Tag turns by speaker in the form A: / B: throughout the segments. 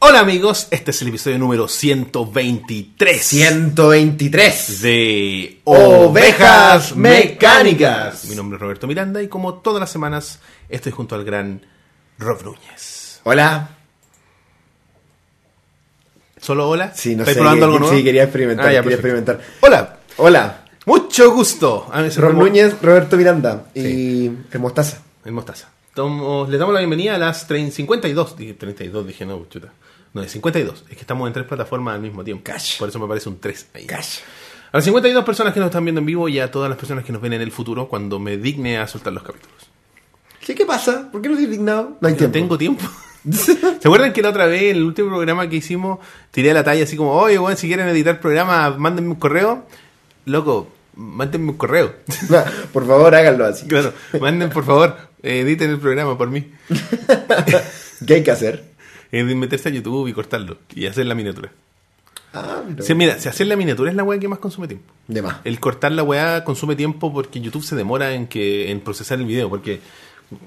A: Hola amigos, este es el episodio número 123
B: 123
A: de
B: Ovejas Mecánicas.
A: Mi nombre es Roberto Miranda y como todas las semanas estoy junto al gran Rob Núñez.
B: Hola.
A: ¿Solo hola?
B: Sí, no
A: ¿Estáis
B: sé.
A: probando
B: que-
A: algo nuevo?
B: Sí, quería experimentar.
A: Ah, ya,
B: quería
A: perfecto.
B: experimentar.
A: Hola,
B: Hola.
A: mucho gusto. A mí se
B: Rob
A: llama-
B: Núñez, Roberto Miranda y el Mostaza.
A: El Mostaza. Tomo- les damos la bienvenida a las trein- 52. Dije 32, dije no, chuta. No, es 52. Es que estamos en tres plataformas al mismo tiempo.
B: Cash.
A: Por eso me aparece un 3 ahí.
B: Cash.
A: A las 52 personas que nos están viendo en vivo y a todas las personas que nos ven en el futuro cuando me digne a soltar los capítulos.
B: ¿Qué, qué pasa? ¿Por qué no estoy indignado? No hay
A: No
B: tiempo.
A: tengo tiempo. ¿Se acuerdan que la otra vez, en el último programa que hicimos, tiré la talla así como, oye, bueno, si quieren editar programa, mándenme un correo? Loco, mándenme un correo.
B: No, por favor, háganlo así.
A: Claro, manden por favor, eh, editen el programa por mí.
B: ¿Qué hay que hacer?
A: Eh, de meterse a YouTube y cortarlo y hacer la miniatura.
B: Ah, mira.
A: Sí, mira, si hacer la miniatura es la weá que más consume tiempo.
B: De más.
A: El cortar la weá consume tiempo porque YouTube se demora en que en procesar el video. Porque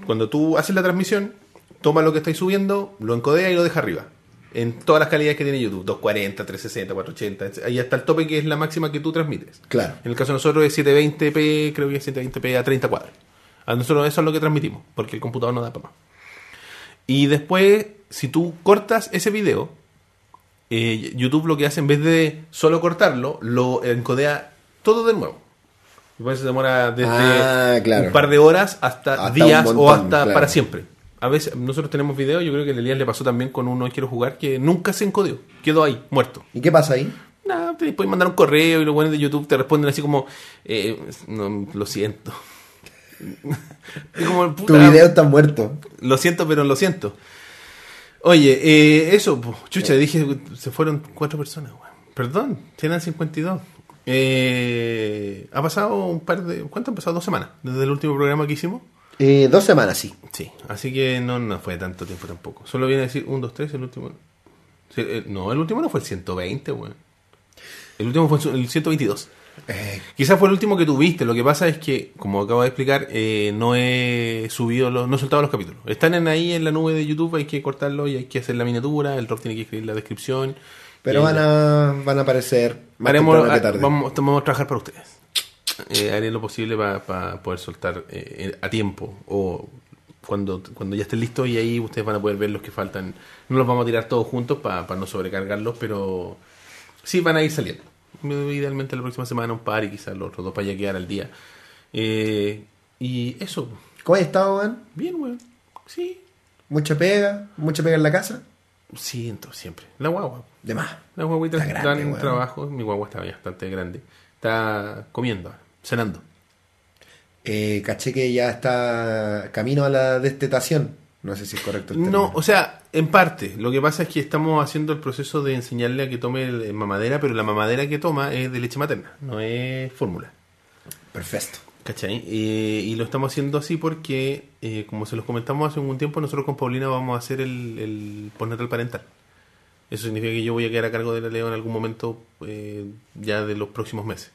A: cuando tú haces la transmisión, toma lo que estáis subiendo, lo encodea y lo deja arriba. En todas las calidades que tiene YouTube, 240, 360, 480, etc. ahí hasta el tope que es la máxima que tú transmites.
B: Claro.
A: En el caso de nosotros es 720p, creo que es 720p a 30 cuadros. A nosotros eso es lo que transmitimos, porque el computador no da para más. Y después, si tú cortas ese video, eh, YouTube lo que hace en vez de solo cortarlo, lo encodea todo de nuevo. Y por eso se demora desde
B: Ah, claro.
A: un par de horas hasta,
B: Hasta
A: días
B: un
A: o
B: montón,
A: hasta
B: claro.
A: para siempre. A veces nosotros tenemos videos, yo creo que el Elías le pasó también con uno Quiero Jugar que nunca se encodeó, quedó ahí, muerto.
B: ¿Y qué pasa ahí?
A: Nada, te puedes mandar un correo y los buenos de YouTube te responden así como, eh, no, lo siento. Y como,
B: Tu
A: puta,
B: video está muerto.
A: lo siento, pero lo siento. Oye, eh, eso, po, chucha, dije, se fueron cuatro personas, weón. Perdón, eran 52. Eh, ha pasado un par de... ¿Cuánto han pasado? Dos semanas, desde el último programa que hicimos.
B: Eh, dos semanas, sí.
A: Sí, así que no, no fue tanto tiempo tampoco. Solo viene a decir 1, 2, 3, el último... Sí, eh, no, el último no fue el 120, weón. El último fue el 122.
B: Eh,
A: Quizás fue el último que tuviste. Lo que pasa es que, como acabo de explicar, eh, no he subido los, no he soltado los capítulos. Están en ahí en la nube de YouTube, hay que cortarlo y hay que hacer la miniatura. El Rob tiene que escribir la descripción.
B: pero
A: Y-
B: van a, van a aparecer más
A: haremos, ah,
B: temprano que tarde.
A: Vamos, vamos a trabajar para ustedes. Eh, haré lo posible para poder soltar eh, eh, a tiempo o cuando, cuando ya estén listos y ahí ustedes van a poder ver los que faltan. No los vamos a tirar todos juntos para no sobrecargarlos, pero sí van a ir saliendo. Idealmente la próxima semana un par y quizás los otros dos para ya quedar al día. Eh, y eso,
B: ¿Cómo has estado, man?
A: bien, weón. Sí,
B: ¿Mucha pega? ¿Mucha pega en la casa?
A: sí, entonces siempre. La guagua.
B: De más.
A: Las guaguitas
B: Está grande,
A: dan
B: weón.
A: trabajo. Mi guagua está bastante grande. Está comiendo, cenando.
B: Eh, caché que ya está camino a la destetación. No sé si es correcto el
A: No,
B: término.
A: o sea, en parte. Lo que pasa es que estamos haciendo el proceso de enseñarle a que tome el- eh, mamadera, pero la mamadera que toma es de leche materna, no es fórmula.
B: Perfecto.
A: ¿Cachai? Eh, y lo estamos haciendo así porque, eh, como se los comentamos hace un tiempo, nosotros con Paulina vamos a hacer el, el postnatal parental. Eso significa que yo voy a quedar a cargo de la Leo en algún momento eh, ya de los próximos meses.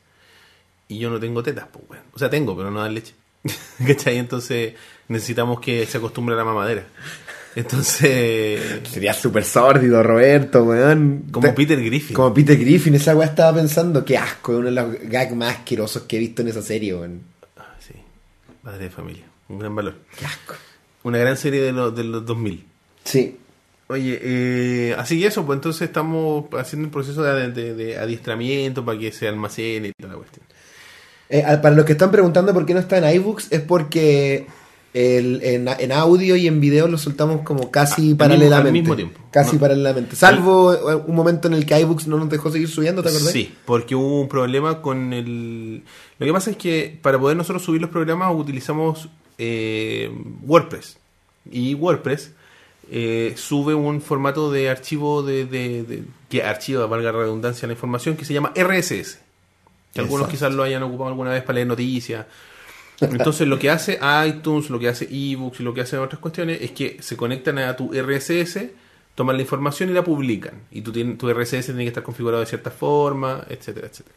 A: Y yo no tengo tetas, pues, weón. O sea, tengo, pero no dan leche. ¿Cachai? Entonces necesitamos que se acostumbre a la mamadera. Entonces,
B: Sería súper sórdido, Roberto, weón.
A: como
B: Te-
A: Peter Griffin.
B: Como Peter Griffin, esa weá estaba pensando, qué asco, es uno de los gags más asquerosos que he visto en esa serie, weón.
A: Ah, Sí, padre de familia. Un gran valor.
B: Qué asco.
A: Una gran serie de los, de los 2000.
B: Sí.
A: Oye, eh, así que eso, pues entonces estamos haciendo un proceso de, de- de adiestramiento para que se almacene y toda la cuestión.
B: Eh, a- para los que están preguntando por qué no está en iBooks, es porque el- en, en audio y en video lo soltamos como
A: Ah, al
B: casi
A: mismo-
B: paralelamente.
A: al mismo tiempo.
B: Casi
A: No.
B: paralelamente. Salvo eh, un momento en el que iBooks no nos dejó seguir subiendo, ¿te acordás?
A: Sí, porque hubo un problema con el... Lo que pasa es que para poder nosotros subir los programas utilizamos eh, WordPress. Y WordPress eh, sube un formato de archivo de, de- de- que archiva, valga la redundancia, la información que se llama RSS. Que algunos
B: Exacto.
A: quizás lo hayan ocupado alguna vez para leer noticias. Entonces lo que hace iTunes, lo que hace eBooks y lo que hacen otras cuestiones es que se conectan a tu RSS, toman la información y la publican. Y tu, tien- tu RSS tiene que estar configurado de cierta forma, etcétera, etcétera.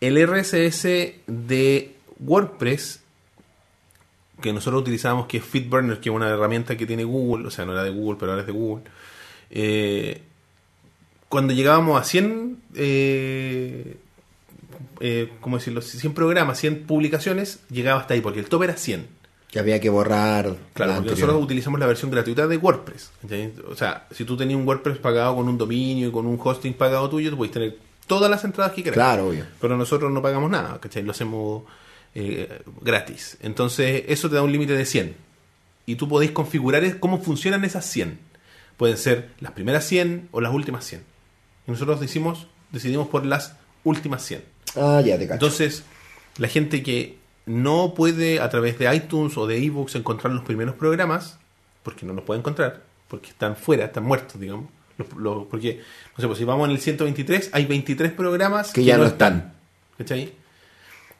A: El RSS de WordPress que nosotros utilizamos, que es FitBurner, que es una herramienta que tiene Google, o sea, no era de Google, pero ahora es de Google, Eh, cuando llegábamos a 100, eh, eh, ¿cómo decirlo? 100 programas, 100 publicaciones, llegaba hasta ahí, porque el top era 100.
B: Que había que borrar.
A: Claro,
B: la
A: porque
B: anterior.
A: nosotros utilizamos la versión gratuita de WordPress. ¿cachai? O sea, si tú tenías un WordPress pagado con un dominio y con un hosting pagado tuyo, tú podías tener todas las entradas que quieras.
B: Claro, obvio.
A: Pero nosotros no pagamos nada, ¿cachai? Lo hacemos eh, gratis. Entonces, eso te da un límite de 100. Y tú podéis configurar es- cómo funcionan esas 100. Pueden ser las primeras 100 o las últimas 100. Y nosotros decimos, decidimos por las últimas 100.
B: Ah, ya te cacho.
A: Entonces, la gente que no puede a través de iTunes o de ebooks encontrar los primeros programas, porque no los puede encontrar, porque están fuera, están muertos, digamos. Los- los- porque, no sé, pues si vamos en el 123, hay 23 programas
B: que ya no están.
A: ¿Cachai?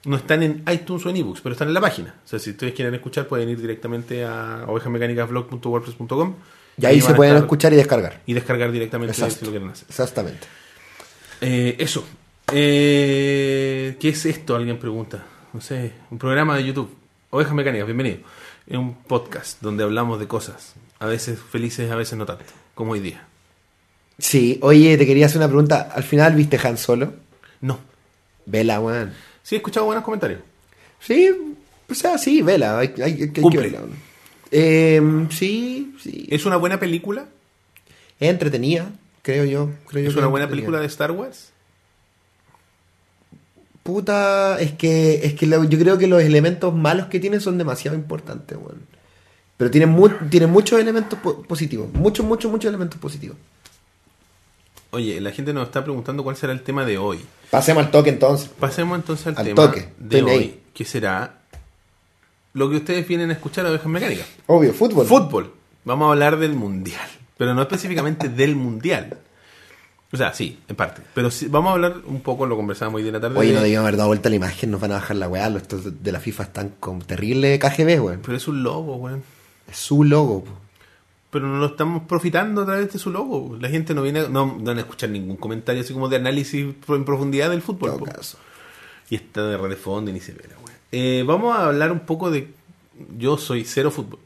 A: No están en iTunes o en ebooks, pero están en la página. O sea, si ustedes quieren escuchar, pueden ir directamente a ovejamecánicasblog.wordpress.com
B: Y ahí
A: van
B: se
A: a
B: pueden
A: estar-
B: escuchar y descargar.
A: y descargar directamente
B: Exacto.
A: si lo quieren hacer.
B: Exactamente.
A: Eh, eso. Eh, ¿Qué es esto? Alguien pregunta. No sé, un programa de YouTube. Ovejas Mecánicas, bienvenido. Es un podcast donde hablamos de cosas, a veces felices, a veces no tanto, como hoy día.
B: Sí, oye, te quería hacer una pregunta. Al final viste Han Solo.
A: No.
B: Vela, weón.
A: Sí, he escuchado buenos comentarios.
B: Sí, o sea, sí, vela. Hay, hay- hay- hay que
A: Cumple.
B: verla. weón. Eh, sí, sí.
A: ¿Es una buena película?
B: Es entretenida, creo yo. Creo yo
A: ¿Es
B: que
A: una buena
B: entretenida.
A: película de Star Wars?
B: Puta, es que, es que lo- yo creo que los elementos malos que tiene son demasiado importantes, weón. Pero tiene, mu- tiene muchos elementos po- positivos. Muchos, muchos, muchos elementos positivos.
A: Oye, la gente nos está preguntando cuál será el tema de hoy.
B: Pasemos al toque entonces.
A: Pasemos entonces al,
B: Al
A: tema
B: toque,
A: de
B: estoy
A: hoy,
B: ahí.
A: que será lo que ustedes vienen a escuchar a Ovejas Mecánicas.
B: Obvio, fútbol.
A: Fútbol. Vamos a hablar del mundial. Pero no específicamente del mundial. O sea, sí, en parte. Pero sí, vamos a hablar un poco, lo conversábamos hoy de la tarde.
B: Oye, no
A: de-
B: debíamos haber dado vuelta a la imagen, nos van a bajar la weá. Los estos de la FIFA están con terrible KGB, weón.
A: Pero es un logo, weón.
B: Es su logo, po.
A: Pero no lo estamos profitando a través de su logo. La gente no viene a, no, no van a escuchar ningún comentario así como de análisis pro- en profundidad del
B: En
A: fútbol.
B: todo
A: po.
B: caso.
A: Y está de re de fondo y ni se ve la weá. Eh, vamos a hablar un poco de... Yo soy cero fútbol.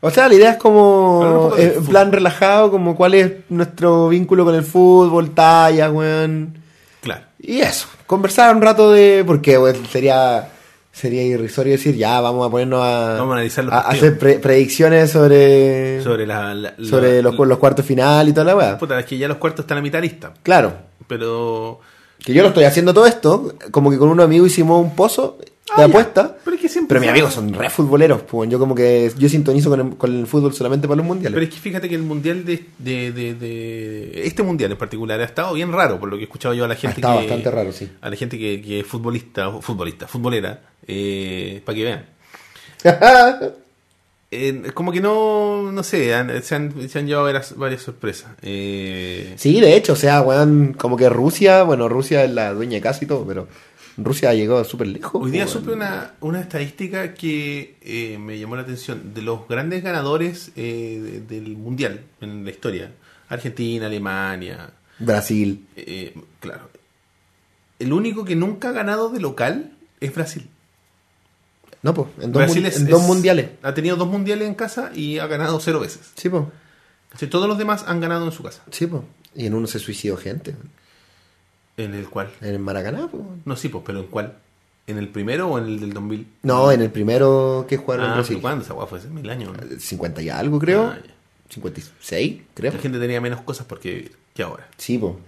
B: O sea, la idea es
A: Hablar un
B: como
A: poco del
B: eh, en
A: fútbol.
B: plan relajado, como cuál es nuestro vínculo con el fútbol, talla, weón.
A: Claro.
B: Y eso, conversar un rato de. Porque weón, sería sería irrisorio decir, ya, vamos a ponernos a,
A: Vamos a analizar los
B: a- a
A: partidos.
B: hacer pre- predicciones sobre, sobre,
A: Sobre, la, la- la- Pues-
B: los, cu- los cuartos final y toda la weá.
A: Puta, es que ya los cuartos están a mitad de lista.
B: Claro,
A: Pero...
B: que yo lo estoy haciendo todo esto, como que con un amigo hicimos un pozo de
A: Ah, ya.
B: apuesta.
A: Pero es que siempre
B: Pero mis
A: se-
B: amigos son re futboleros, pues yo como que yo sintonizo con el, con el fútbol solamente para los mundiales.
A: Pero es que fíjate que el mundial de, de- de- de- este mundial en particular ha estado bien raro, por lo que he escuchado yo a la gente
B: estado
A: que,
B: bastante raro, sí.
A: a la gente que, que es futbolista, o futbolista, futbolera, para que vean. Eh, como que no, no sé, han- se, han, se han llevado varias, varias sorpresas. Eh,
B: sí, de hecho, o sea, weón, como que Rusia, bueno, Rusia es la dueña de casa y todo, pero Rusia llegó súper lejos. pues,
A: Hoy día
B: weón.
A: supe una, una estadística que eh, me llamó la atención. De los grandes ganadores eh, de- del mundial en la historia, Argentina, Alemania,
B: Brasil.
A: Eh, claro. El único que nunca ha ganado de local es Brasil.
B: No, pues, en dos,
A: Brasil
B: mun-
A: es-
B: en dos
A: es-
B: mundiales.
A: Ha tenido dos mundiales en casa y ha ganado cero veces.
B: Sí, pues,
A: Así, todos los demás han ganado en su casa.
B: sí, pues. Y en uno se suicidó gente,
A: ¿En el cual?
B: en el Maracaná, pues. weón.
A: No, sí, pues, pero ¿en cuál? ¿En el primero o en el del 2000?
B: No, en el primero que jugaron en
A: Ah,
B: Brasil.
A: pero ¿cuándo? Esa guapa fue hace mil años. ¿no?
B: 50 y algo, creo.
A: Ah, ya.
B: 56, creo.
A: La gente tenía menos cosas por qué vivir que ahora.
B: Sí, po.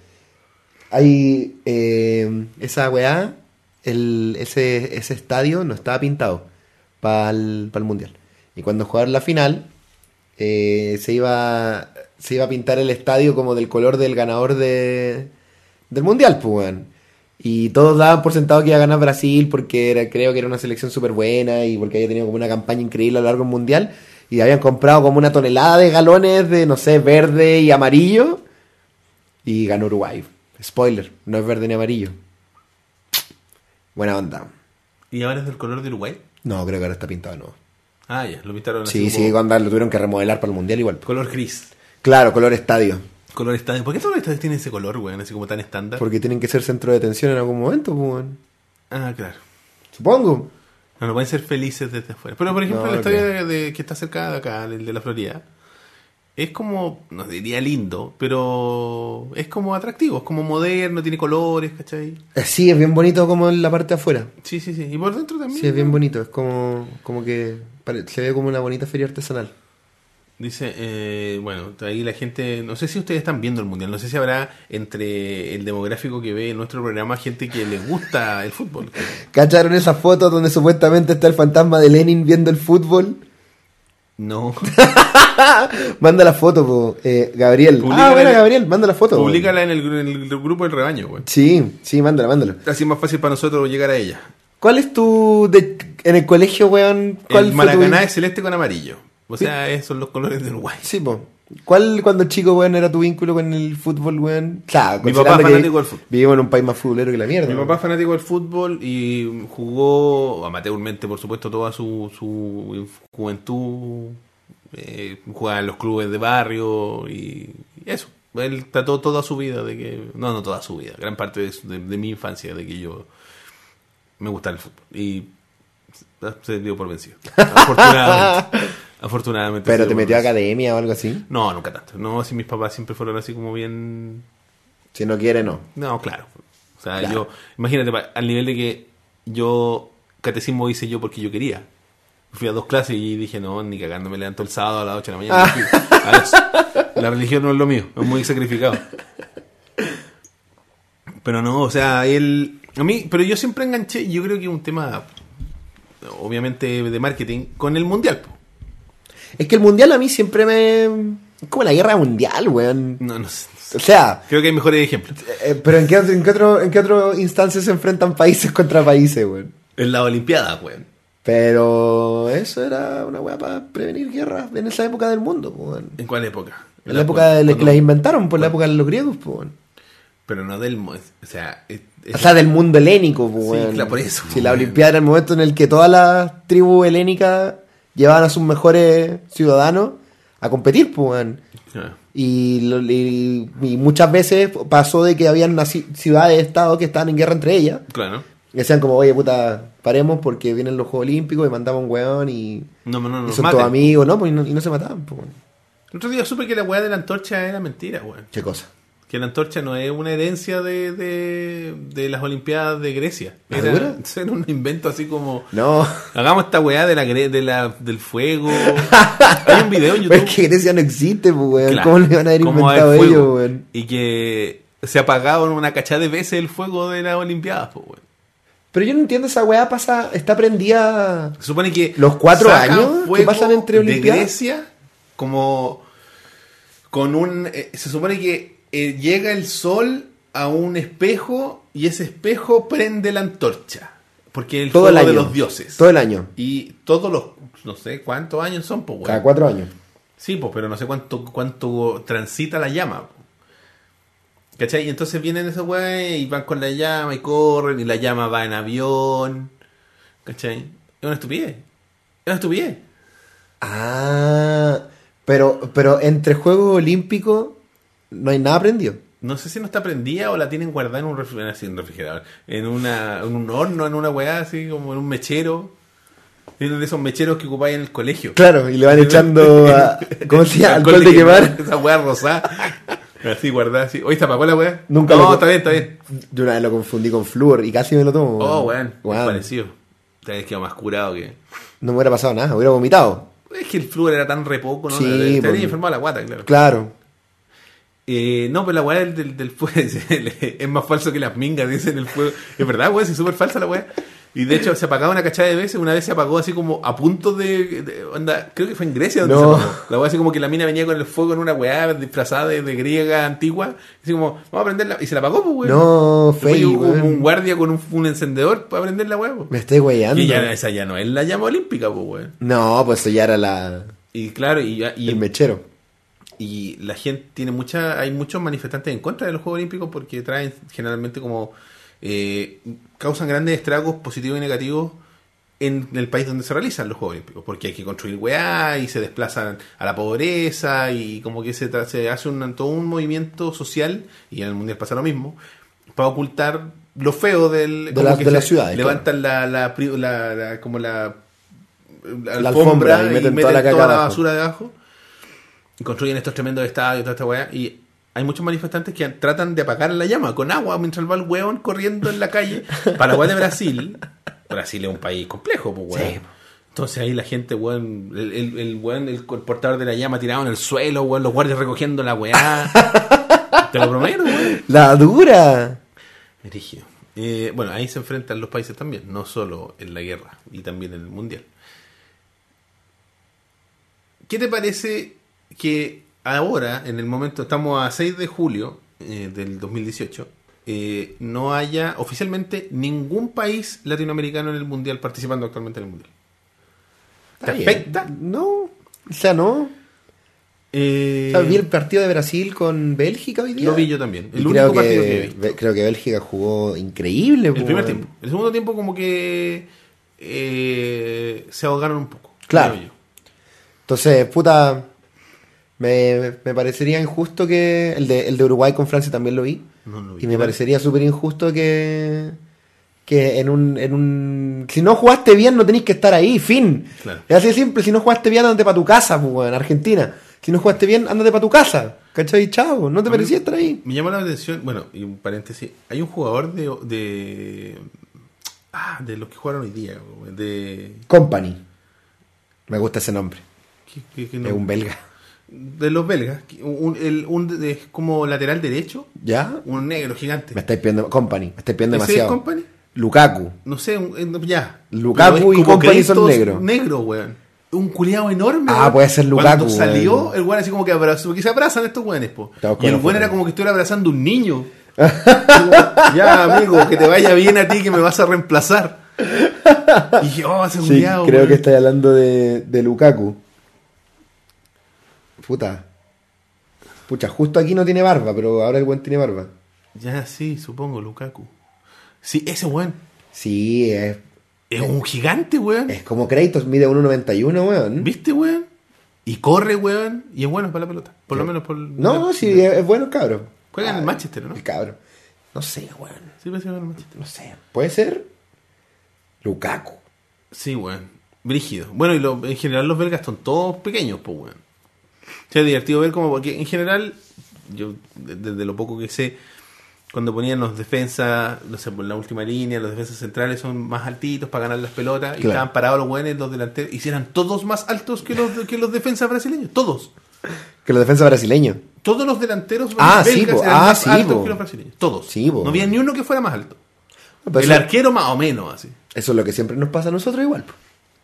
B: Hay eh, esa weá, el, ese, ese estadio no estaba pintado para el, Mundial. Y cuando jugaron la final, eh, se, iba, se iba a pintar el estadio como del color del ganador de, del Mundial, pues, weón. Y todos daban por sentado que iba a ganar Brasil porque era, creo que era una selección súper buena y porque había tenido como una campaña increíble a lo largo del Mundial. Y habían comprado como una tonelada de galones de, no sé, verde y amarillo. Y ganó Uruguay. Spoiler, no es verde ni amarillo. Buena onda.
A: ¿Y ahora es del color de Uruguay?
B: No, creo que ahora está pintado de nuevo.
A: Ah, ya, lo pintaron así
B: Sí, sí,
A: como
B: onda, lo tuvieron que remodelar para el mundial igual.
A: color gris.
B: Claro, color estadio.
A: Color estadio. ¿Por qué todos los estadios tienen ese color, weón? Así como tan estándar.
B: Porque tienen que ser centro de atención en algún momento, pues, weón.
A: Ah, claro.
B: Supongo.
A: No, no pueden ser felices desde afuera. Pero, por ejemplo,
B: No,
A: la
B: no
A: historia de, de- que está cerca de acá, el de la Florida, es como, no diría lindo, pero es como atractivo, es como moderno, tiene colores, ¿cachai?
B: Eh, Sí, es bien bonito como en la parte de afuera.
A: Sí, sí, sí. Y por dentro también.
B: Sí, es bien
A: ¿no?
B: bonito. Es como, como que pare- se ve como una bonita feria artesanal.
A: Dice, eh, bueno, ahí la gente, no sé si ustedes están viendo el mundial, no sé si habrá entre el demográfico que ve en nuestro programa gente que les gusta el fútbol.
B: ¿Cacharon esas fotos donde supuestamente está el fantasma de Lenin viendo el fútbol?
A: No,
B: Manda la foto, po, eh, Gabriel.
A: Publica
B: ah, bueno,
A: la-
B: Gabriel, manda la foto. po.
A: públicala en el, en el grupo del rebaño, güey.
B: Sí, sí, mándala, mándala.
A: Así es más fácil para nosotros llegar a ella.
B: ¿Cuál es tu... de- en el colegio, weón? ¿Cuál
A: El
B: fue tu-
A: Maracaná es celeste con amarillo. O sea, esos son los colores del Uruguay.
B: Sí, po. ¿Cuál cuando chico, weón, era tu vínculo con el fútbol, weón? Claro,
A: Mi papá
B: considerando que
A: fanático del fútbol.
B: Vivimos en un país más futbolero que la mierda.
A: Mi
B: weón.
A: papá es fanático del fútbol y jugó amateurmente, por supuesto, toda su, su juventud. eh, jugaba en los clubes de barrio y eso. Él trató toda su vida de que. No, no toda su vida, gran parte de, su- de- de mi infancia de que yo me gustaba el fútbol. Y ah, se dio por vencido. Afortunadamente. afortunadamente se
B: Pero
A: dio
B: te
A: por
B: metió a
A: vencido.
B: academia o algo así.
A: No, nunca tanto. No, si mis papás siempre fueron así como bien
B: Si no quiere, no.
A: no, claro. O sea,
B: Claro.
A: yo, imagínate, pa- al nivel de que yo, catecismo hice yo porque yo quería. Fui a dos clases y dije, no, ni cagando, me levanto el sábado a las 8 de la mañana. y fui. A las- la religión no es lo mío, es muy sacrificado. Pero no, o sea, él, a mí, pero yo siempre enganché, yo creo que es un tema, obviamente, de marketing, con el mundial. po.
B: Es que el mundial a mí siempre me... Es como la guerra mundial, weón.
A: No, no sé.
B: O sea,
A: Creo que hay mejores ejemplos.
B: eh, pero ¿en qué, otro- en, qué otro, ¿en qué otro instancia se enfrentan países contra países, weón?
A: En la Olimpiada, weón.
B: Pero eso era una weá para prevenir guerras en esa época del mundo, po, weón.
A: ¿En cuál época?
B: En la época de la que
A: cuando-
B: las inventaron, por la época de los griegos, po, weón.
A: Pero no del. mo- O sea. es- es-
B: O sea, del mundo helénico, po,
A: Sí,
B: weón.
A: claro, por eso,
B: Si
A: po,
B: la
A: weón.
B: Olimpiada era el momento en el que todas las tribus helénicas llevaban a sus mejores ciudadanos a competir, po, weón.
A: Ah,
B: Y, lo- y- y muchas veces pasó de que habían naci- ciudades, estados que estaban en guerra entre ellas.
A: claro.
B: Y decían como, oye, puta, paremos porque vienen los Juegos Olímpicos y mandamos un weón y,
A: No, no, no.
B: y
A: nos
B: son
A: maten.
B: todos amigos, ¿no? Pues, y no, y no se mataban, po, weón.
A: El otro día supe que la weá de la antorcha era mentira, weón.
B: Qué cosa.
A: Que la antorcha no es una herencia de, de, de las Olimpiadas de Grecia.
B: ¿Ah,
A: Era,
B: dura?
A: era un invento así como.
B: No.
A: Hagamos esta weá de la, gre- de la, del fuego. Hay un video en YouTube.
B: Pero es que Grecia no existe, pues, weón.
A: Claro.
B: ¿Cómo le van a haber
A: ¿Cómo va a
B: inventado
A: haber
B: ellos,
A: fuego?
B: weón?
A: Y que se apagaron una cachada de veces el fuego de las Olimpiadas, po, weón.
B: Pero yo no entiendo, esa weá pasa, está prendida.
A: Se supone que.
B: Los cuatro
A: sacan
B: años que
A: fuego
B: pasan entre
A: De
B: Olimpiadas.
A: Grecia, como. Con un. eh, se supone que eh, llega el sol a un espejo y ese espejo prende la antorcha. Porque es el
B: Todo el
A: fuego
B: año.
A: de los dioses.
B: Todo el año.
A: Y todos los. No sé cuántos años son, pues,
B: Cada
A: weón.
B: cuatro años.
A: Sí, pues, pero no sé cuánto, cuánto transita la llama. po. ¿Cachai? Y entonces vienen esos güeyes y van con la llama y corren y la llama va en avión. ¿Cachai? Es una estupidez. Es una estupidez.
B: Ah. Pero, pero entre Juegos Olímpicos no hay nada prendido.
A: No sé si no está prendida o la tienen guardada en un refri- así, en un refrigerador, en, una, en un horno, en una weá, así como en un mechero. Tienen de esos mecheros que ocupáis en el colegio.
B: Claro, y le van echando. a- ¿Cómo se llama? Alcohol de quemar.
A: Esa weá rosada. Así guardada, así. Oye, se apagó la weá.
B: Nunca
A: No,
B: lo-
A: está bien, está bien.
B: Yo una vez lo confundí con Flúor y casi me lo tomo.
A: Oh, weón, es
B: Weón,
A: parecido. Te habías quedado más curado que.
B: No me hubiera pasado nada, hubiera vomitado.
A: Es que el flúor era tan re poco, ¿no?
B: Sí,
A: te habías
B: pues.
A: enfermado la guata, claro.
B: Claro.
A: Eh, no, pero la weá del, del, del fuego es más falso que las mingas, dicen el fuego. Es verdad, weón, sí, es súper falsa la weá. Y de hecho se apagaba una cachada de veces, una vez se apagó así como a punto de. de- onda, creo que fue en Grecia donde
B: No.
A: se apagó. La weá así como que la mina venía con el fuego en una weá disfrazada de, de griega antigua. Así como, vamos a prenderla. Y se la apagó, pues, weón.
B: No,
A: Después
B: feo.
A: llegó como un
B: weón.
A: guardia con un, un encendedor para prender la weá, pues.
B: Me estoy weyando.
A: Y ya, esa ya no es la llama olímpica, pues, weón.
B: No, pues eso ya era la.
A: Y claro, y, y-
B: el mechero.
A: y la gente tiene mucha, hay muchos manifestantes en contra de los Juegos Olímpicos porque traen generalmente como, eh, causan grandes estragos positivos y negativos en el país donde se realizan los Juegos Olímpicos, porque hay que construir weá y se desplazan a la pobreza y como que se, tra- se hace un, todo un movimiento social, y en el Mundial pasa lo mismo, para ocultar lo feo del...
B: De
A: como
B: las-
A: que
B: de
A: se
B: las ciudades,
A: Levantan la, la pri- la- la- como la, la
B: alfombra y meten toda la caca
A: la
B: abajo.
A: basura de abajo. Y construyen estos tremendos estadios, toda esta weá. Y hay muchos manifestantes que tratan de apagar la llama con agua mientras va el weón corriendo en la calle. Para la weá de Brasil, Brasil es un país complejo, pues weón.
B: Sí.
A: Entonces ahí la gente, weón, el, el, el weón, el portador de la llama tirado en el suelo, weón, los guardias recogiendo la weá. Te lo prometo, weón.
B: La dura.
A: Rígido. Eh, bueno, ahí se enfrentan los países también, no solo en la guerra y también en el mundial. ¿Qué te parece que ahora, en el momento, estamos a 6 de julio eh, del 2018, eh, no haya oficialmente ningún país latinoamericano en el mundial participando actualmente en el mundial?
B: Está
A: ¿Te
B: bien.
A: afecta?
B: No. O sea, no.
A: Eh,
B: O sea, vi el partido de Brasil con Bélgica hoy día.
A: lo vi yo también.
B: Y
A: El
B: creo
A: único
B: que,
A: partido que vi.
B: Be- Creo que Bélgica jugó increíble.
A: El
B: po,
A: primer
B: weón.
A: tiempo. El segundo tiempo como que eh, se ahogaron un poco.
B: Claro.
A: creo yo.
B: Entonces, puta. Me, me parecería injusto que. El de, el de Uruguay con Francia también lo vi.
A: No lo vi.
B: Y me parecería súper injusto que. Que en un, en un. Si no jugaste bien, no tenés que estar ahí, fin.
A: Claro.
B: Es así de simple. Si no jugaste bien, andate para tu casa, pues, weón, en Argentina. Si no jugaste bien, andate para tu casa. ¿Cachai? Chavo, no te
A: A mí-
B: merecías estar ahí.
A: Me llama la atención, bueno, y un paréntesis, hay un jugador de, de ah, de los que jugaron hoy día, de
B: Company. Me gusta ese nombre.
A: que- que- que no-
B: Es un belga.
A: de los belgas, que un, el- un de- de- como lateral derecho,
B: ¿Ya?
A: un negro gigante.
B: Me estáis pidiendo. Company. Me estáis pidiendo
A: ¿Ese es
B: demasiado.
A: Company?
B: Lukaku.
A: No sé, un- eh, no, ya.
B: Lukaku
A: Pero es
B: y
A: como
B: Company son
A: Kratos
B: negro.
A: Negro, weón. Un culiado enorme.
B: Ah,
A: weón.
B: puede ser Lukaku,
A: Cuando salió,
B: weón.
A: el weón así como que abrazó. Porque se abrazan estos weones, po.
B: Estaba con
A: Y el
B: los
A: weón
B: fotógrafos.
A: era como que estuviera abrazando un niño. Como, ya, amigo, que te vaya bien a ti, que me vas a reemplazar. Y yo, oh, ese
B: Sí,
A: culiao,
B: creo
A: weón.
B: que estoy hablando de, de Lukaku. Puta. Pucha, justo aquí no tiene barba, pero ahora el buen tiene barba.
A: Ya, sí, supongo, Lukaku. Sí, ese weón.
B: Sí, es,
A: Es un gigante, weón.
B: es como Kratos, mide 1.91, weón.
A: ¿Viste, weón? Y corre, weón. Y es bueno para la pelota. Por lo menos por.
B: No, no, sí, es, es bueno el cabro.
A: Juega en el
B: Ah,
A: Manchester, ¿no?
B: El cabro. No sé, weón.
A: Sí, parece que juega en el Manchester.
B: No sé. ¿Puede ser? Lukaku.
A: Sí, weón. Brígido. Bueno, y lo- en general los belgas son todos pequeños, pues, weón. O sea, es divertido ver como, porque en general, yo de- desde lo poco que sé, cuando ponían los defensas, no sé, por la última línea, los defensas centrales son más altitos para ganar las pelotas, y
B: Claro.
A: estaban parados los weones, los delanteros, y si eran todos más altos que los, que los defensas brasileños, todos.
B: Que la defensa brasileño.
A: Todos los delanteros
B: Ah, sí,
A: belgas
B: po.
A: eran
B: Ah,
A: más
B: sí,
A: altos
B: po.
A: que los brasileños, todos.
B: Sí, po.
A: no había ni uno que fuera más alto.
B: Pero
A: El
B: eso,
A: arquero más o menos, así.
B: eso es lo que siempre nos pasa a nosotros igual. po.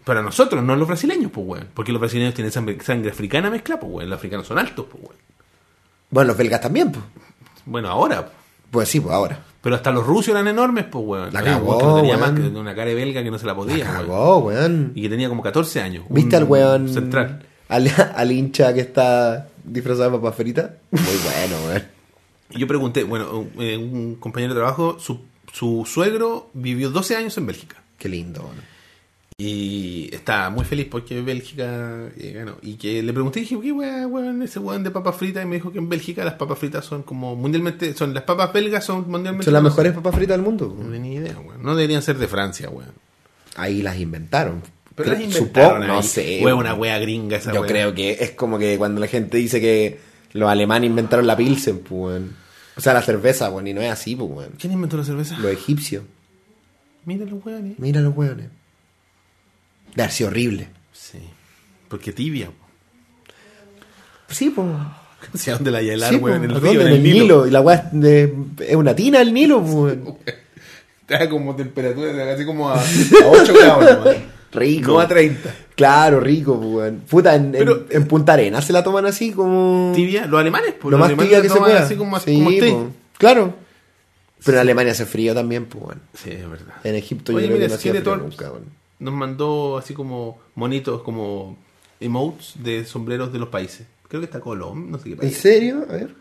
A: Para nosotros, no los brasileños, pues, weón. Porque los brasileños tienen sangre, sangre africana mezcla, pues, weón. Los africanos son altos, pues, weón.
B: Bueno, los belgas también, pues.
A: Bueno, ahora, pues.
B: Pues sí, pues ahora.
A: Pero hasta los rusos eran enormes, pues, weón.
B: La
A: Había un
B: cagó,
A: otro que tenía
B: weón.
A: más que una cara de belga que no se la podía, weón.
B: Cagó, weón.
A: Y que tenía como 14 años.
B: ¿Viste
A: Un
B: al weón?
A: Central.
B: Al, al hincha que está disfrazado de papa frita. Muy bueno, weón.
A: Y yo pregunté, bueno, un, eh, un compañero de trabajo, su, su suegro vivió 12 años en Bélgica.
B: Qué lindo, weón.
A: Y está muy feliz porque Bélgica eh, ganó. Y que le pregunté, dije, ¿qué weá, weón, ese weón de papas fritas? Y me dijo que en Bélgica las papas fritas son como mundialmente, son las papas belgas son mundialmente.
B: Son las
A: conocidas.
B: mejores papas fritas del mundo.
A: No
B: weón.
A: tenía ni idea, weón. No deberían ser de Francia, weón.
B: Ahí las inventaron.
A: Pero las
B: Creo-
A: inventaron
B: supongo-
A: ahí.
B: no sé.
A: Weón,
B: weón.
A: una wea gringa esa
B: Yo
A: wea.
B: creo que es como que cuando la gente dice que los alemanes inventaron la pilsen, pues, weón. O sea, la cerveza, weón, y no es así, pues, weón.
A: ¿Quién inventó la cerveza?
B: Los egipcios.
A: Mira los weones.
B: Mira los weones. De haber sido horrible.
A: Sí. Porque tibia, weón.
B: Sí, pues.
A: O sea, donde la hielar,
B: Sí, po,
A: weón, en el
B: ¿dónde?
A: río,
B: En el Nilo. Y la weá es de- es una tina el Nilo, pues.
A: Está como temperatura, de casi como a, a 8 grados, weón.
B: Rico.
A: No a 30.
B: Claro, rico, pues, weón. Puta, en, en-
A: Pero-
B: en Punta Arenas se la toman así como.
A: Tibia, los alemanes, pues.
B: lo
A: los
B: más
A: alemanes
B: tibia
A: la
B: que se
A: toman
B: pueda.
A: Así como,
B: Sí,
A: como té.
B: po. Claro. Pero en Alemania hace frío también, pues, weón.
A: Sí, es verdad.
B: En Egipto
A: Oye,
B: yo creo
A: mira,
B: que no hacía
A: Skeletor-
B: frío nunca, weón.
A: Nos mandó así como monitos, como emotes de sombreros de los países. Creo que está Colombia, no sé qué
B: ¿En
A: país.
B: serio? A ver.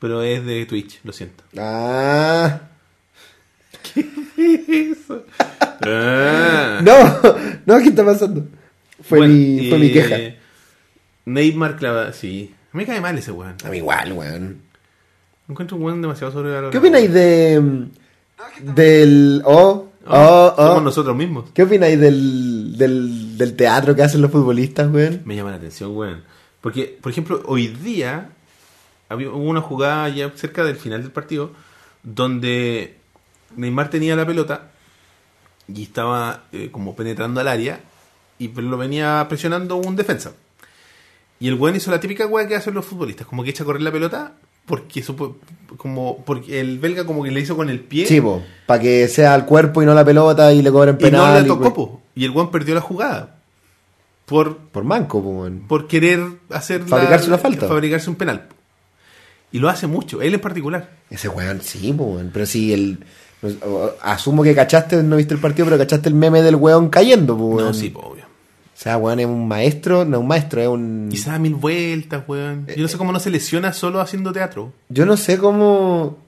A: Pero es de Twitch, lo siento.
B: Ah.
A: Eso. Ah.
B: No, no, ¿qué está pasando? Fue,
A: Bueno,
B: mi, fue mi
A: eh,
B: queja.
A: Neymar Clava, sí. Me cae mal ese weón.
B: A mí igual, weón.
A: Encuentro un weón demasiado sobrevalorado.
B: ¿Qué opináis de. mm, del. Oh, oh,
A: Ah, Somos
B: oh.
A: nosotros mismos.
B: ¿Qué opináis del, del, del teatro que hacen los futbolistas, weón?
A: Me llama la atención, weón. Porque, por ejemplo, hoy día había hubo una jugada ya cerca del final del partido donde Neymar tenía la pelota y estaba eh, como penetrando al área y pues lo venía presionando un defensa. Y el weón hizo la típica weá que hacen los futbolistas, como que echa a correr la pelota porque supo- como porque el belga como que le hizo con el pie
B: Sí, para que sea el cuerpo y no la pelota y le cobren
A: y no
B: penal.
A: le tocó,
B: cue-
A: po. y el weón perdió la jugada por
B: Por manco, po, weón.
A: por querer hacer la-
B: Fabricarse una falta.
A: fabricarse un penal. Y lo hace mucho, él en particular.
B: Ese weón, sí, po, weón. Pero si el. no- o- Asumo que cachaste, no viste el partido, pero cachaste el meme del weón cayendo, po, weón.
A: No, sí, po, obvio.
B: O sea, weón es un maestro, no un maestro, es un.
A: Y se da mil vueltas, weón. Yo no
B: Eh,
A: sé cómo no se lesiona solo haciendo teatro.
B: Yo no sé cómo.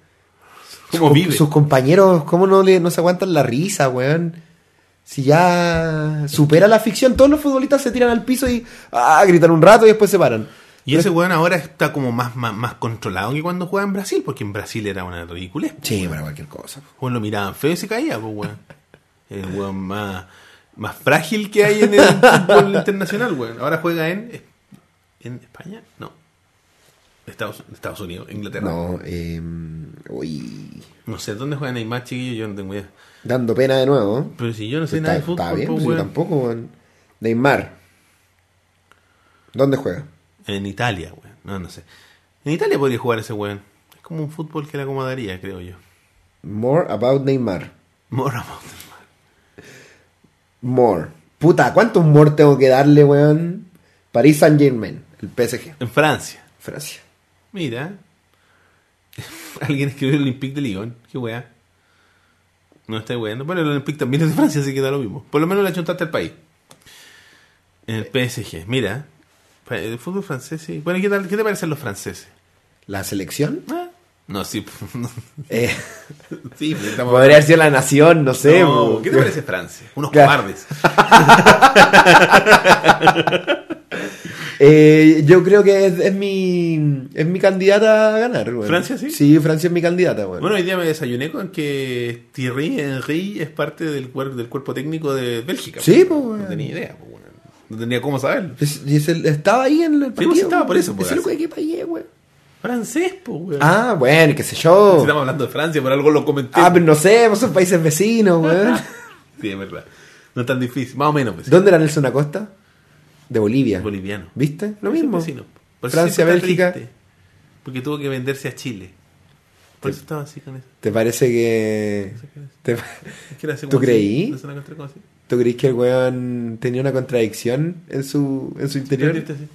A: Cómo
B: sus-
A: vive.
B: Sus compañeros, cómo no, le, no se aguantan la risa, weón. Si ya supera la ficción, todos los futbolistas se tiran al piso y ah, gritan un rato y después se paran.
A: Y ese weón ahora está como más, más, más controlado que cuando jugaba en Brasil, porque en Brasil era una ridiculez. po.
B: Sí, para cualquier cosa.
A: Weón lo miraban feo y se caía, pues weón. El weón más, más frágil que hay en el fútbol internacional, weón. Ahora juega en. ¿En España? No. Estados, Estados Unidos, Inglaterra. No.
B: No, eh, uy,
A: sé dónde juega Neymar, chiquillo, yo no tengo idea.
B: dando pena de nuevo. ¿eh?
A: Pero si yo no sé
B: está,
A: nada de fútbol,
B: está bien,
A: po,
B: pues yo
A: weón.
B: tampoco, weón. Neymar. ¿Dónde juega?
A: En Italia, weón. No, no sé. En Italia podría jugar ese weón. Es como un fútbol que le acomodaría, creo yo.
B: More about Neymar.
A: More about Neymar.
B: More. Puta, ¿cuántos more tengo que darle, weón? Paris Saint Germain, el PSG,
A: En Francia.
B: Francia.
A: Mira. Alguien escribió el Olympique de Lyon. Qué weá. No está weando. Bueno, el Olympique también es de Francia, así que da lo mismo. Por lo menos le achuntaste al país. En el PSG. Mira. Pa- El fútbol francés, sí. Bueno, ¿qué, tal, ¿qué te parecen los franceses?
B: La selección.
A: Ah, No, sí. no.
B: Eh,
A: sí, pues. estamos...
B: podría haber sido la nación, no sé.
A: No,
B: po.
A: ¿Qué te parece Francia? Unos
B: Claro.
A: cobardes.
B: Eh, yo creo que es, es mi es mi candidata a ganar, weón.
A: ¿Francia, sí?
B: Sí, Francia es mi candidata, weón.
A: Bueno, hoy día me desayuné con que Thierry Henry es parte del, cuer- del cuerpo técnico de Bélgica.
B: Sí,
A: po.
B: po,
A: No
B: weón.
A: tenía idea, po, weón. No tenía cómo saberlo.
B: Es- y es el- estaba ahí en el partido.
A: pues estaba,
B: weón.
A: por eso, pues,
B: Es el
A: así.
B: weón que pagué, weón.
A: Francés, po, weón.
B: Ah, bueno, qué sé
A: Si
B: yo.
A: Estamos hablando de Francia, por algo lo comenté.
B: Ah, pero no sé, pues son países vecinos, weón.
A: Sí, es verdad. No es tan difícil. Más o menos, pues.
B: ¿Dónde era Nelson Acosta? De Bolivia.
A: Boliviano.
B: ¿Viste? Lo
A: Es el
B: mismo.
A: vecino. Por eso
B: Francia,
A: siempre está
B: Bélgica.
A: triste, porque tuvo que venderse a Chile. Por eso estaba así con eso.
B: ¿Te parece que.? te-
A: Es que era así
B: ¿Tú
A: como así,
B: creí?
A: no se la encontré como así.
B: ¿Tú crees que el weón tenía una contradicción en su, en su interior?
A: Triste, sí.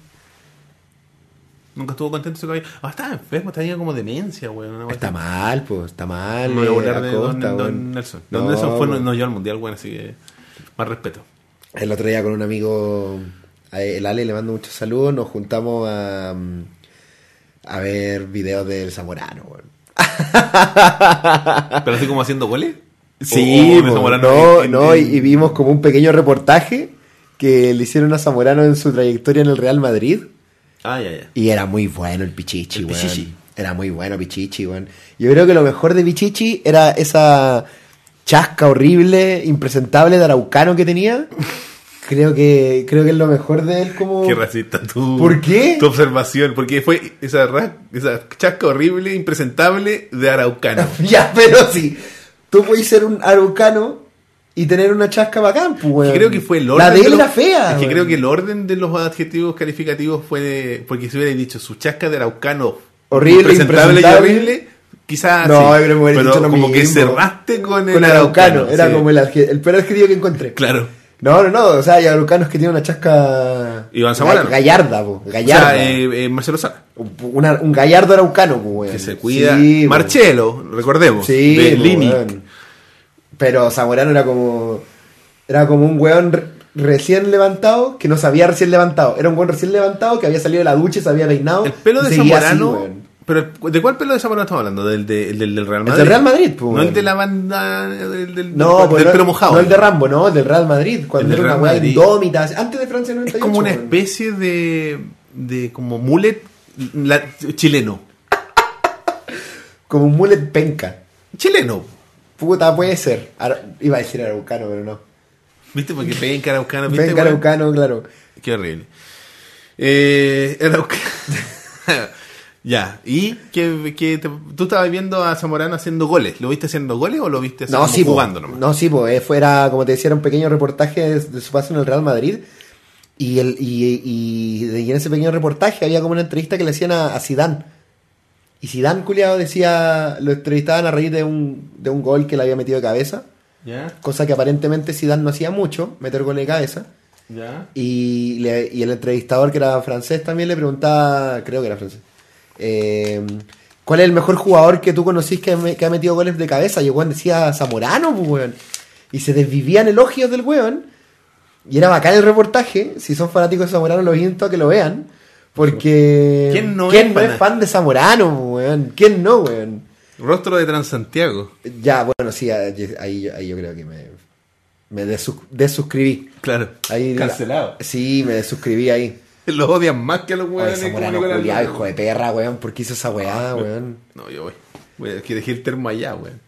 A: Nunca estuvo contento su cabello. Ah, estaba enfermo, tenía como demencia, güey. una
B: Está
A: cosa
B: mal, pues, está
A: así.
B: mal.
A: No voy a
B: eh,
A: burlar de don,
B: Acosta,
A: don
B: weón.
A: Nelson. Don
B: No,
A: Nelson fue, no,
B: weón.
A: no yo al mundial, güey, así que. Más respeto.
B: El otro día con un amigo, a- el Ale, le mando muchos saludos, nos juntamos a, mm, a ver videos del Zamorano, weón.
A: Pero así como haciendo goles. O-
B: Sí,
A: o de
B: po,
A: Zamorano
B: no,
A: en- en-
B: no, y,
A: en-
B: y vimos como un pequeño reportaje que le hicieron a Zamorano en su trayectoria en el Real Madrid.
A: Ah, ya, ya.
B: Y era muy bueno el Pichichi,
A: El
B: weón.
A: Pichichi.
B: Era muy bueno Pichichi, weón. Yo creo que lo mejor de Pichichi era esa chasca horrible, impresentable de Araucano que tenía. Creo que, creo que es lo mejor de él como...
A: Qué racista tú.
B: ¿Por qué?
A: Tu observación, porque fue esa, ra- esa chasca horrible, impresentable de Araucano.
B: ya, pero sí. Tú puedes ser un araucano y tener una chasca bacán, pues,
A: Que
B: weón.
A: creo que fue el orden.
B: La de
A: de
B: él
A: los-
B: era fea.
A: es que
B: weón.
A: creo que el orden de los adjetivos calificativos fue. de- porque si hubiera dicho su chasca de Araucano.
B: Horrible, impresentable.
A: y horrible. Quizás.
B: No,
A: sí,
B: yo creo que me hubiera dicho lo
A: como que
B: mismo.
A: cerraste con el
B: Con araucano. era
A: sí.
B: como el, adje- el peor adjetivo que encontré.
A: Claro.
B: No, no, no. O sea, hay araucanos que tienen una chasca...
A: Iván Zamorano.
B: Ga- Gallarda, po.
A: O
B: Gallarda.
A: sea, eh, eh, Marcelo Sala,
B: Un- una- un gallardo araucano, po, weón.
A: que se cuida.
B: Sí, po.
A: Marcelo, recordemos.
B: Sí,
A: de
B: po,
A: Lini.
B: weón. Pero Zamorano era como... Era como un weón re- recién levantado que no se había recién levantado. Era un weón recién levantado que había salido de la ducha y se había peinado.
A: El pelo
B: y
A: de
B: seguía así,
A: Zamorano.
B: weón.
A: pero el- ¿de cuál pelo de Zamorano estamos hablando? Del, de- el del, del Real
B: El
A: Madrid.
B: del Real Madrid, pues,
A: No
B: weón.
A: el de la banda del, del,
B: No,
A: del-
B: pues,
A: del
B: no-
A: pelo mojado.
B: No el de Rambo, no, el del Real Madrid. Cuando
A: El del
B: era una
A: Real
B: weá
A: Madrid.
B: indómita. Antes de Francia
A: es
B: 98.
A: como una
B: weón.
A: especie de, de como mullet la- chileno.
B: Como un mullet penca.
A: Chileno.
B: Puta, puede ser. Ara- iba a decir araucano, pero no.
A: ¿Viste? Porque penca, araucano, ¿viste?
B: Penca
A: weón?
B: araucano, claro.
A: Qué horrible. Eh, era- ya, ¿y que tú estabas viendo a Zamorano haciendo goles? ¿Lo viste haciendo goles o lo viste
B: No,
A: haciendo-
B: sí, po.
A: jugando nomás?
B: No, sí, po. Eh, fuera, como te decía, era un pequeño reportaje de, de su paso en el Real Madrid. Y, el, y, y de- y en ese pequeño reportaje había como una entrevista que le hacían a, a Zidane. Y Zidane, culiado, decía, lo entrevistaban a raíz de un, de un gol que le había metido de cabeza.
A: ¿Ya?
B: Cosa que aparentemente Zidane no hacía mucho, meter gol de cabeza.
A: ¿Ya?
B: Y, le- y el entrevistador, que era francés, también le preguntaba, creo que era francés, eh, ¿cuál es el mejor jugador que tú conocís que, me- que ha metido goles de cabeza? Y el weón decía Zamorano, pues, weón. Y se desvivían elogios del weón. Y era bacán el reportaje. Si son fanáticos de Zamorano, los invito a que lo vean. Porque.
A: ¿Quién no es
B: es
A: fanático?
B: fan de Zamorano, pues, weón? ¿Quién no, weón?
A: Rostro de Transantiago.
B: Ya, bueno, sí, ahí, ahí yo- ahí yo creo que me, me desus- desuscribí.
A: Claro.
B: Ahí,
A: Cancelado.
B: sí, me desuscribí ahí.
A: Los odian más que Ah, a los
B: Oye,
A: hueones como
B: Zamorano
A: Nicolás
B: culiao,
A: López.
B: hijo de perra, weón. ¿Por qué hizo esa weá, weón?
A: No, yo voy. Voy a que dejé el termo allá, weón.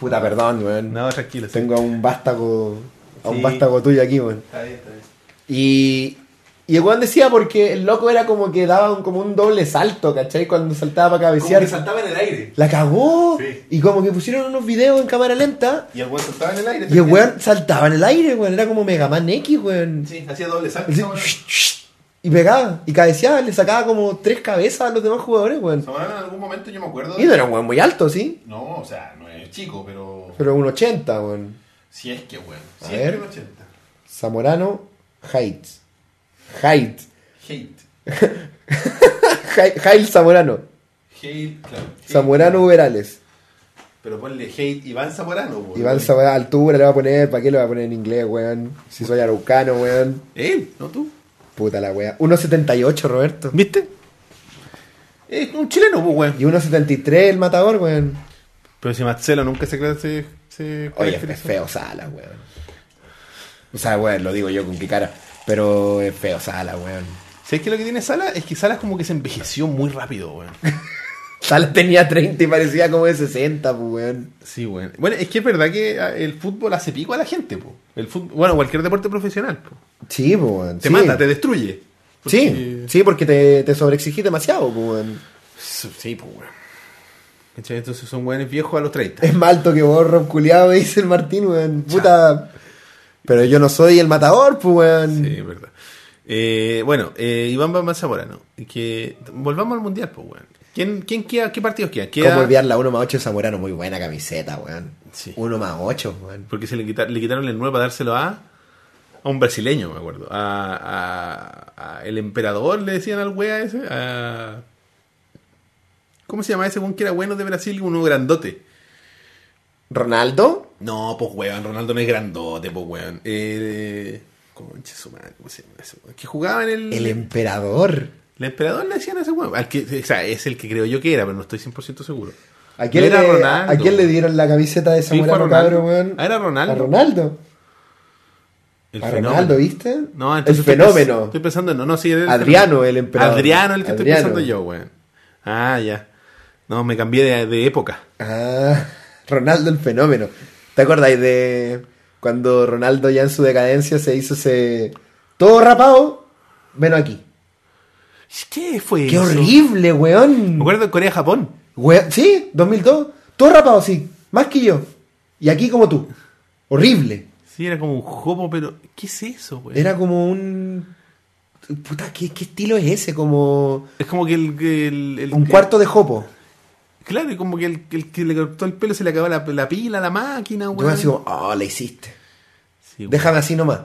B: Puta, perdón, weón.
A: No, tranquilo. sí.
B: Tengo a un vástago, a un
A: Sí.
B: vástago tuyo aquí, weón.
A: Está bien, está bien.
B: Y, y el weón decía porque el loco era como que daba un, como un doble salto, ¿cachai? Cuando saltaba para
A: Como que
B: cabecear.
A: saltaba en el aire.
B: La cagó.
A: Sí.
B: Y como que pusieron unos videos en cámara lenta.
A: Y el weón saltaba en el aire.
B: Y el weón saltaba en el aire, weón. Era como Mega Man X, weón.
A: Sí, hacía doble salto.
B: Así,
A: Zamorano.
B: y pegaba. Y cabeceaba. Le sacaba como tres cabezas a los demás jugadores, weón.
A: Zamorano en algún momento yo me acuerdo.
B: Y no era un weón muy alto, ¿sí?
A: No, o sea, no es chico, pero.
B: Pero un 80, weón.
A: Si es que, weón.
B: A
A: Si es
B: ver.
A: que un 80.
B: Zamorano, Haidt. Haidt.
A: Hate.
B: Hai- Hail Zamorano.
A: Hate, claro. Hate.
B: Zamorano Uberales.
A: Pero ponle hate Iván Zamorano, weón.
B: Iván Zamorano, altura le va a poner. ¿Para qué lo va a poner en inglés, weón? Si soy araucano, weón.
A: Él, no tú.
B: Puta la weá. 1.78, Roberto.
A: ¿Viste? Es un chileno, pues, weón.
B: Y 1.73 el matador, weón.
A: Pero si Marcelo nunca se crea- se, se
B: Oye, es
A: caracterizó.
B: feo Sala, weón. O sea, weón, lo digo yo con qué cara. Pero es feo Sala, weón.
A: ¿Sabes qué lo que tiene Sala? Es que Sala como que se envejeció muy rápido, weón.
B: Sala tenía 30 y parecía como de 60, pues, weón.
A: Sí, weón. Bueno, es que es verdad que ah, el fútbol hace pico a la gente, po. El fútbol, bueno, cualquier deporte profesional, po.
B: Sí, pues, weón.
A: Te
B: sí.
A: mata, te destruye.
B: Sí,
A: Porque-
B: sí, porque te, te sobreexigís demasiado, pues, weón.
A: Sí, pues, weón. ¿Cachai? Entonces son weones viejos a los 30.
B: Es más alto que vos, Rob Culeado, me dice el Martín, weón. Puta. Pero yo no soy el matador, pues, weón.
A: Sí, es verdad. Eh, bueno, eh, Iván Bambán Zamorano. Que, volvamos al mundial, pues, weón. ¿Quién, quién queda? ¿Qué partidos quedan? Queda,
B: ¿Cómo olvidar la 1 más 8 de Zamorano? Muy buena camiseta, weón.
A: Sí.
B: 1 más 8, weón.
A: Porque se le, quita- le quitaron el 9 para dárselo a, a un brasileño, me acuerdo. A, a- a el emperador le decían al wea ese. A, ¿Cómo se llama ese weón que era bueno de Brasil? Uno grandote.
B: ¿Ronaldo?
A: No, pues weón, Ronaldo no es grandote, pues weón. Eh, concha su madre, ¿cómo se llama ese weón? Que jugaba en el.
B: El em- emperador.
A: el emperador le decían a ese weón. Al que, o sea, es el que creo yo que era, pero no estoy 100% seguro.
B: ¿A quién,
A: No era
B: le,
A: Ronaldo.
B: ¿A quién le dieron la camiseta de
A: Sí, fue a
B: Zamorano,
A: Ronaldo.
B: cabrón, weón?
A: Ah, era Ronaldo.
B: ¿A Ronaldo?
A: El
B: ¿A
A: fenómeno.
B: Ronaldo, viste?
A: No,
B: el
A: entonces estoy pens-
B: fenómeno.
A: Estoy pensando, no, no, sí. era el
B: Adriano,
A: fenómeno.
B: el emperador.
A: Adriano, el que
B: Adriano.
A: estoy pensando yo, weón. Ah, ya. No, me cambié de, de época.
B: Ah, Ronaldo el fenómeno. ¿Te acordáis de cuando Ronaldo ya en su decadencia se hizo ese... Todo rapado, menos aquí.
A: ¿Qué fue
B: ¡Qué
A: eso?
B: horrible, weón!
A: Me acuerdo de Corea-Japón.
B: Weón, Sí, 2002. Todo rapado, sí. Más que yo. Y aquí como tú. Horrible.
A: Sí, era como un jopo, pero. ¿Qué es eso, weón?
B: Era como un... Puta, ¿qué, qué estilo es ese? Como
A: Es como que el. que el- el-
B: un
A: el-
B: cuarto de jopo.
A: claro, y como que el, el que le cortó el pelo se le acabó la, la pila, la máquina,
B: Yo
A: weón.
B: así como, oh, la hiciste.
A: Sí, weón.
B: Déjame así nomás.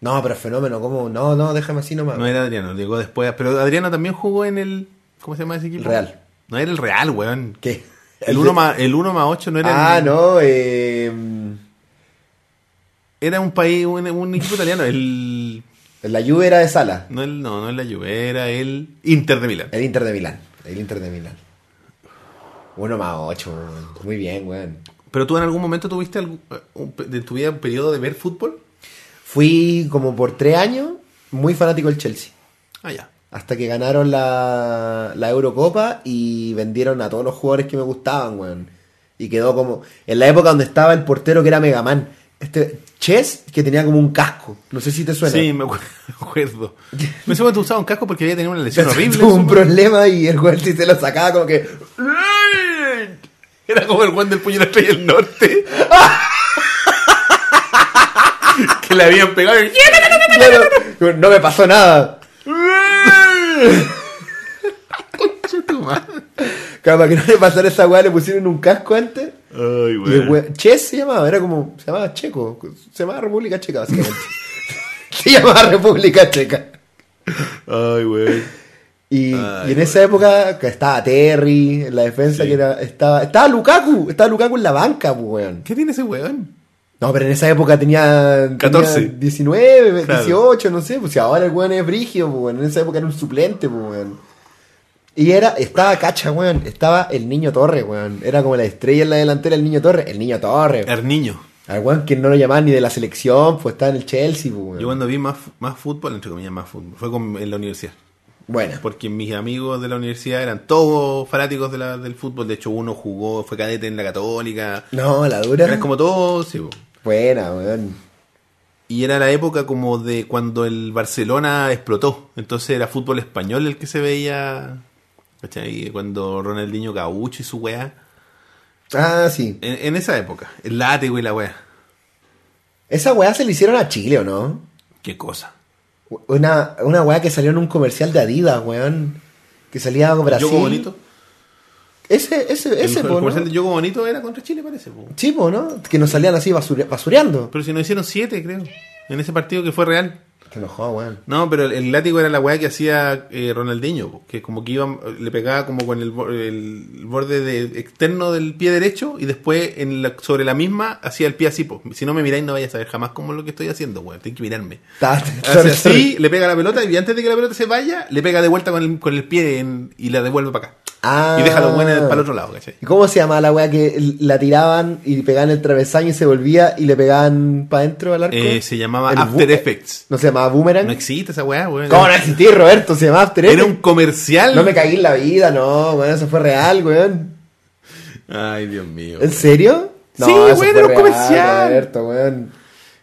B: No, pero fenómeno, ¿cómo? No, no, déjame así nomás.
A: No era Adriano, llegó después. Pero Adriano también jugó en el. ¿Cómo se llama ese equipo?
B: Real.
A: No era el Real, weón.
B: ¿Qué?
A: El 1 más, el uno más 8 no era
B: Ah,
A: el-
B: no, eh,
A: Era un país, un, un equipo italiano. El,
B: la Juve era de Sala,
A: no, el, no, no es la Juve, era el Inter de Milán.
B: el Inter de Milán, el Inter de Milán. Uno más ocho, weón. muy bien, weón.
A: Pero tú en algún momento tuviste algún- un- de tu vida un periodo de ver fútbol.
B: Fui como por tres años muy fanático del Chelsea,
A: Ah, ya.
B: hasta que ganaron la, la Eurocopa y vendieron a todos los jugadores que me gustaban, weón. Y quedó como, en la época donde estaba el portero que era Megaman, Este Chess que tenía como un casco. No sé si te suena.
A: Sí, me acu- me acuerdo. Me supongo que usaba un casco porque había tenido una lesión horrible.
B: Tuvo un
A: supongo.
B: problema y el güey sí se lo sacaba como que.
A: Era como el Juan del Puño de la Estrella del Norte. que le habían pegado. y-
B: Claro, no me pasó nada. Claro, para que no le pasara esa weá, le pusieron un casco antes.
A: Ay,
B: Y el
A: güey.
B: güey- Chess se llamaba, era como. Se llamaba Checo. Se llamaba República Checa, básicamente. se llamaba República Checa.
A: Ay, güey.
B: Y,
A: Ay,
B: y en esa época que estaba Terry en la defensa,
A: Sí.
B: que era, estaba, estaba Lukaku, estaba Lukaku en la banca, pues, weón.
A: ¿Qué tiene ese weón?
B: No, pero en esa época tenía, tenía
A: 14.
B: 19,
A: Claro.
B: 18, no sé, pues si ahora el weón es brígido, pues, weón. En esa época era un suplente, pues, weón. Y era, estaba cacha, weón. Estaba el niño Torre, weón. Era como la estrella en la delantera, el niño Torre. El niño Torre.
A: Erniño.
B: Al weón que no lo llamaban ni de la selección, pues estaba en el Chelsea, pues,
A: Yo
B: weón.
A: cuando vi más, fu- más fútbol, entre comillas, más fútbol, fue con- en la universidad.
B: Bueno,
A: Porque mis amigos de la universidad eran todos fanáticos de la- del fútbol. De hecho, uno jugó, fue cadete en la Católica.
B: no, la dura.
A: Eran como todos. sí, po.
B: Buena, weón.
A: Y era la época como de cuando el Barcelona explotó. Entonces era fútbol español el que se veía. ¿Cachai? Cuando Ronaldinho Gaucho y su weá.
B: Ah, sí.
A: En, en esa época. El látigo y la weá.
B: Esa weá se le hicieron a Chile, ¿o no?
A: Qué cosa.
B: Una, una weá que salió en un comercial de Adidas, weón. Que salía Brasil.
A: Yogo Bonito.
B: Ese, ese, ese,
A: el,
B: po,
A: el
B: ¿no?
A: comercial de Yogo Bonito era contra Chile, parece. po.
B: Sí, po, ¿no? Que nos salían así basure- basureando.
A: Pero si nos hicieron siete, creo. En ese partido que fue real.
B: Qué enojado, weón.
A: No, pero el, el látigo era la weá que hacía eh, Ronaldinho, po, que como que iba, le pegaba como con el, bor- el borde de- externo del pie derecho y después en la- sobre la misma hacía el pie así. po. Si no me miráis no vais a saber jamás cómo es lo que estoy haciendo, weón. Tienes que mirarme.
B: Ta-
A: Hace así, le pega la pelota y antes de que la pelota se vaya, le pega de vuelta con el, con el pie en- y la devuelve para acá.
B: Ah.
A: Y deja los buenos para el otro lado, ¿cachai?
B: ¿Y cómo se llamaba la weá que l- la tiraban y pegaban el travesaño y se volvía y le pegaban para adentro al arco?
A: Eh, se llamaba
B: El
A: After
B: bu-
A: Effects.
B: ¿No se llamaba Boomerang?
A: No existe esa weá, weón.
B: ¿Cómo no existí, Roberto? Se llamaba After
A: Era un
B: Effects.
A: comercial.
B: No me caí en la vida, no, weón. Eso fue real, weón.
A: Ay, Dios mío.
B: ¿En serio?
A: Sí,
B: eso
A: güey,
B: fue
A: era un
B: real,
A: comercial.
B: Roberto, weón.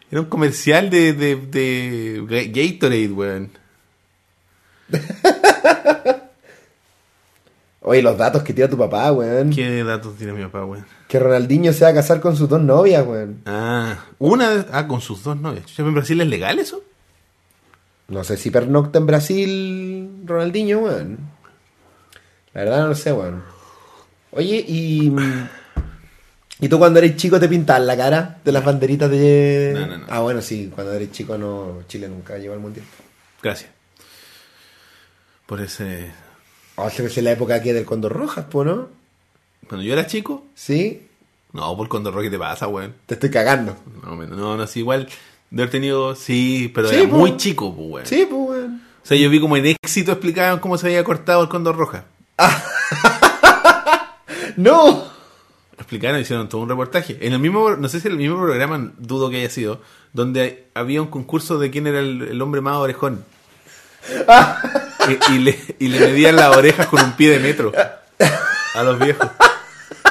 A: Era un comercial de, de, de Ga- Gatorade, weón.
B: Oye, los datos que tira tu papá, weón.
A: ¿Qué datos tiene mi papá, weón?
B: Que Ronaldinho se va a casar con sus dos novias, weón.
A: Ah, una. de- Ah, con sus dos novias. Chucha, ¿En Brasil es legal eso?
B: No sé si pernocta en Brasil Ronaldinho, weón. La verdad no lo sé, weón. Oye, y... ¿Y tú cuando eres chico te pintas la cara de las banderitas de...?
A: No, no, no.
B: Ah, bueno, sí, cuando eres chico no... Chile nunca llegó al Mundial.
A: Gracias. Por ese.
B: O sea, que Oh, este es la época aquí del Condor Rojas, po, ¿no?
A: Cuando yo era chico.
B: ¿Sí?
A: No, por Condor Rock, ¿qué te pasa, weón?
B: Te estoy cagando.
A: No, me- no, no, sí, igual. De haber tenido. Sí, pues. pero
B: Sí,
A: era
B: po.
A: muy chico, po, weón.
B: Sí, pues, weón.
A: O sea, yo vi como en éxito explicaban cómo se había cortado el Condor Roja.
B: ¡No!
A: Lo explicaron, hicieron todo un reportaje. En el mismo, no sé si en el mismo programa, dudo que haya sido, donde había un concurso de quién era el, el hombre más orejón. Y, y le, y le medían las orejas con un pie de metro a los viejos.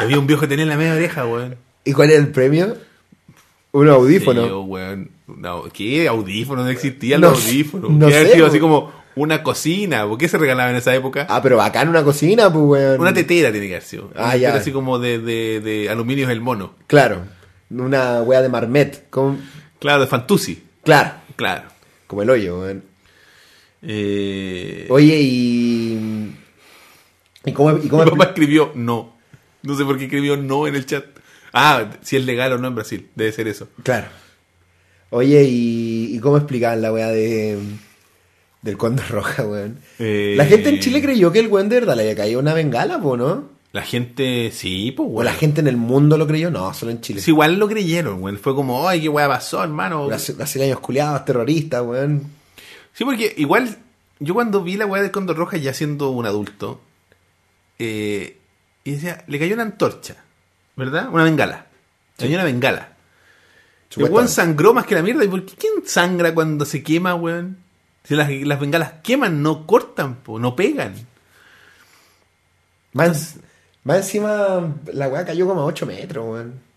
A: Y había un viejo que tenía la media oreja, weón.
B: ¿Y cuál era el premio? Un audífono.
A: Y yo, weón, no, ¿Qué audífono? No existían
B: No
A: los
B: sé,
A: audífonos.
B: no
A: que haber
B: sé,
A: sido así
B: weón.
A: como una cocina. ¿Por qué se regalaba en esa época?
B: Ah, pero bacán una cocina, pues, weón.
A: Una tetera tiene que haber sido. Una
B: Ah, ya.
A: tetera así como de, de, de aluminio es el mono.
B: Claro. Una wea de marmet. Con...
A: Claro, de Fantusi.
B: Claro.
A: Claro.
B: Como el hoyo, weón.
A: Eh,
B: Oye, y... ¿Y cómo, y cómo
A: mi papá escribió no. No sé por qué escribió no en el chat. Ah, si es legal o no en Brasil. Debe ser eso.
B: Claro. Oye, ¿y, y cómo explicaban la wea de... Del Condor Roja, weón?
A: Eh.
B: La gente en Chile creyó que el weón de verdad le había caído una bengala, po, ¿no?
A: La gente, sí, pues,
B: O
A: bueno.
B: la gente en el mundo lo creyó. No, solo en Chile.
A: Sí, igual lo creyeron, güey. Fue como, ay, qué weá pasó, hermano.
B: Brasil- Brasileños culiados, terroristas, weón.
A: Sí, porque igual, yo cuando vi la weá del Condor Roja ya siendo un adulto, eh, y decía, le cayó una antorcha, ¿verdad? Una bengala. Le cayó una bengala. El weón
B: Supuestamente.
A: sangró más que la mierda. ¿Y por qué quién sangra cuando se quema, weón? Si las, las bengalas queman, no cortan, po, no pegan.
B: Más, más encima, la weá cayó como a 8 metros, weón.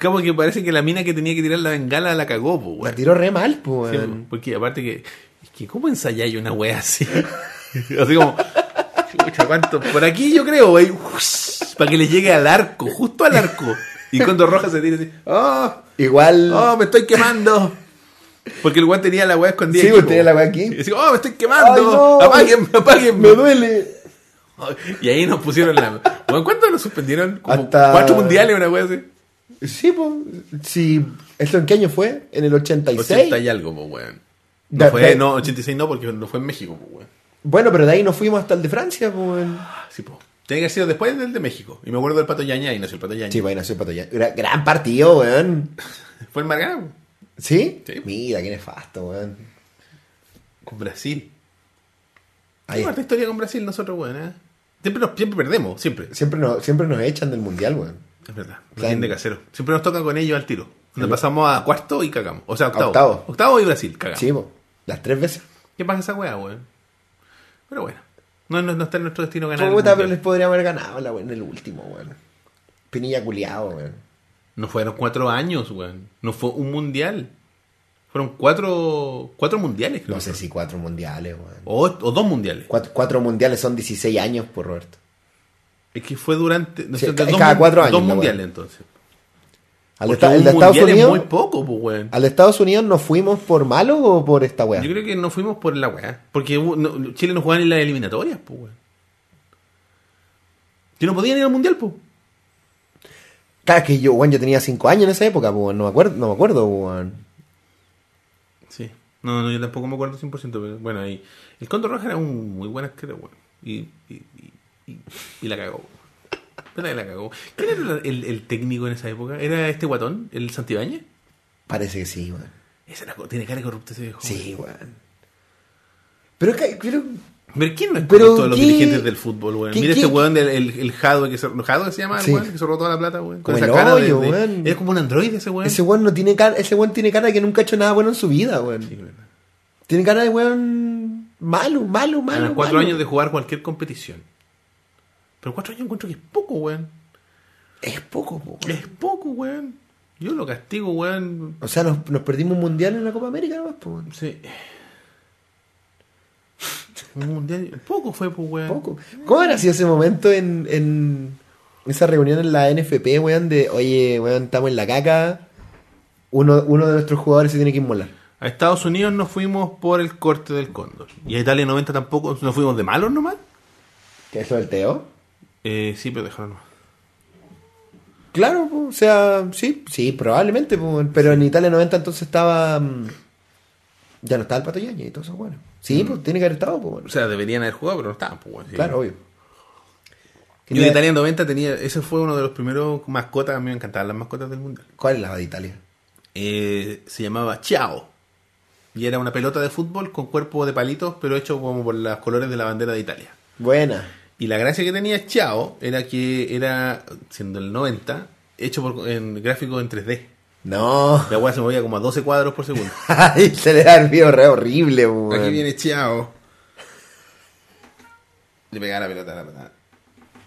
A: Como que parece que la mina que tenía que tirar la bengala la cagó, pues,
B: La tiró re mal, pues.
A: Sí,
B: weón.
A: porque aparte que, es que ¿cómo ensayáis una wea así? así como, chucha, ¿cuánto? Por aquí yo creo, wey, para que le llegue al arco, justo al arco. Y cuando Roja se tira así, ¡oh!
B: Igual.
A: ¡oh! ¡Me estoy quemando! Porque el weón tenía la wea escondida.
B: Sí,
A: aquí,
B: tenía
A: po.
B: la wea aquí.
A: Y así, ¡oh! ¡me estoy quemando!
B: no!
A: ¡apáguenme, apáguenme!
B: me duele.
A: Y ahí nos pusieron la. Bueno, ¿Cuánto nos suspendieron? Como
B: Hasta-
A: cuatro mundiales, una wea así.
B: Sí, pues. Sí. ¿Esto en qué año fue? ¿En el 86?
A: 80 y algo, pues, weón. No,
B: Da-
A: fue,
B: da-
A: no, 86 no, porque no fue en México, pues, weón.
B: Bueno, pero de ahí nos fuimos hasta el de Francia, pues. weón.
A: Ah, Sí, po. Tiene que haber sido después del de México. Y me acuerdo del Pato Yaña y nació el Pato Yaña.
B: Sí, pues ahí nació Pato Yañez. Gra- Gran partido, weón.
A: Fue en Margarita
B: ¿Sí?
A: Sí.
B: Mira, qué nefasto, weón.
A: con Brasil.
B: Ahí
A: Hay harta historia con Brasil nosotros, weón. ¿eh? Siempre, nos, siempre perdemos, siempre.
B: Siempre nos, siempre nos echan del mundial, weón.
A: Es verdad. no
B: Claro.
A: tienen de casero. Siempre nos toca con ellos al tiro. Nos pasamos a cuarto y cagamos. O sea, octavo.
B: Octavo.
A: y Brasil, cagamos.
B: Sí, po. Las tres veces.
A: ¿Qué pasa esa weá, weón? Pero bueno. No, no, no está en nuestro destino ganar. el
B: Puta, pero les
A: Mundial.
B: podríamos haber ganado la, en el último, weón. Pinilla culiado, weón.
A: No fueron cuatro años, weón. No fue un mundial. Fueron cuatro, cuatro mundiales, creo.
B: No sé si cuatro mundiales, weón.
A: O, o dos mundiales.
B: Cuatro, cuatro mundiales son 16 años, por Roberto.
A: Es que fue durante. no
B: Sí,
A: sé,
B: ca-
A: dos
B: cada
A: mun-
B: cuatro años,
A: Dos
B: la
A: mundiales
B: weá.
A: entonces.
B: Al,
A: Porque
B: esta- el
A: un
B: de Estados
A: mundial
B: Unidos, Ah,
A: es muy poco, pues, weón.
B: ¿Al de Estados Unidos nos fuimos por malo o por esta weá?
A: Yo creo que no fuimos por la weá. Porque hubo- no- Chile no jugaba en las eliminatorias, pues, weón. Que no podían ir al mundial, pues.
B: Cada que yo, weón, yo tenía 5 años en esa época, po, weón. No me acuerdo, no me acuerdo, weón.
A: Sí. No, no, yo tampoco me acuerdo 100%, pero bueno, ahí. El Condor Roja era un muy buen asquero, weón. Y, y, y, y- y la cagó. Pero la cagó. ¿Quién era el, el técnico en esa época? ¿Era este guatón? ¿El Santibáñez?
B: Parece que sí, weón.
A: Ese era, co- tiene cara de corrupto ese viejo.
B: Sí, weón. Pero es que, pero-
A: Pero ¿quién no es
B: Pero
A: corrupto de los
B: ¿qué-
A: dirigentes del fútbol, weón?
B: qué-
A: Mira
B: qué-
A: este weón del el, el Jadwe que se, ¿no, Jadwe se llama, el
B: Sí.
A: weón, que se robó toda la plata, weón. Con
B: Como
A: esa
B: el
A: cara de-
B: hoyo,
A: de-
B: weón.
A: Es como un androide ese weón.
B: ese weón no tiene cara, ese weón tiene cara de que nunca ha hecho nada bueno en su vida, weón.
A: Sí, verdad.
B: Tiene cara de weón malo, malo,
A: A
B: malo.
A: los cuatro
B: malo.
A: años de jugar cualquier competición. Pero cuatro años encuentro que es poco, weón.
B: Es poco, po, weón.
A: Es poco, weón. Yo lo castigo, weón.
B: O sea, nos, nos perdimos un mundial en la Copa América nomás, po, weón.
A: Sí. Un mundial. Poco fue, pues, weón.
B: Poco. ¿Cómo era así ese momento en, en esa reunión en la NFP, weón? De, oye, weón, estamos en la caca. Uno, uno de nuestros jugadores se tiene que inmolar.
A: A Estados Unidos nos fuimos por el corte del cóndor. Y a Italia 90 tampoco. Nos fuimos de malos nomás.
B: ¿Qué es lo del Teo?
A: Eh, sí, pero dejaron nomás.
B: Claro, po, o sea, sí, sí, probablemente, po, weón. pero en Italia 90 entonces estaba. mm, Ya no estaba el Pato Yáñez y todo eso, bueno. Sí, pues tiene que haber estado, pues,
A: O sea, deberían haber jugado, pero no estaban, pues, weón. Mm. Sí.
B: claro, obvio.
A: Yo de Italia en 90 tenía, ese fue uno de los primeros mascotas, a mí me encantaban las mascotas del mundial.
B: ¿Cuál es la de Italia?
A: Eh, se llamaba Chao. Y era una pelota de fútbol con cuerpo de palitos, pero hecho como por los colores de la bandera de Italia.
B: Buena.
A: Y la gracia que tenía Chao era que era, siendo el 90, hecho por, en gráfico en 3D.
B: No.
A: La weá se movía como a 12 cuadros por segundo.
B: Ay, se le da el video re horrible, po,
A: Aquí
B: weón.
A: viene Chao. Le pegaba la pelota a la patada.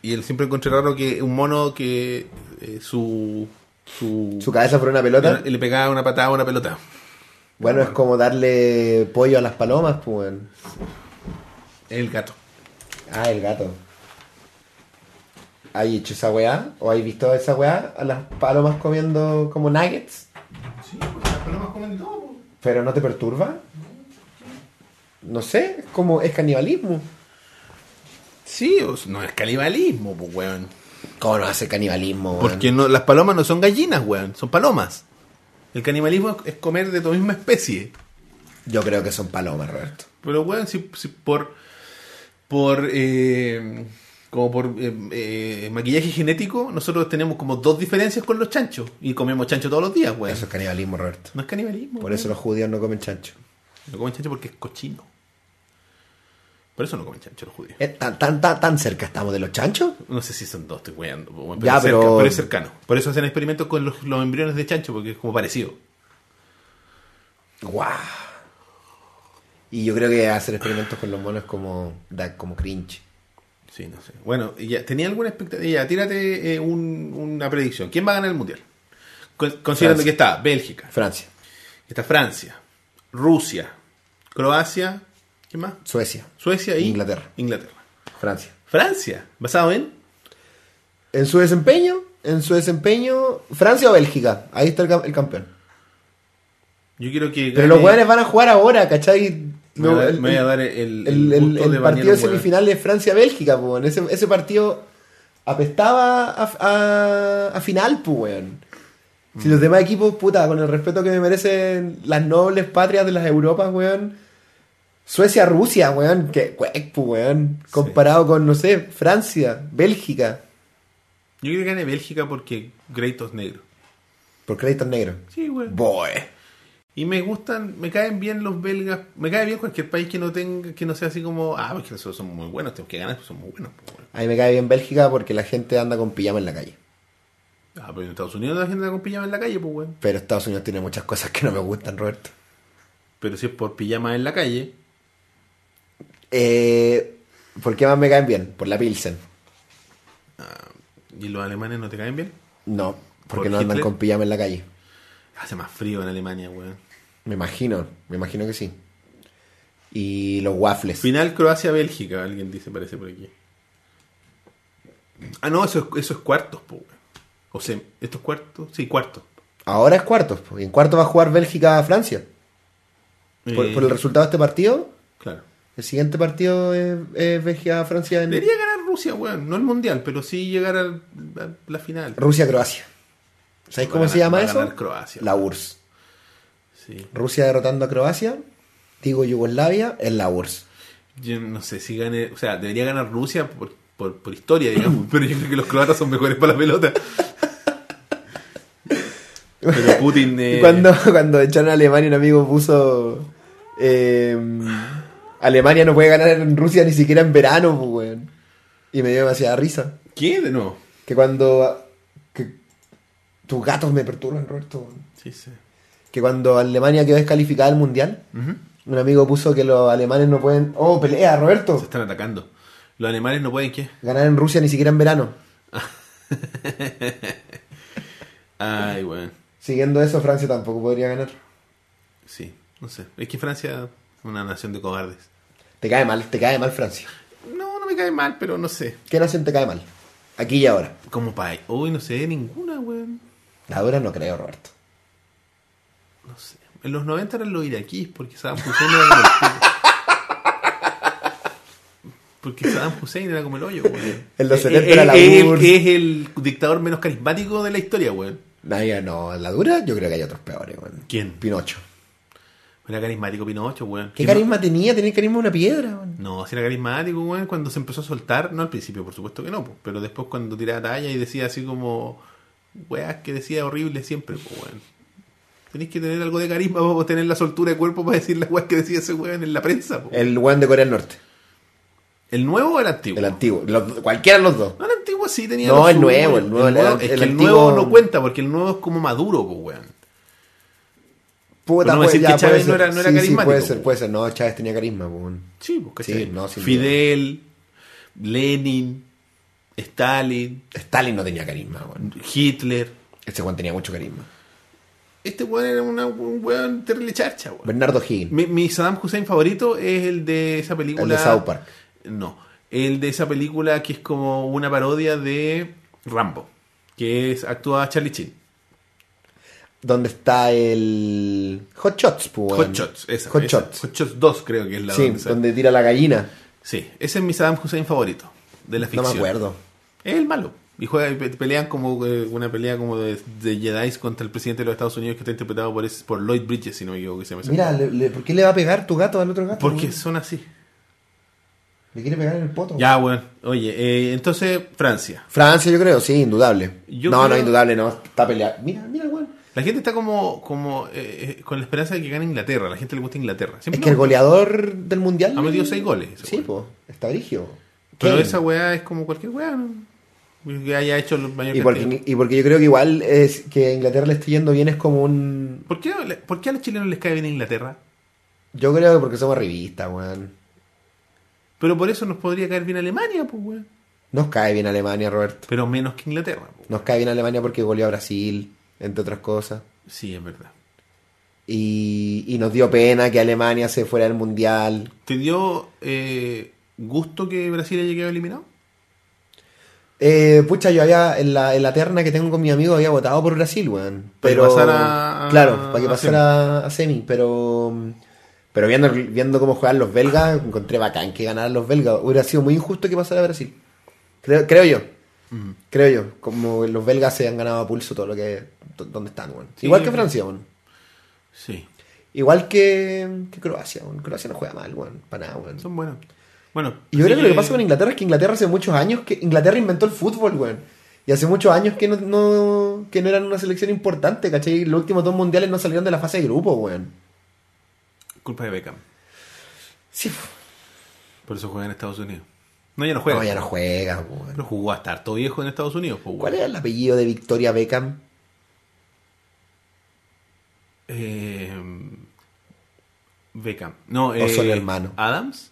A: Y él siempre encontré raro que un mono que eh, su, su,
B: Su cabeza por una pelota.
A: Y le pegaba una patada a una pelota.
B: Bueno, es como darle pollo a las palomas, pues. weón.
A: El gato.
B: Ah, el gato. ¿Hay hecho esa weá? ¿O hay visto esa weá? A las palomas comiendo como nuggets.
A: Sí, porque las palomas comen todo. pues.
B: ¿Pero no te perturba? No sé, es como es canibalismo.
A: Sí, o sea, no es canibalismo, pues, weón.
B: ¿Cómo no hace canibalismo? weón?
A: Porque no, las palomas no son gallinas, weón. Son palomas. El canibalismo es- es comer de tu misma especie.
B: Yo creo que son palomas, Roberto.
A: Pero, weón, si, si por. Por. eh, como por eh, eh, maquillaje genético, nosotros tenemos como dos diferencias con los chanchos. Y comemos chancho todos los días, weón.
B: Eso es canibalismo, Roberto.
A: No es canibalismo.
B: Por eso
A: weón.
B: los judíos no comen chancho.
A: No comen chancho porque es cochino. Por eso no comen chancho los judíos.
B: Eh, ¿Tan, tan, tan, tan cerca estamos de los chanchos?
A: No sé si son dos, estoy weando. po, weón,
B: Ya,
A: es cerca-
B: pero-
A: pero es cercano. Por eso hacen experimentos con los, los embriones de chancho, porque es como parecido.
B: ¡Guau! Y yo creo que hacer experimentos con los monos es como, da como cringe.
A: Sí, no sé. Bueno, ya, ¿tenía alguna expectativa? Ya, tírate eh, un- una predicción. ¿Quién va a ganar el mundial? Con- Considerando
B: Francia.
A: que está Bélgica,
B: Francia,
A: está Francia, Rusia, Croacia, ¿qué más?
B: Suecia,
A: Suecia y
B: Inglaterra.
A: Inglaterra.
B: Francia.
A: Francia, basado en
B: En su desempeño, en su desempeño, Francia o Bélgica, ahí está el, cam- el campeón.
A: yo quiero que gane-
B: Pero los weones van a jugar ahora, ¿cachai?
A: me voy a
B: No,
A: dar-
B: el-
A: me voy a dar el,
B: el, el-
A: gusto
B: el
A: de bañar
B: partido
A: un hueón.
B: semifinal de Francia-Bélgica, pues, weón. Ese, ese partido apestaba a, a- a final, pues, weón. Si
A: Mm.
B: los demás equipos, puta, con el respeto que me merecen las nobles patrias de las Europas, weón. Suecia-Rusia, weón. Que cuec, pues, weón. Comparado con, no sé, Francia, Bélgica.
A: Yo creo que gane Bélgica porque Greitos negro.
B: Por créditos negros.
A: Sí, güey.
B: Boy.
A: Y me gustan, me caen bien los belgas, me cae bien cualquier país que no tenga, que no sea así como, ah, pues que nosotros somos muy buenos, tenemos que ganar, pues somos muy buenos. pues, güey.
B: A mí me cae bien Bélgica porque la gente anda con pijama en la calle.
A: Ah, pero en Estados Unidos la gente anda con pijama en la calle, pues güey.
B: Pero Estados Unidos tiene muchas cosas que no me gustan, Roberto.
A: Pero si es por pijama en la calle,
B: Eh, ¿Por qué más me caen bien? Por la Pilsen.
A: ¿y los alemanes no te caen bien?
B: No, porque
A: ¿Por
B: no andan
A: Hitler?
B: con pijama en la calle.
A: Hace más frío en Alemania, güey.
B: Me imagino, me imagino que sí. Y los waffles.
A: Final Croacia-Bélgica, alguien dice, parece por aquí. Ah, no, eso es, eso es cuartos, pues güey. O sea, ¿estos cuartos? Sí, cuartos.
B: Ahora es cuartos. porque En cuarto va a jugar Bélgica a Francia. Por,
A: Eh,
B: por el resultado de este partido,
A: Claro.
B: el siguiente partido es, es Bélgica a Francia en
A: Debería ganar Rusia, weón. No el mundial, pero sí llegar al- a la final.
B: Rusia-Croacia. ¿Sabéis
A: Va a
B: cómo se
A: ganar-
B: llama
A: va a
B: eso?
A: ganar Croacia.
B: La URSS.
A: Sí.
B: Rusia derrotando a Croacia, digo Yugoslavia, es la URSS.
A: Yo no sé si gane. O sea, debería ganar Rusia por, por, por historia, digamos. pero yo creo que los croatas son mejores para la pelota. Pero Putin. eh,
B: Y cuando, cuando echaron a Alemania, un amigo puso. eh, Alemania no puede ganar en Rusia ni siquiera en verano, pues, weón. Y me dio demasiada risa.
A: ¿Qué? De nuevo.
B: Que cuando. que tus gatos me perturban, Roberto. weón.
A: Sí, sí.
B: Que cuando Alemania quedó descalificada del mundial,
A: Ujú.
B: un amigo puso que los alemanes no pueden. ¡Oh, pelea,
A: Se
B: Roberto!
A: están atacando. Los alemanes no pueden, ¿qué?
B: Ganar en Rusia ni siquiera en verano.
A: Ay, weón.
B: Siguiendo eso, Francia tampoco podría ganar.
A: Sí, no sé. Es que Francia es una nación de cobardes.
B: Te cae mal, te cae mal Francia.
A: No, no me cae mal, pero no sé.
B: ¿Qué nación te cae mal? Aquí y ahora.
A: Como país. Uy, no sé, ninguna, weón.
B: Ahora no creo, Roberto.
A: No sé. En los 90 eran los iraquíes porque Saddam Hussein era como el pico. Porque Saddam Hussein era como el hoyo, weón.
B: En los
A: Eh,
B: 70
A: eh,
B: era la
A: es,
B: URSS.
A: es el dictador menos carismático de la historia, weón.
B: Nadie, no, la dura, yo creo que hay otros peores, weón.
A: ¿Quién?
B: Pinocho.
A: Era carismático Pinocho, weón.
B: ¿Qué
A: ¿Quién
B: carisma tenía? Tenía el carisma de una piedra, weón.
A: No, si era carismático, weón, cuando se empezó a soltar, no al principio, por supuesto que no, po, pero después cuando tiraba talla y decía así como, weas que decía horrible siempre, pues, weón. Tenés que tener algo de carisma para tener la soltura de cuerpo para decir las weas que decía ese weón en la prensa, po. El,
B: El weón de Corea del Norte.
A: nuevo o el antiguo?
B: El antiguo. Los- cualquiera de los dos.
A: No, el antiguo sí tenía.
B: No,
A: lo
B: el
A: suyo.
B: nuevo, el nuevo, el-
A: es que
B: el
A: el,
B: antiguo-
A: nuevo no cuenta porque el nuevo es como maduro, pues, weón.
B: Puta,
A: No,
B: pues,
A: decir
B: ya,
A: que
B: puede
A: Chávez no
B: ser.
A: era- no era
B: Sí, sí,
A: carismático, pues.
B: puede ser,
A: weón.
B: puede ser. No, Chávez tenía carisma, weón.
A: Sí, pues,
B: Sí,
A: ¿cachai?
B: no, sin
A: Fidel, Lenin, Stalin,
B: Stalin no tenía carisma, weón.
A: Hitler.
B: Este weón tenía mucho carisma.
A: Este weón era una- un weón terrible charcha, weón.
B: Bernardo Higgins.
A: Mi, mi Saddam Hussein favorito es el de esa película.
B: El de South Park.
A: No. El de esa película que es como una parodia de Rambo. Que es actúa Charlie Chin.
B: ¿Dónde está el. Hot Shots, pues, weón?
A: Hot Shots, esa.
B: Hot
A: esa.
B: Shots.
A: Hot Shots 2, creo que es la
B: Sí,
A: donde sale.
B: donde tira la gallina.
A: Sí, ese es mi Saddam Hussein favorito de la
B: No
A: ficción.
B: me acuerdo.
A: Es el malo. Y juega, y pe- pelean como eh, una pelea como de, de Jedi contra el presidente de los Estados Unidos que está interpretado por, ese- por Lloyd Bridges, si no me equivoco. que se llama ese
B: Mira,
A: actor.
B: le- le- ¿por qué le va a pegar tu gato al otro gato?
A: porque
B: weón?
A: son así.
B: Le quiere pegar en el poto.
A: Ya, bueno. Oye, eh, entonces, Francia.
B: Francia, yo creo, sí, indudable.
A: Yo
B: no, no,
A: creo-
B: indudable, no. Está peleado. Mira, mira, weón.
A: La gente está como, como eh, eh, con la esperanza de que gane Inglaterra. A la gente le gusta Inglaterra.
B: Es
A: Siempre
B: que el
A: no,
B: goleador del mundial.
A: Ha metido seis goles, ese
B: Sí,
A: weón.
B: pues, está brigio.
A: Pero
B: Kane.
A: esa weá es como cualquier weá, ¿no? Que haya hecho los mayores
B: y porque, y porque yo creo que igual es que a Inglaterra le esté yendo bien es como un.
A: ¿Por qué, no le- ¿Por qué a los chilenos les cae bien Inglaterra?
B: Yo creo que porque somos revistas, weón.
A: Pero por eso nos podría caer bien Alemania, pues, weón.
B: Nos cae bien Alemania, Roberto.
A: Pero menos que Inglaterra, pues.
B: Nos cae bien Alemania porque goleó a Brasil. entre otras cosas.
A: Sí, es verdad.
B: Y, y nos dio pena que Alemania se fuera del mundial.
A: ¿Te dio eh, gusto que Brasil haya quedado eliminado?
B: Eh, pucha, yo había, en la, en la terna que tengo con mi amigo había votado por Brasil, weón.
A: Para que
B: Pero,
A: pasara a-
B: claro, para que
A: a
B: pasara a semi, pero... Pero viendo, viendo cómo juegan los belgas, encontré bacán que ganaran los belgas. Hubiera sido muy injusto que pasara a Brasil. Creo, creo yo. Creo yo. Como los belgas se han ganado a pulso todo lo que... to- donde están, weón.
A: Sí.
B: Igual que Francia, weón.
A: Sí,
B: Igual que, que Croacia, weón. Croacia no juega mal, weón. Para nada, weón.
A: son buenas. Bueno,
B: Y yo
A: así
B: creo que lo que pasa con Inglaterra es que Inglaterra hace muchos años que Inglaterra inventó el fútbol, weón. Y hace muchos años que no, no- que no eran una selección importante, ¿cachai? Los últimos dos mundiales no salieron de la fase de grupo, weón.
A: culpa de Beckham.
B: Sí.
A: Por eso juega en Estados Unidos. No, ya no juega.
B: No, ya no juega, weón.
A: Pero jugó hasta harto viejo en Estados Unidos. Pues,
B: ¿Cuál
A: weón.
B: era el apellido de Victoria Beckham?
A: Eh, Beckham. No, eh,
B: O solo hermano.
A: ¿Adams?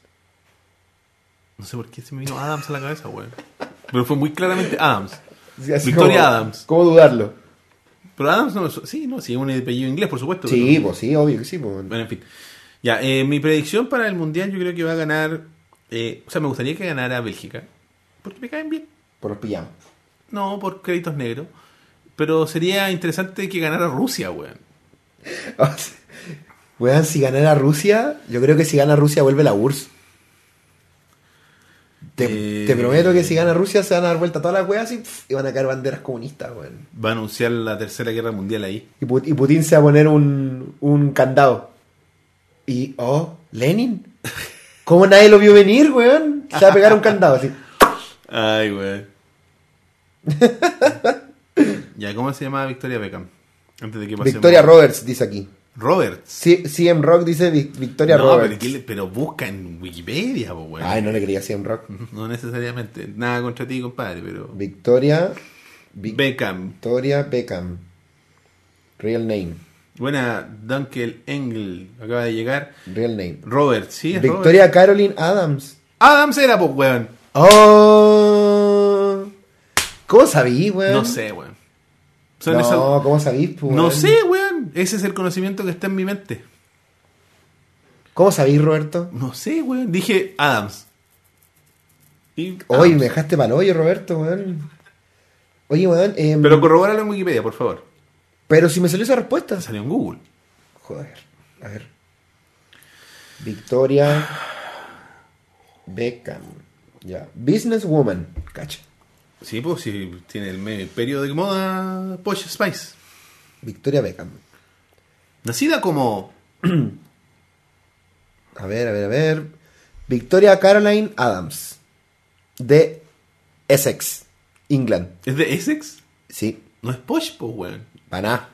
A: No sé por qué se me vino Adams a la cabeza, weón. Pero fue muy claramente Adams.
B: Sí, así
A: Victoria
B: como-
A: Adams.
B: ¿Cómo dudarlo?
A: Pero Adams no, es- sí, no, sí, es un apellido inglés, por supuesto.
B: Sí,
A: pero-
B: pues sí, obvio que sí, pues, weón.
A: Bueno, en fin. Ya, eh, mi predicción para el Mundial yo creo que va a ganar... eh, o sea, me gustaría que ganara Bélgica. Porque me caen bien.
B: Por los pijamas.
A: No, por créditos negros. Pero sería interesante que ganara Rusia, weón.
B: Weón, si ganara Rusia, yo creo que si gana Rusia vuelve la URSS. Te,
A: Eh.
B: te prometo que si gana Rusia se van a dar vuelta todas las weas y, pf, y van a caer banderas comunistas, weón.
A: Va a anunciar la Tercera Guerra Mundial ahí.
B: Y, Put- y Putin se va a poner un, un candado. Y, oh, Lenin. ¿Cómo nadie lo vio venir, weón? Se va a pegar un candado así.
A: Ay, weón. ya, ¿cómo se llamaba Victoria Beckham? Antes de que pasemos.
B: Victoria Roberts dice aquí.
A: Roberts.
B: C- CM Rock dice Vic- Victoria
A: No,
B: Roberts.
A: Pero, ¿qué le- pero busca en Wikipedia, po, weón.
B: Ay, no le creía CM Rock.
A: No necesariamente. Nada contra ti, compadre, pero.
B: Victoria. Vic-
A: Beckham.
B: Victoria Beckham. Real name.
A: Buena, Dunkel Engel. Acaba de llegar.
B: Real name.
A: Roberts, sí, es
B: Victoria Caroline Adams.
A: Robert. Adams era, pues, weón.
B: ¡Oh! ¿Cómo sabí, weón?
A: No sé, weón. Son
B: No,
A: esas-
B: ¿cómo sabí, pues,
A: No
B: weón?
A: sé, weón. Ese es el conocimiento que está en mi mente.
B: ¿Cómo sabí, Roberto?
A: No sé, weón. Dije Adams. Y-
B: Hoy
A: Adams.
B: me dejaste mal hoyo, Roberto, weón. Oye, weón, em,
A: Pero corrobóralo en Wikipedia, por favor.
B: pero si me salió esa respuesta.
A: Salió en Google.
B: Joder, a ver. Victoria Beckham. Ya. Businesswoman. Cacha.
A: Sí, pues sí, tiene el medio imperio de moda Posh Spice.
B: Victoria Beckham.
A: Nacida como...
B: A ver, a ver, a ver. Victoria Caroline Adams. De Essex, England.
A: ¿Es de Essex?
B: Sí,
A: No es Posh, pues, weón.
B: paná.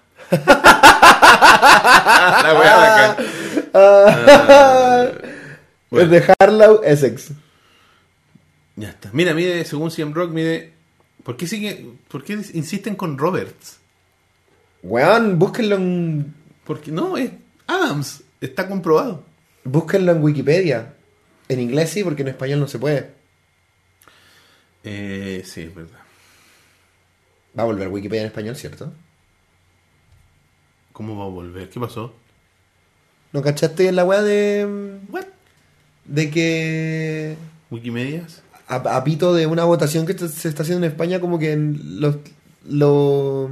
A: La weá de acá.
B: Es de Harlow, Essex.
A: Ya está. Mira, mide, según CM Rock, mide... ¿Por qué, sigue, ¿Por qué insisten con Roberts?
B: Weón, búsquenlo en,
A: Porque no, es Adams. Está comprobado.
B: búsquenlo en Wikipedia. En inglés sí, porque en español no se puede.
A: Eh, sí, es verdad.
B: Va a volver Wikipedia en español, ¿cierto?
A: ¿Cómo va a volver? ¿Qué pasó?
B: ¿No cachaste la weá de.
A: ¿What?
B: de que.
A: ¿Wikimedias?
B: A, a pito de una votación que se está haciendo en España, como que en los, lo-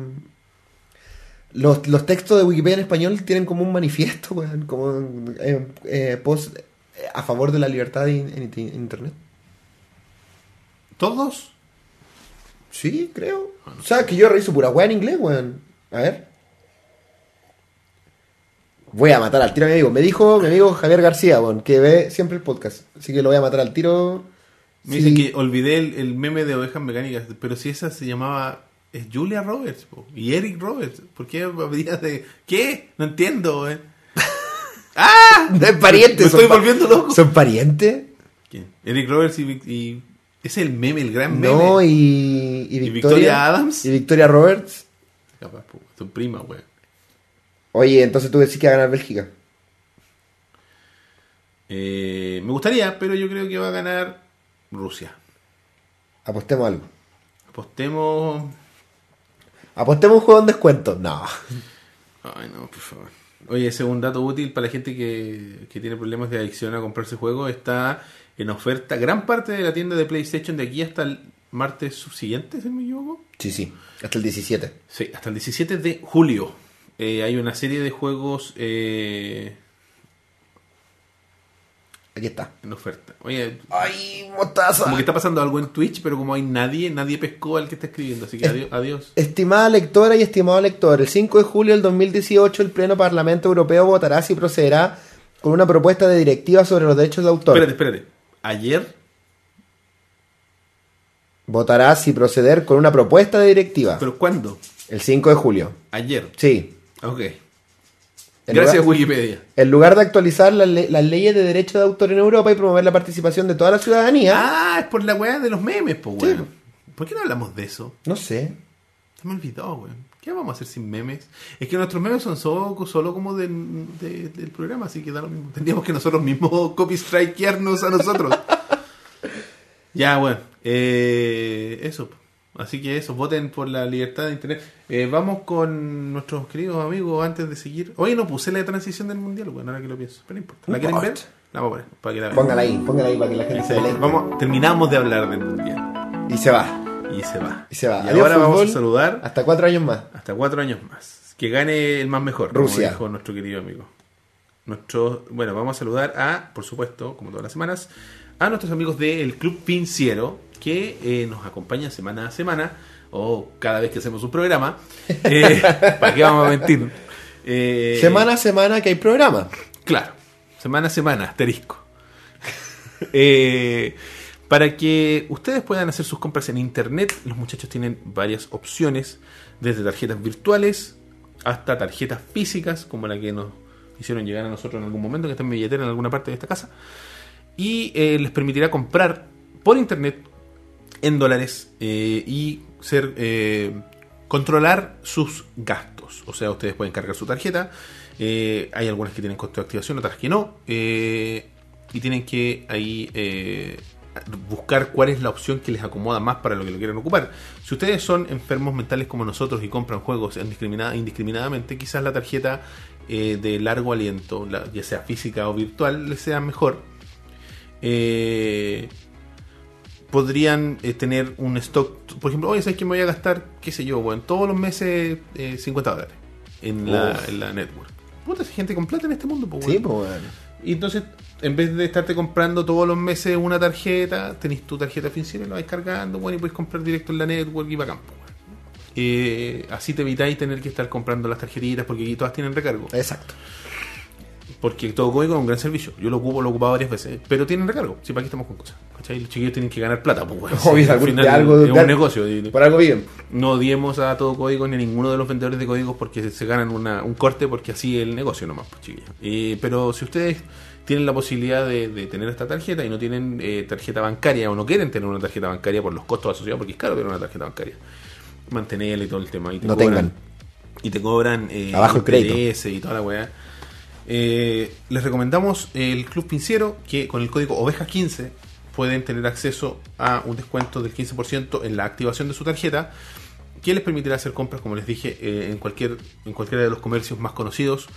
B: los, los textos de Wikipedia en español tienen como un manifiesto, weón, como eh, eh, post eh, a favor de la libertad de in- en, int- en Internet.
A: ¿Todos?
B: Sí, creo.
A: Ah,
B: O sea, que yo reviso pura weá en inglés, weón. A ver. Voy a matar al tiro a mi amigo. Me dijo mi amigo Javier García, weón, que ve siempre el podcast. Así que lo voy a matar al tiro.
A: Me
B: Sí.
A: dicen que olvidé el, el meme de ovejas mecánicas, pero si esa se llamaba es Julia Roberts po, y Eric Roberts, ¿por qué habría de qué? No entiendo, eh. ¡Ah!
B: No es pariente,
A: Me
B: son
A: estoy
B: pa-
A: volviendo loco.
B: ¿Son parientes?
A: ¿Quién? Eric Roberts y, Vic- y- es el meme, el gran meme.
B: No, y, y Victoria,
A: Victoria Adams?
B: Y Victoria Roberts.
A: Capaz, po, son primas, weón.
B: Oye, entonces tú decís que va a ganar Bélgica.
A: Eh, me gustaría, pero yo creo que va a ganar Rusia.
B: Apostemos algo.
A: Apostemos
B: Apostemos un juego en descuento. No.
A: Ay, no, por favor. Oye, ese es un dato útil para la gente que, que tiene problemas de adicción a comprarse juegos. Está en oferta gran parte de la tienda de PlayStation de aquí hasta el martes subsiguiente, si no me equivoco.
B: Sí, sí. Hasta el 17.
A: Sí, hasta el 17 de julio. Eh, hay una serie de juegos eh,
B: Aquí está.
A: en oferta. Oye,
B: ¡Ay, mostaza!
A: como que está pasando algo en Twitch, pero como hay nadie, nadie pescó al que está escribiendo. Así que
B: Es-
A: adio- adiós.
B: Estimada lectora y estimado lector, el 5 de julio del 2018 el Pleno Parlamento Europeo votará si procederá con una propuesta de directiva sobre los derechos de autor.
A: Espérate, espérate. Ayer,
B: Votará si proceder con una propuesta de directiva.
A: pero ¿cuándo?
B: El 5 de julio.
A: Ayer.
B: Sí.
A: Ok.
B: En
A: Gracias,
B: lugar-
A: Wikipedia.
B: En lugar de actualizar las, le- las leyes de derechos de autor en Europa y promover la participación de toda la ciudadanía.
A: Ah, es por la weá de los memes, po,
B: Sí,
A: weón. ¿Por qué no hablamos de eso?
B: No sé.
A: Se me olvidó, weón. ¿Qué vamos a hacer sin memes? Es que nuestros memes son solo, solo como del, de- del programa, así que da lo mismo. Tendríamos que nosotros mismos copy strikearnos a nosotros. ya, bueno. Eh, eso. po. Así que eso, voten por la libertad de internet. Eh, vamos con nuestros queridos amigos antes de seguir. Oye, no puse la de transición del mundial, weón, ahora que lo pienso. Pero no importa. ¿La quieren ver? La vamos a poner para que la vean.
B: Póngala ahí, póngala ahí para que la gente se
A: Sí,
B: deleite.
A: Vamos, terminamos de hablar del mundial.
B: Y se va.
A: Y se va.
B: Y se va.
A: Y
B: Adiós,
A: ahora vamos
B: fútbol.
A: a saludar
B: Hasta cuatro años más.
A: hasta cuatro años más. Que gane el más mejor, como
B: Rusia.
A: dijo nuestro querido amigo. Nuestro, bueno, vamos a saludar a, por supuesto, como todas las semanas, a nuestros amigos del Club Pinciero, que eh, nos acompañan semana a semana, o cada vez que hacemos un programa. Eh, ¿Para qué vamos a mentir? Eh,
B: Semana a semana que hay programa.
A: Claro, semana a semana, asterisco. Eh, para que ustedes puedan hacer sus compras en internet, los muchachos tienen varias opciones, desde tarjetas virtuales hasta tarjetas físicas, como la que nos hicieron llegar a nosotros en algún momento, que está en mi billetera en alguna parte de esta casa, y eh, les permitirá comprar por internet en dólares eh, y ser eh, controlar sus gastos. O sea, ustedes pueden cargar su tarjeta. eh, hay algunas que tienen costo de activación, otras que no. eh, y tienen que ahí eh, buscar cuál es la opción que les acomoda más para lo que lo quieran ocupar. Si ustedes son enfermos mentales como nosotros y compran juegos indiscrimina- indiscriminadamente, quizás la tarjeta eh, de largo aliento, la- ya sea física o virtual, les sea mejor. Eh, podrían eh, tener un stock. Por ejemplo, oye, ¿sabes que me voy a gastar, qué sé yo, bueno, todos los meses eh, 50 dólares en la,
B: Uf.
A: en la network? Puta, si hay gente con plata en este mundo, pues,
B: Sí,
A: weón.
B: pues bueno.
A: Y entonces, en vez de estarte comprando todos los meses una tarjeta, tenés tu tarjeta financiera y la vais cargando, bueno, y puedes comprar directo en la network y para campo. Eh, así te evitáis tener que estar comprando las tarjetitas porque aquí todas tienen recargo.
B: Exacto.
A: Porque todo código es un gran servicio. Yo lo ocupo, lo he ocupado varias veces. Pero tienen recargo. Si para qué estamos con cosas. ¿Cachai? Los chiquillos tienen que ganar plata. Pues, bueno,
B: Obvio,
A: sí, al
B: algún-
A: final
B: de algo-
A: es un
B: de-
A: negocio. y
B: Por algo bien.
A: No odiemos a todo código ni a ninguno de los vendedores de códigos porque se ganan una- un corte porque así es el negocio nomás, pues, chiquillos. Eh, pero si ustedes tienen la posibilidad de, de tener esta tarjeta y no tienen eh, tarjeta bancaria o no quieren tener una tarjeta bancaria por los costos asociados, porque es caro tener una tarjeta bancaria, mantenerla y todo el tema. Y te
B: No
A: cobran-
B: tengan.
A: y te cobran eh,
B: Abajo el crédito.
A: interés y toda la weá. Eh, les recomendamos el Club Pinciero, que con el código Ovejas15 pueden tener acceso a un descuento del 15% en la activación de su tarjeta, que les permitirá hacer compras, como les dije, eh, en, cualquier, en cualquiera de los comercios más conocidos,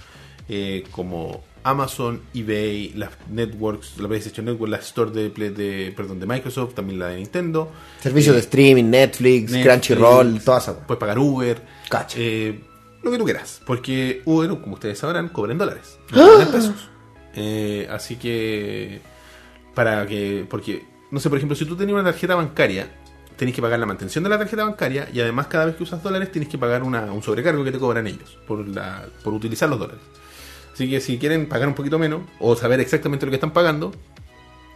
A: eh, como Amazon, eBay, las networks, la PlayStation Network, la store de, Play- de, perdón, de Microsoft, también la de Nintendo.
B: Servicios de streaming, Netflix,
A: Netflix,
B: Crunchyroll, toda esa weá.
A: Puedes pagar Uber.
B: Cacha.
A: eh, lo que tú quieras. Porque Uber, como ustedes sabrán, cobra en dólares. No cobra en pesos. Eh, así que. Para que. Porque. No sé, por ejemplo, si tú tenías una tarjeta bancaria, tenés que pagar la mantención de la tarjeta bancaria y además cada vez que usas dólares tenés que pagar una- un sobrecargo que te cobran ellos por, la, por utilizar los dólares. Así que si quieren pagar un poquito menos o saber exactamente lo que están pagando,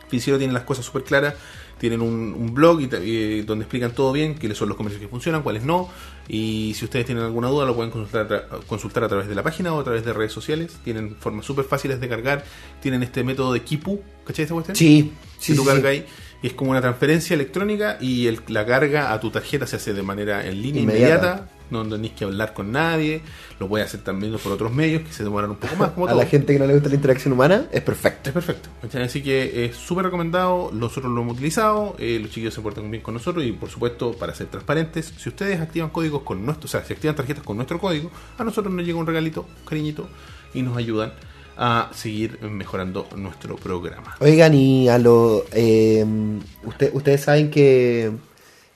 A: Financiero tienen las cosas súper claras, tienen un, un blog y ta- y, eh, donde explican todo bien, quiénes son los comercios que funcionan, cuáles no, y si ustedes tienen alguna duda lo pueden consultar a, tra- consultar a través de la página o a través de redes sociales, tienen formas súper fáciles de cargar, tienen este método de Kipu, ¿cachai esta cuestión?
B: Sí,
A: Si
B: sí,
A: tú
B: sí,
A: cargas
B: sí.
A: ahí, y es como una transferencia electrónica y el- la carga a tu tarjeta se hace de manera en línea
B: Inmediata.
A: inmediata, no tenéis que hablar con nadie, lo puedes hacer también por otros medios que se demoran un poco más. Como
B: a la
A: todo.
B: gente que no le gusta la interacción humana, es perfecto.
A: Es perfecto. ¿cachai? Así que es súper recomendado. Nosotros lo hemos utilizado. eh, los chiquillos se portan bien con nosotros. Y por supuesto, para ser transparentes, si ustedes activan códigos con nuestro, o sea, si activan tarjetas con nuestro código, a nosotros nos llega un regalito, un cariñito, y nos ayudan a seguir mejorando nuestro programa.
B: Oigan, y a lo. eh, usted- ustedes saben que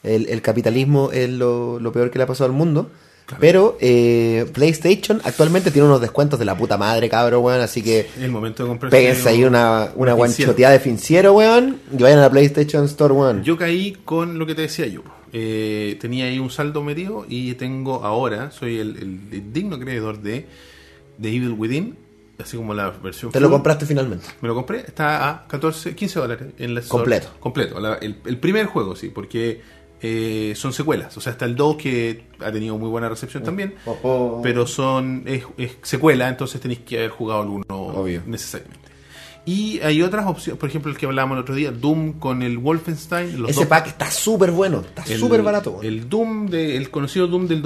B: el, el capitalismo es lo, lo peor que le ha pasado al mundo.
A: Claro.
B: Pero eh, PlayStation actualmente tiene unos descuentos de la puta madre, cabrón, weón. Así que
A: El momento de comprar.
B: péguense ahí una,
A: Financiero.
B: una guanchoteada de finciero, weón. Y vayan a la PlayStation Store, weón.
A: Yo caí con lo que te decía yo. Eh, tenía ahí un saldo metido y tengo ahora, soy el, el- el digno creador de The Evil Within, así como la versión.
B: Te lo
A: full.
B: compraste finalmente.
A: Me lo compré, está a 14, 15 dólares en la Store.
B: Completo.
A: Completo. la- el, el primer juego, sí, porque eh, son secuelas. O sea, está el 2 que ha tenido muy buena
B: Oh,
A: recepción también. Oh, Pero son es, es secuela, entonces tenéis que haber jugado alguno
B: Obvio.
A: necesariamente. Y hay otras opciones, por ejemplo, el que hablábamos el otro día, Doom con el Wolfenstein. Los
B: Ese
A: dos-
B: pack está súper bueno, está
A: el-
B: súper barato. weón.
A: El Doom, de, el conocido Doom del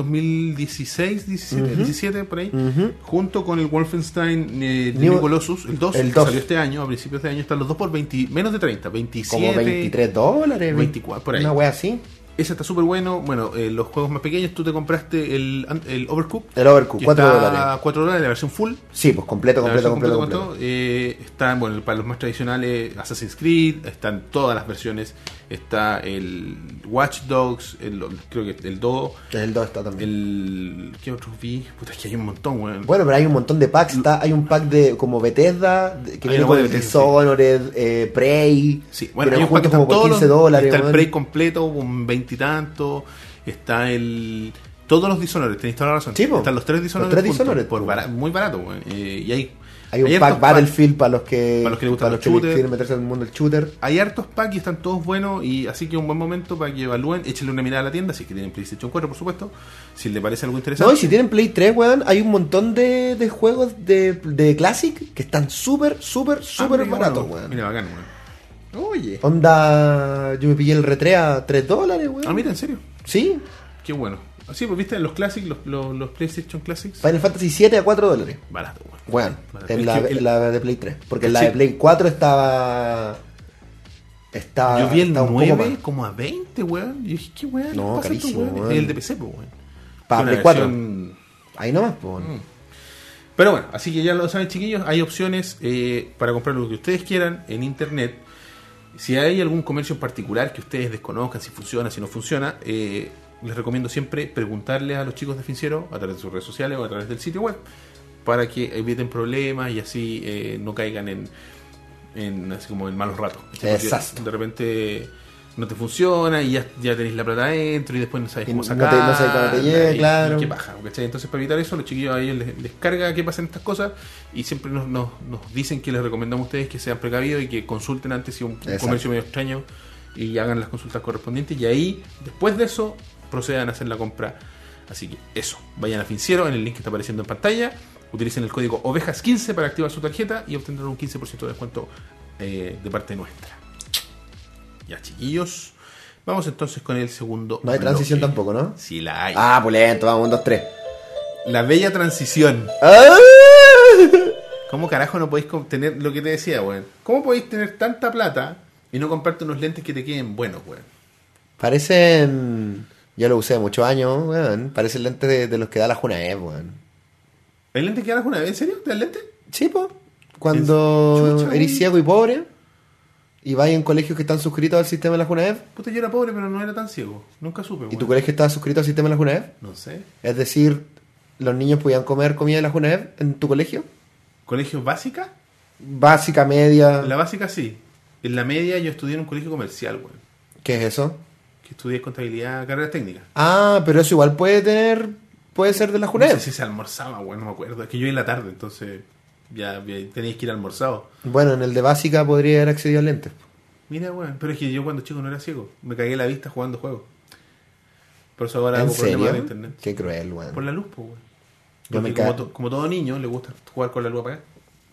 A: 2016, 17, 17, por ahí,
B: Ujú.
A: junto con el Wolfenstein eh,
B: New-
A: New Colossus, el 2,
B: el
A: que
B: 2.
A: salió este año, a principios de año, están los dos por 20, menos de 30, 27.
B: Como 23 dólares,
A: 24 por ahí.
B: Una wea así.
A: Ese está súper bueno. Bueno, eh, los juegos más pequeños, tú te compraste el, el Overcooked.
B: El Overcooked,
A: que
B: 4
A: está
B: dólares.
A: a 4 dólares, la versión full.
B: Sí, pues completo,
A: La
B: completo,
A: versión
B: completo,
A: completa
B: completo.
A: con todo, eh, están, bueno, para los más tradicionales, Assassin's Creed, están todas las versiones. Está el Watch Dogs, el- creo que el 2,
B: El 2 está también.
A: el. ¿Qué otros vi? Puta, es que hay un montón, weón.
B: Bueno, pero hay un montón de packs. Está, hay un pack de como Bethesda, de- que
A: Hay
B: viene
A: una
B: con
A: wea de
B: el
A: Bethesda,
B: Dishonored, eh, Prey.
A: Sí, bueno,
B: pero
A: hay un pack que
B: juntos
A: están
B: como por
A: todos
B: 15
A: los-
B: dólares.
A: Está el
B: weón.
A: Prey completo con veintitantos. Está el. Todos los Dishonored, tenéis toda la razón.
B: Sí, po.
A: Están los tres Dishonored.
B: Los tres
A: juntos,
B: Dishonored,
A: por
B: po.
A: bara- muy barato, weón. Eh, y hay.
B: Hay un
A: hay
B: pack
A: hartos packs.
B: Battlefield para los que,
A: para los que les gustan los
B: les
A: shooters.
B: quieren meterse en el mundo del shooter.
A: Hay hartos packs y están todos buenos. Y así que un buen momento para que evalúen. Échenle una mirada a la tienda. Si es que tienen PlayStation 4, por supuesto. Si les parece algo interesante.
B: No, y si tienen Play 3, weón, hay un montón de, de juegos de, de Classic que están súper, súper,
A: Ah,
B: súper
A: mira,
B: baratos,
A: bueno,
B: weón.
A: Mira, bacán, weón. Oye.
B: Onda, yo me pillé el retre a 3 dólares, weón.
A: Ah, mira, en serio.
B: Sí,
A: Qué bueno. Así, pues viste los Classics, los, los, los PlayStation Classics.
B: Final Fantasy 7 a 4 dólares.
A: Barato, weón.
B: Weón,
A: Barato.
B: en
A: Es
B: la,
A: que el-
B: en la de Play 3. Porque en la
A: Sí.
B: de Play 4 estaba. Estaba.
A: Yo vi el
B: estaba un
A: 9
B: poco
A: como a 20, weón. Y dije, qué weón.
B: No,
A: ¿Qué pasa a estos
B: carísimo,
A: weones?
B: weón.
A: Es El de PC, pues, weón.
B: más. Para
A: Una
B: Play 4.
A: versión-
B: Ahí nomás, pues. weón.
A: Pero bueno, así que ya lo saben, chiquillos. Hay opciones eh, para comprar lo que ustedes quieran en internet. Si hay algún comercio en particular que ustedes desconozcan, si funciona, si no funciona, eh, les recomiendo siempre preguntarle a los chicos de Finciero a través de sus redes sociales o a través del sitio web para que eviten problemas y así eh, no caigan en, en así como en malos ratos. ¿cachai? Porque
B: Exacto.
A: De repente no te funciona y ya, ya tenéis la plata adentro y después no sabes
B: Y
A: cómo
B: no te-
A: sacar.
B: no sabes cómo te llegue, claro.
A: qué paja, ¿cachai? Entonces, para evitar eso, los chiquillos a ellos les, les carga que pasen estas cosas y siempre nos, nos- nos dicen que les recomendamos a ustedes que sean precavidos y que consulten antes si un, un
B: Exacto.
A: comercio medio extraño y hagan las consultas correspondientes. Y ahí, después de eso, procedan a hacer la compra. Así que eso, vayan a Finciero en el link que está apareciendo en pantalla. Utilicen el código ovejas15 para activar su tarjeta y obtendrán un 15% de descuento eh, de parte nuestra. Ya, chiquillos. Vamos entonces con el segundo.
B: No hay transición
A: bloque.
B: tampoco, ¿no?
A: Sí, la hay.
B: Ah, pulento, vamos, 1, 2, 3.
A: La bella transición.
B: ¡Ah!
A: ¿Cómo carajo no podéis com- tener lo que te decía, weón? ¿Cómo podéis tener tanta plata y no comprarte unos lentes que te queden buenos, weón?
B: Parecen. Yo lo usé muchos años, weón. Parecen lentes de, de los que da la Junae, weón.
A: ¿Hay lentes que ganas una vez? ¿En serio? ¿Te das lentes?
B: Sí, po. Cuando
A: Es- chucha,
B: eres
A: weón.
B: ciego y pobre y vas en colegios que están suscritos al sistema de la Junaev
A: Puta, yo era pobre, pero no era tan ciego. Nunca supe, weón.
B: y tu colegio estaba suscrito al sistema de la E, Junaev,
A: No sé.
B: es decir, los niños podían comer comida de la Junaev en tu colegio,
A: ¿Colegio básica?
B: básica, media,
A: La básica sí. En la media yo estudié en un colegio comercial, weón.
B: ¿qué es eso?
A: Que estudié contabilidad, carreras técnicas.
B: Ah, pero eso igual puede tener, puede ser de la
A: No
B: Junaev.
A: sé si se almorzaba, weón, no me acuerdo. Es que yo iba en la tarde, entonces ya, ya teníais que ir almorzado.
B: Bueno, en el de básica podría haber accedido a lentes.
A: Mira, weón, pero es que yo cuando chico no era ciego. Me cagué la vista jugando juegos. Por eso ahora
B: ¿En
A: hago problemas de
B: serio?
A: internet.
B: Qué cruel, weón.
A: Por la luz, pues, weón.
B: Yo me
A: Porque como,
B: ca-
A: to- como todo niño, le gusta jugar con la luz apagada.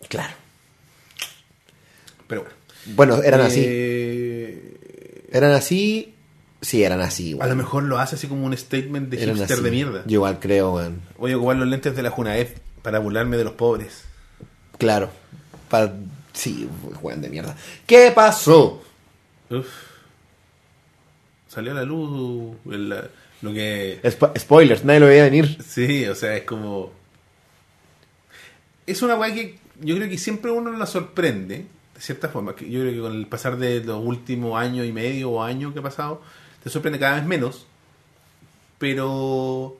B: Claro.
A: Pero bueno.
B: Bueno, eran así.
A: Eh,
B: Eran así Sí, eran así,
A: A lo
B: weón.
A: mejor lo hace así como un statement de
B: Eran
A: hipster
B: así.
A: de mierda.
B: Yo igual creo, weón.
A: Voy a ocupar los lentes de la Junaed para burlarme de los pobres.
B: Claro. Pa- Sí, weón de mierda. ¿Qué pasó?
A: Uf. Salió a la luz el- la- lo que...
B: Spo- spoilers, nadie lo veía venir.
A: Sí, o sea, es como... Es una weá que yo creo que siempre uno la sorprende, de cierta forma. que Yo creo que con el pasar de los últimos años y medio o año que ha pasado, te sorprende cada vez menos. Pero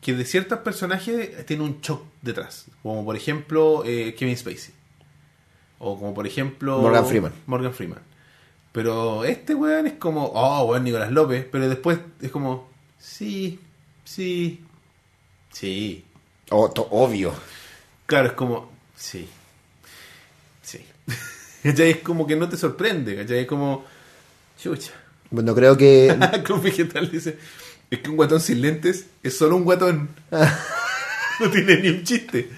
A: que de ciertos personajes tiene un shock detrás. Como por ejemplo eh, Kevin Spacey. O como por ejemplo...
B: Morgan Freeman.
A: Morgan Freeman. Pero este weón es como... Oh, weón, Nicolás López. Pero después es como... Sí, sí, sí.
B: O- to- obvio.
A: Claro, es como. Sí. Sí. ¿Cachai? Es como que no te sorprende, ¿cachai? Es como. Chucha.
B: Bueno, creo que.
A: Con vegetal dice. Es que un guatón sin lentes es solo un guatón. no tiene ni un chiste.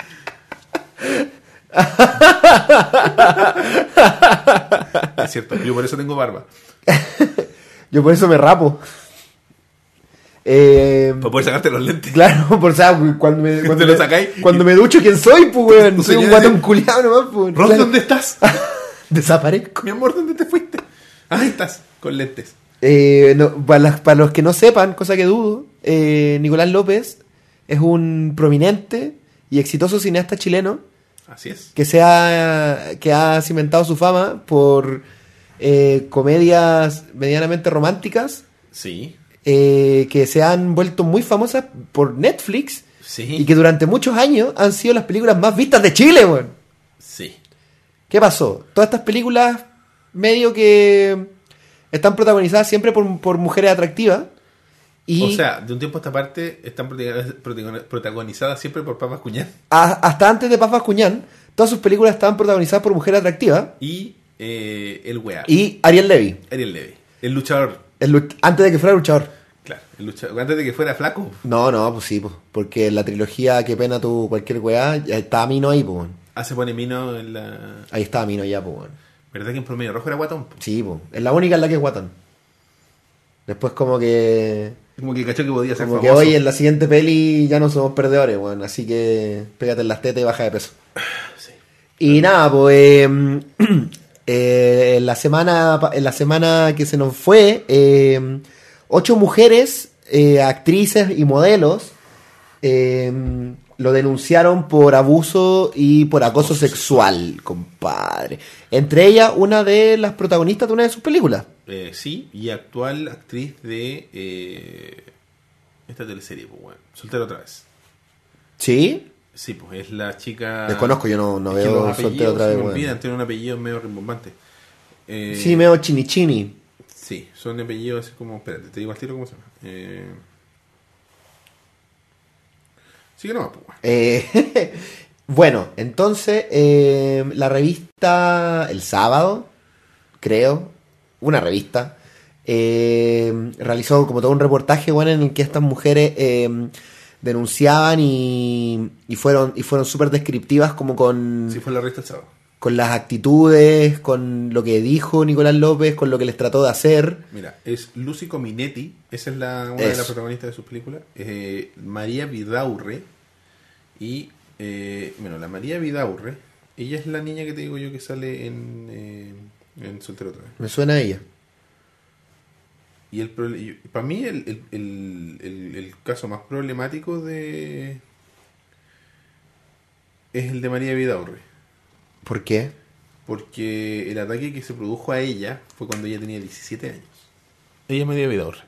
A: es cierto, yo por eso tengo barba.
B: Yo por eso me rapo. Eh,
A: Para poder sacarte los lentes.
B: claro, por o sea, cuando me, cuando
A: Te lo
B: me-
A: sacáis y-
B: cuando me ducho, ¿quién soy, pues, weón?
A: Tu
B: Soy
A: señal
B: un
A: de-
B: guatón culiado nomás, pues.
A: Ross,
B: Claro.
A: ¿dónde estás?
B: Desaparezco.
A: Mi amor, ¿dónde te fuiste? Ahí estás, con lentes.
B: Eh, no, para, las- para los que no sepan, cosa que dudo, eh, Nicolás López es un prominente y exitoso cineasta chileno
A: Así es.
B: que, se ha, que ha cimentado su fama por eh, comedias medianamente románticas
A: Sí.
B: eh, que se han vuelto muy famosas por Netflix
A: Sí.
B: y que durante muchos años han sido las películas más vistas de Chile, weón.
A: Sí.
B: ¿Qué pasó? Todas estas películas medio que están protagonizadas siempre por, por mujeres atractivas. Y
A: O sea, de un tiempo a esta parte están protagoniz- protagoniz- protagonizadas siempre por Papas Cuñán
B: a- hasta antes de Paz Vascuñán, todas sus películas estaban protagonizadas por mujeres atractivas.
A: y eh, el weá.
B: Y Ariel Levy,
A: Ariel Levy. El luchador.
B: el luch- antes de que fuera luchador.
A: Claro. El luchador. Antes de que fuera flaco.
B: No, no, pues sí, pues, porque la trilogía Qué pena tu cualquier weá, ya estaba Mino ahí, pues. weón.
A: Ah, se pone mino en la.
B: Ahí estaba Mino ya, pues. weón.
A: ¿Verdad que en promedio rojo era guatón? po?
B: Sí, pues. Es la única en la que es guatón. Después como que...
A: Como que cachó que podía ser
B: Como que
A: famoso.
B: hoy en la siguiente peli ya no somos perdedores, weón. Así que pégate en las tetas y baja de peso.
A: Sí.
B: Y nada, pues eh, eh, en la semana pa- en la semana que se nos fue, eh, ocho mujeres, eh, actrices y modelos, eh, lo denunciaron por abuso y por acoso sexual, compadre. Entre ellas, una de las protagonistas de una de sus películas.
A: Eh, sí, y actual actriz de. eh, esta teleserie, pues, bueno. Soltero otra vez.
B: ¿Sí?
A: Sí, pues es la chica.
B: Desconozco, yo no, no
A: Es que los
B: veo
A: apellidos
B: soltero otra
A: se
B: vez,
A: me
B: weón.
A: olvidan, tiene un apellido medio rimbombante. Eh,
B: Sí, meo chinichini.
A: Sí, son apellidos así como. Espérate, te digo al tiro cómo se llama. Eh... Sí, que no, pues, bueno.
B: Eh, bueno, entonces eh, la revista El Sábado, creo, una revista, eh, realizó como todo un reportaje bueno, en el que estas mujeres eh, denunciaban y, y fueron y fueron súper descriptivas como con,
A: Sí, fue la revista el sábado.
B: con las actitudes, con lo que dijo Nicolás López, con lo que les trató de hacer.
A: Mira, es Lucy Cominetti, esa es la, una de
B: Eso.
A: las protagonistas de sus películas. eh, María Vidaurre. Y, eh, bueno, la María Vidaurre, ella es la niña que te digo yo que sale en, eh, en Soltero otra vez.
B: Me suena a ella.
A: Y el para mí el, el- el- el- el caso más problemático de es el de María Vidaurre,
B: ¿Por qué?
A: porque el ataque que se produjo a ella fue cuando ella tenía 17 años. Ella es María Vidaurre.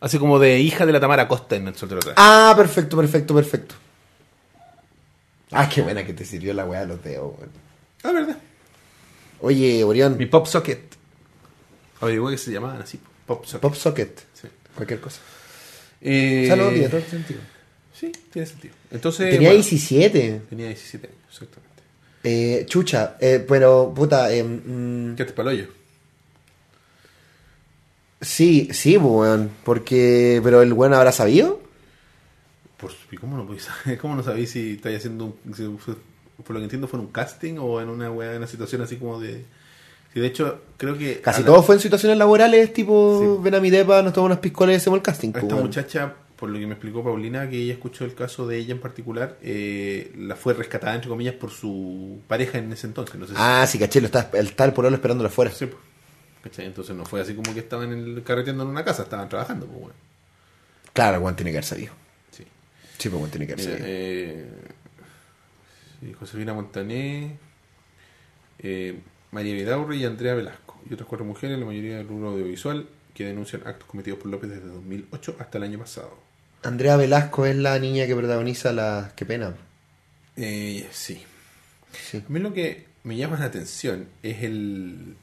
A: Así como de hija de la Tamara Costa en el soltero atrás.
B: Ah, perfecto, perfecto, perfecto. Ah, qué buena que te sirvió la weá de los dedos, weón.
A: Ah, verdad.
B: Oye,
A: Mi
B: Orión,
A: Pop Socket. Averigüé que se llamaban así, Pop Socket.
B: Pop Socket,
A: Sí.
B: cualquier cosa.
A: Eh,
B: O sea, no tiene todo el sentido.
A: Sí, tiene sentido. Entonces,
B: Tenía
A: bueno,
B: 17.
A: tenía 17 años, exactamente.
B: Eh, chucha, eh, pero puta, eh, mm,
A: ¿Qué te paloyo?
B: sí, sí, pues, weón, porque, pero el weón habrá sabido.
A: Por, su- ¿y ¿Cómo no podéis saber? ¿Cómo no sabéis si estáis haciendo un, si fue- por lo que entiendo fue en un casting o en una weá, en una situación así como de Sí, de hecho, creo que.
B: Casi
A: a la-
B: todo fue en situaciones laborales, tipo,
A: Sí. pues.
B: ven a mi depa, nos tomamos unas piscolas y hacemos el casting.
A: A
B: pues,
A: esta
B: weón.
A: muchacha, por lo que me explicó Paulina, que ella escuchó el caso de ella en particular, eh, la fue rescatada, entre comillas, por su pareja en ese entonces. No sé si-
B: Ah, sí, caché, lo está, el tal por esperándolo afuera.
A: Sí, pues. ¿Cachai? Entonces no fue así como que estaban en el- carreteando en una casa, estaban trabajando, pues bueno.
B: Claro, Juan tiene que haber sabido.
A: Sí.
B: Sí, pues Juan tiene que haber
A: Mira,
B: sabido.
A: eh, sí, Josefina Montané, eh, María Vidaurre y Andrea Velasco, y otras cuatro mujeres, la mayoría del rubro audiovisual, que denuncian actos cometidos por López desde 2008 hasta el año pasado.
B: Andrea Velasco es la niña que protagoniza la... Qué pena.
A: Eh, sí.
B: Sí.
A: A mí lo que me llama la atención es el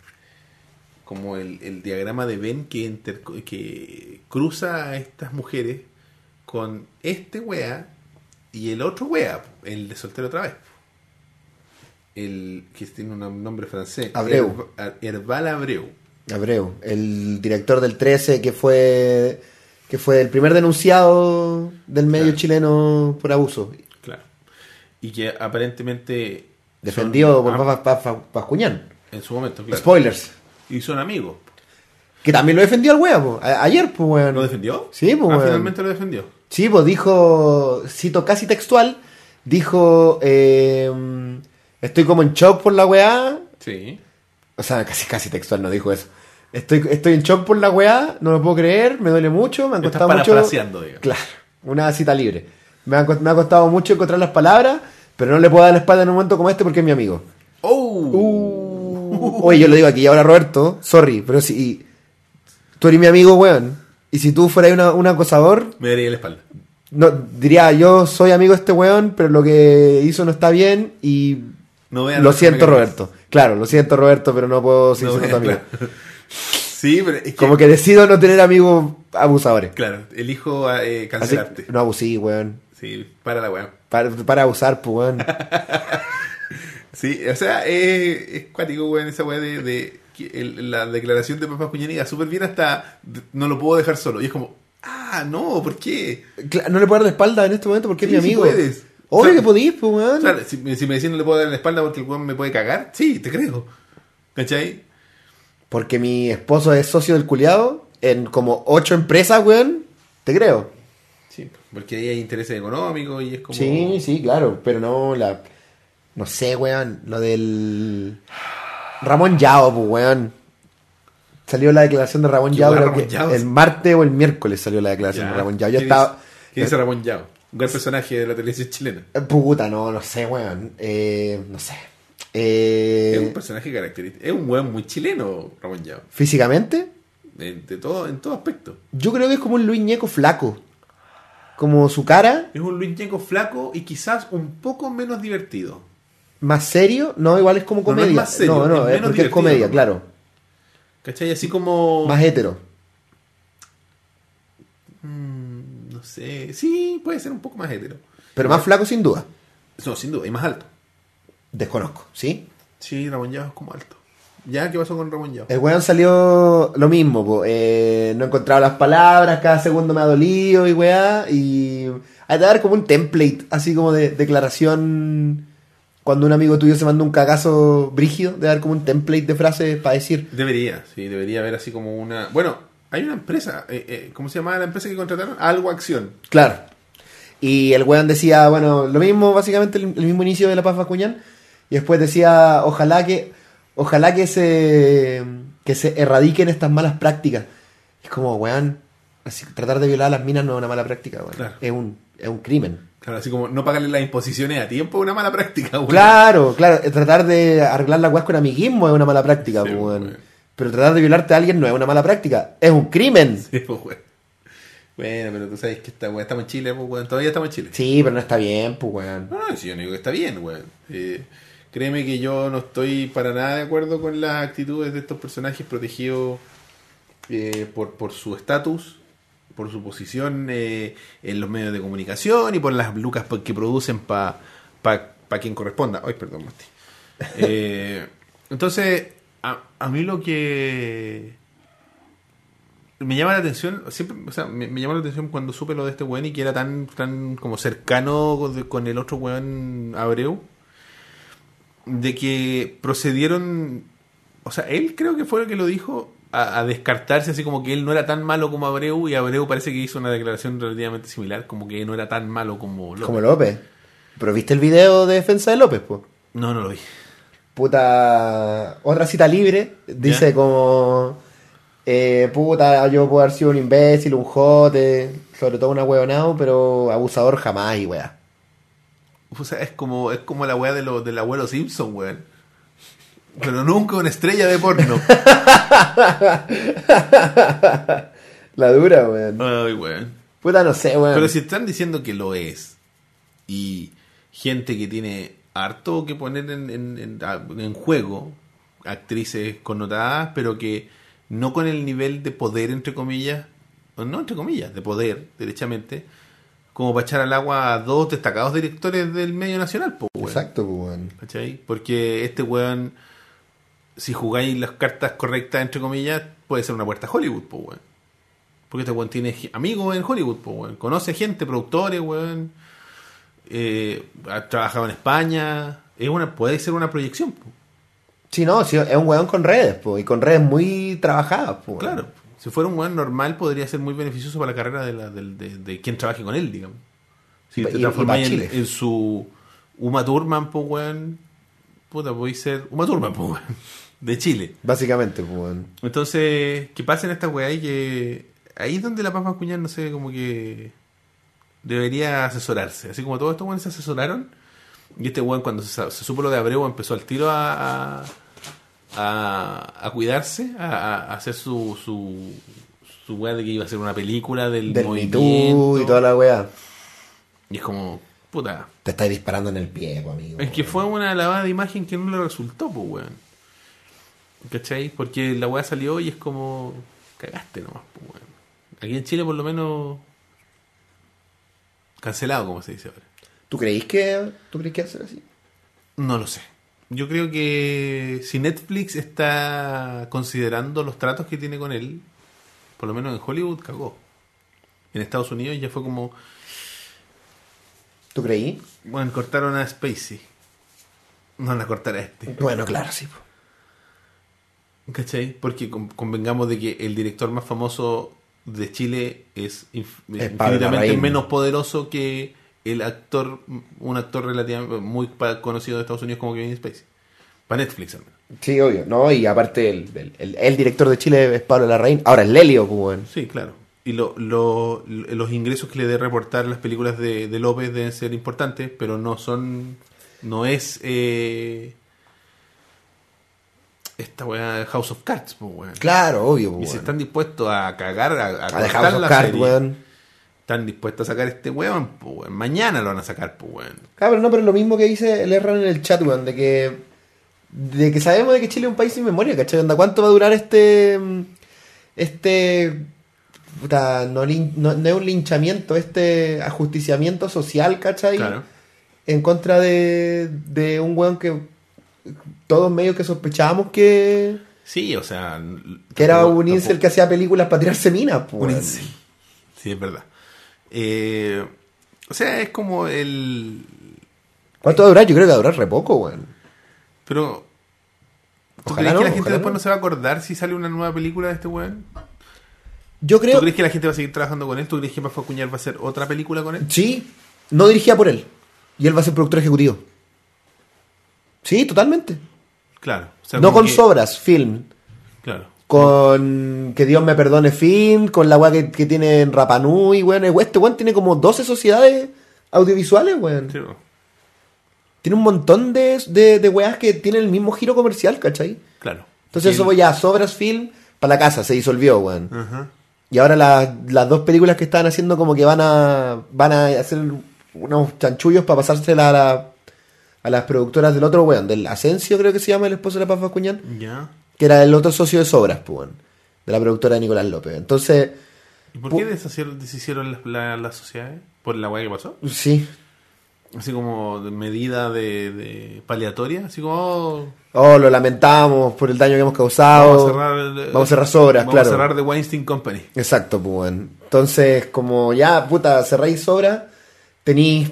A: como el, el diagrama de Ben que, inter- que cruza a estas mujeres con este wea y el otro wea, el de soltero otra vez. El que tiene un nombre francés.
B: Abreu.
A: Herb- Herbal Abreu.
B: Abreu, el director del 13 que fue que fue el primer denunciado del medio
A: Claro.
B: chileno por abuso.
A: Claro. Y que aparentemente... son-
B: Defendido por
A: ah,
B: Paz Paz- Paz- Pascuñán.
A: En su momento, claro.
B: Spoilers.
A: Y son amigos.
B: Que también lo defendió el wea, po. A- ayer, pues, weón.
A: ¿Lo defendió?
B: Sí, pues,
A: Ah,
B: weón.
A: finalmente lo defendió.
B: Sí, pues dijo, cito casi textual, dijo, eh, estoy como en shock por la weá.
A: Sí.
B: O sea, casi, casi textual no dijo eso. Estoy, estoy en shock por la weá, no lo puedo creer, me duele mucho, me han
A: Estás
B: costado mucho.
A: parafraseando, digamos.
B: Claro, una cita libre. Me ha, cost- me ha costado mucho encontrar las palabras, pero no le puedo dar la espalda en un momento como este porque es mi amigo.
A: Uh.
B: Uh.
A: ¡Oh!
B: Oye, yo lo digo aquí ahora, Roberto, sorry, pero si tú eres mi amigo, weón, y si tú fueras una- un acosador,
A: Me daría la espalda.
B: no, diría, yo soy amigo de este weón, pero lo que hizo no está bien y
A: No vean
B: lo
A: los
B: siento,
A: caricaturas.
B: Roberto. Claro, lo siento, Roberto, pero no puedo seguir
A: No
B: siendo tu
A: vean,
B: amigo.
A: claro. Sí, pero es que,
B: Como que decido no tener amigos abusadores.
A: Claro, elijo eh,
B: Así-
A: cancelarte.
B: no abusí, weón.
A: Sí, para la weá.
B: Para, para abusar, pues, weón.
A: Sí, o sea, eh, es cuático, weón, esa weá de, de que el- la declaración de Papá Cuñaniga súper bien hasta de- no lo puedo dejar solo. Y es como, ah, no, ¿por qué?
B: Cla- No le puedo dar la espalda en este momento porque es
A: Sí,
B: mi
A: sí
B: amigo.
A: puedes.
B: Obvio
A: O sea,
B: que podís, pues,
A: O
B: weón.
A: sea, si, me- si me decís no le puedo dar la espalda porque el weón me puede cagar, sí, te creo. ¿Cachai?
B: Porque mi esposo es socio del culiado en como ocho empresas, weón. Te creo.
A: Sí, porque ahí hay intereses económicos y es como...
B: Sí, sí, claro. Pero no la. No sé, weón. Lo del. Ramón Yao, pues, weón. Salió la declaración de Ramón
A: ¿Qué
B: Yao.
A: weón,
B: creo
A: Ramón
B: que
A: Yao?
B: El martes o el miércoles salió la declaración
A: Ya.
B: de Ramón Yao. Yo
A: ¿Qué
B: estaba.
A: dice- ¿Qué dice Ramón Yao? Un gran personaje de la televisión chilena.
B: Eh, Puta, no, no sé, weón. Eh, no sé. Eh,
A: Es un personaje característico. Es un weón muy chileno, Ramón Yao.
B: Físicamente,
A: De, de todo, en todo aspecto.
B: yo creo que es como un Luis Ñeco flaco. Como su cara,
A: Es un Luis Ñengo flaco y quizás un poco menos divertido.
B: más serio. No, igual es como
A: No, no es
B: comedia. No, no,
A: más serio, es
B: es,
A: menos
B: porque es
A: divertido,
B: comedia,
A: ¿no? Oh.
B: claro.
A: ¿Cachai? Así como.
B: Más hétero.
A: Mm, no sé. Sí, puede ser un poco más hetero.
B: Pero más flaco sin duda.
A: No, sin duda, y más alto.
B: Desconozco, ¿sí?
A: Sí, Ramón Yao es como alto. ¿Ya qué pasó con Ramón Yao?
B: El weón salió lo mismo, po. Eh, no encontraba las palabras, cada segundo me ha dolido y weá. Y hay que dar como un template, así como de declaración. Cuando un amigo tuyo se manda un cagazo brígido, de dar como un template de frases para decir.
A: Debería, sí, debería haber así como una. Bueno, hay una empresa. eh, eh, ¿Cómo se llamaba la empresa que contrataron? Algo Acción.
B: Claro. Y el weón decía, bueno, lo mismo, básicamente, el, el mismo inicio de La Paz Vascuñán. Y después decía, ojalá que, ojalá que se, que se erradiquen estas malas prácticas. Es como, weón, así, tratar de violar a las minas no es una mala práctica, weón.
A: Claro.
B: Es, un, es un crimen.
A: Claro, así como no pagarle las imposiciones a tiempo es una mala práctica, weón.
B: Claro, claro, eh, tratar de arreglar la weas con amiguismo es una mala práctica,
A: Sí,
B: weón.
A: weón.
B: Pero tratar de violarte a alguien no es una mala práctica, es un crimen.
A: Sí, pues, weón. Bueno, pero tú sabes que esta, weón, estamos en Chile, pues, weón. Todavía estamos en Chile.
B: Sí, pero no está bien, pues, weón.
A: No, no, si yo no digo que está bien, weón. Eh, créeme que yo no estoy para nada de acuerdo con las actitudes de estos personajes protegidos eh, por, por su estatus, por su posición eh, en los medios de comunicación y por las lucas pa- que producen para pa, pa quien corresponda. Ay, perdón, Martín. Eh, entonces, a, a mí lo que me llama la atención, siempre, o sea, me, me llamó la atención cuando supe lo de este weón y que era tan, tan como cercano con, de- con el otro weón Abreu, de que procedieron o sea, él creo que fue el que lo dijo a, a descartarse, así como que él no era tan malo como Abreu, y Abreu parece que hizo una declaración relativamente similar, como que no era tan malo como López.
B: Como López. Pero viste el video de defensa de López, pues.
A: No, no lo vi.
B: Puta. Otra cita libre. Dice
A: Ya.
B: como. eh, puta, yo puedo haber sido un imbécil, un jote, sobre todo una huevonao, pero abusador jamás y weá.
A: O sea, es como, es como la weá de lo- del abuelo Simpson, weón. Pero nunca una estrella de porno.
B: La dura, weón.
A: Ay, weón.
B: Puta, no sé, weón.
A: Pero si están diciendo que lo es, y gente que tiene harto que poner en, en- en- a- en juego, actrices connotadas, pero que no con el nivel de poder, entre comillas, o no entre comillas, de poder, derechamente, como para echar al agua a dos destacados directores del medio nacional, po, weón.
B: Exacto, pues, weón.
A: ¿Cachai? Porque este weón, si jugáis las cartas correctas, entre comillas, puede ser una puerta a Hollywood, po, weón. Porque este weón tiene ge- amigos en Hollywood, po, weón. Conoce gente, productores, weón. Eh, ha trabajado en España. Es una, puede ser una proyección, po.
B: Sí, no, sí, es un weón con redes, pues, y con redes muy trabajadas, pues. weón.
A: Claro. Si fuera un weón normal, podría ser muy beneficioso para la carrera de, la, del- de- de quien trabaje con él, digamos. Si
B: Y-
A: te
B: y- y
A: transformas
B: pa'
A: en,
B: Chile.
A: en su Uma Thurman, po, weón. Puta, podéis ser Uma Thurman, po, weón. De Chile.
B: Básicamente, pues, weón.
A: Entonces, que pasen estas weas y que. Ahí es donde la Paz Cuñar, no sé, como que. Debería asesorarse. Así como todos estos weones se asesoraron. Y este weón, cuando se, sa- se supo lo de Abreu, empezó al tiro a. a, a- a cuidarse, a, a- a hacer su. su su wea de que iba a ser una película del,
B: Del Me Too
A: movimiento.
B: y toda la weá.
A: Y es como, puta,
B: Te estáis disparando en el pie, pues, amigo.
A: es que fue una lavada de imagen que no le resultó, pues, weón. ¿Cachai? Porque la weá salió y es como. Cagaste nomás, pues, weón. Aquí en Chile, por lo menos. Cancelado, como se dice ahora.
B: ¿Tú creís que, tú creís que va a ser así?
A: No lo sé. Yo creo que si Netflix está considerando los tratos que tiene con él, por lo menos en Hollywood, cagó. En Estados Unidos ya fue como.
B: ¿Tú creí?
A: Bueno, cortaron a Spacey. No la cortará este.
B: Bueno, claro, sí. po.
A: ¿Cachai? Porque con- convengamos de que el director más famoso de Chile es, inf-
B: Es Pablo
A: infinitamente
B: Larraín.
A: menos poderoso que el actor, un actor relativamente muy pa- conocido de Estados Unidos como Kevin Spacey. Para Netflix, al menos.
B: Sí, obvio. No, y aparte el, el- el- el director de Chile es Pablo Larraín. Ahora es Lelio, pues, weón.
A: Sí, claro. Y lo- lo- lo- los ingresos que le dé reportar las películas de, de López deben ser importantes, pero no son. No es. eh, esta weá House of Cards, pues, weón.
B: Claro, obvio,
A: Y
B: pues,
A: si
B: weón.
A: están dispuestos a cagar, a, a
B: A
A: cortar
B: dejar
A: la
B: los cards,
A: serie,
B: weón.
A: están dispuestos a sacar este weón, pues weón. Mañana lo van a sacar, pues weón.
B: Cabrón, no, pero lo mismo que dice el Erran en el chat, weón, de que, de que sabemos de que Chile es un país sin memoria, ¿cachai? Onda, ¿Cuánto va a durar este. mm, este. puta, no, lin- no- no es un linchamiento, este ajusticiamiento social, ¿cachai?
A: Claro.
B: En contra de, de un weón que todos medio que sospechábamos que,
A: Sí, o sea.
B: que era
A: tampoco-
B: un incel
A: tampoco-
B: que hacía películas para tirarse minas, pues.
A: un
B: weón.
A: incel. Sí, es verdad. Eh, o sea, es como el.
B: ¿Cuánto va a durar? Yo creo que va a durar re poco, weón.
A: Pero. ¿Tú
B: Ojalá
A: crees
B: no,
A: que la gente
B: ojalá
A: después
B: no.
A: no. se va a acordar si sale una nueva película de este weón?
B: Yo creo.
A: ¿Tú crees que la gente va a seguir trabajando con él? ¿Tú crees que Pafa Cuñar va a hacer otra película con él?
B: Sí, no dirigida por él. Y él va a ser productor ejecutivo. Sí, totalmente.
A: Claro. o sea,
B: no
A: como
B: con
A: que-
B: sobras, film.
A: Claro.
B: Con Que Dios me perdone, film. Con la weá que, que tiene en Rapanui, weón. Este weón tiene como 12 sociedades audiovisuales, weón.
A: Sí, no.
B: Tiene un montón de, de, de weas que tienen el mismo giro comercial, ¿cachai?
A: Claro.
B: Entonces,
A: Sí, Ah.
B: eso ya, sobras, film, para la casa, se disolvió, weón.
A: Ajá.
B: Y ahora las- las dos películas que están haciendo como que van a van a hacer unos chanchullos para pasársela a, la- a las productoras del otro weón, del Asensio creo que se llama el esposo de la Paz Vascuñán,
A: Ya.
B: que era el otro socio de Sobras, pues, weón, de la productora de Nicolás López. Entonces,
A: ¿Y por
B: Pu-
A: qué deshacieron- deshicieron las la- las sociedades? ¿Por la weá que pasó?
B: sí.
A: Así como de medida de, de paliatoria, así como oh,
B: Oh, lo lamentamos por el daño que hemos
A: vamos
B: causado.
A: a cerrar eh,
B: Ah, vamos a cerrar Sobras,
A: vamos
B: claro.
A: a cerrar The Weinstein Company.
B: Exacto, pues, weón. Entonces, como ya, puta, cerráis sobras, tenéis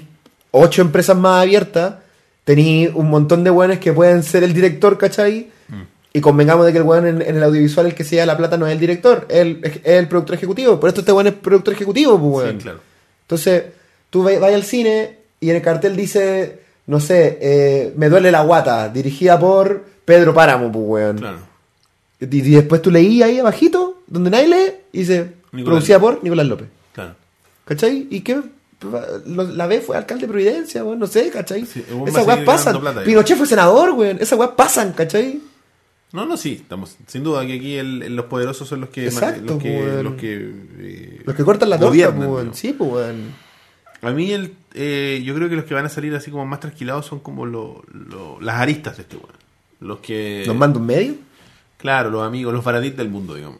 B: ocho
A: Mm.
B: empresas más abiertas, tenéis un montón de weones que pueden ser el director, ¿cachai? Y convengamos de que el weón en, en el audiovisual el que se lleva la plata no es el director, es el, es el productor ejecutivo. Por esto este weón es productor ejecutivo, pues, weón.
A: Sí, claro.
B: Entonces, tú vas al cine y en el cartel dice, no sé, eh, Me duele la guata, dirigida por Pedro Páramo, pues, weón.
A: Claro.
B: Y, y después tú leí ahí abajito, donde nadie lee, y dice,
A: Nicolás
B: producida por Nicolás López.
A: Claro.
B: ¿Cachai? ¿Y qué? Lo- La B fue alcalde de Providencia, weón, no sé, ¿cachai?
A: Sí, el weón va
B: Esas
A: a
B: weas
A: seguir
B: pasan.
A: ganando plata, ya.
B: Pinochet fue senador, weón. Esas weas pasan, ¿cachai?
A: No, no, sí, estamos. Sin duda que aquí el- el- los poderosos son los que.
B: Exacto,
A: los que,
B: weón.
A: los que, eh,
B: Los que cortan la torta,
A: gobiernan,
B: pues,
A: digamos.
B: weón. Sí, pues, weón.
A: A mí, el, eh, yo creo que los que van a salir así como más trasquilados son como lo- lo- las aristas de este weón. Los que.
B: Nos manda un medio.
A: Claro, los amigos, los faradits del mundo, digamos.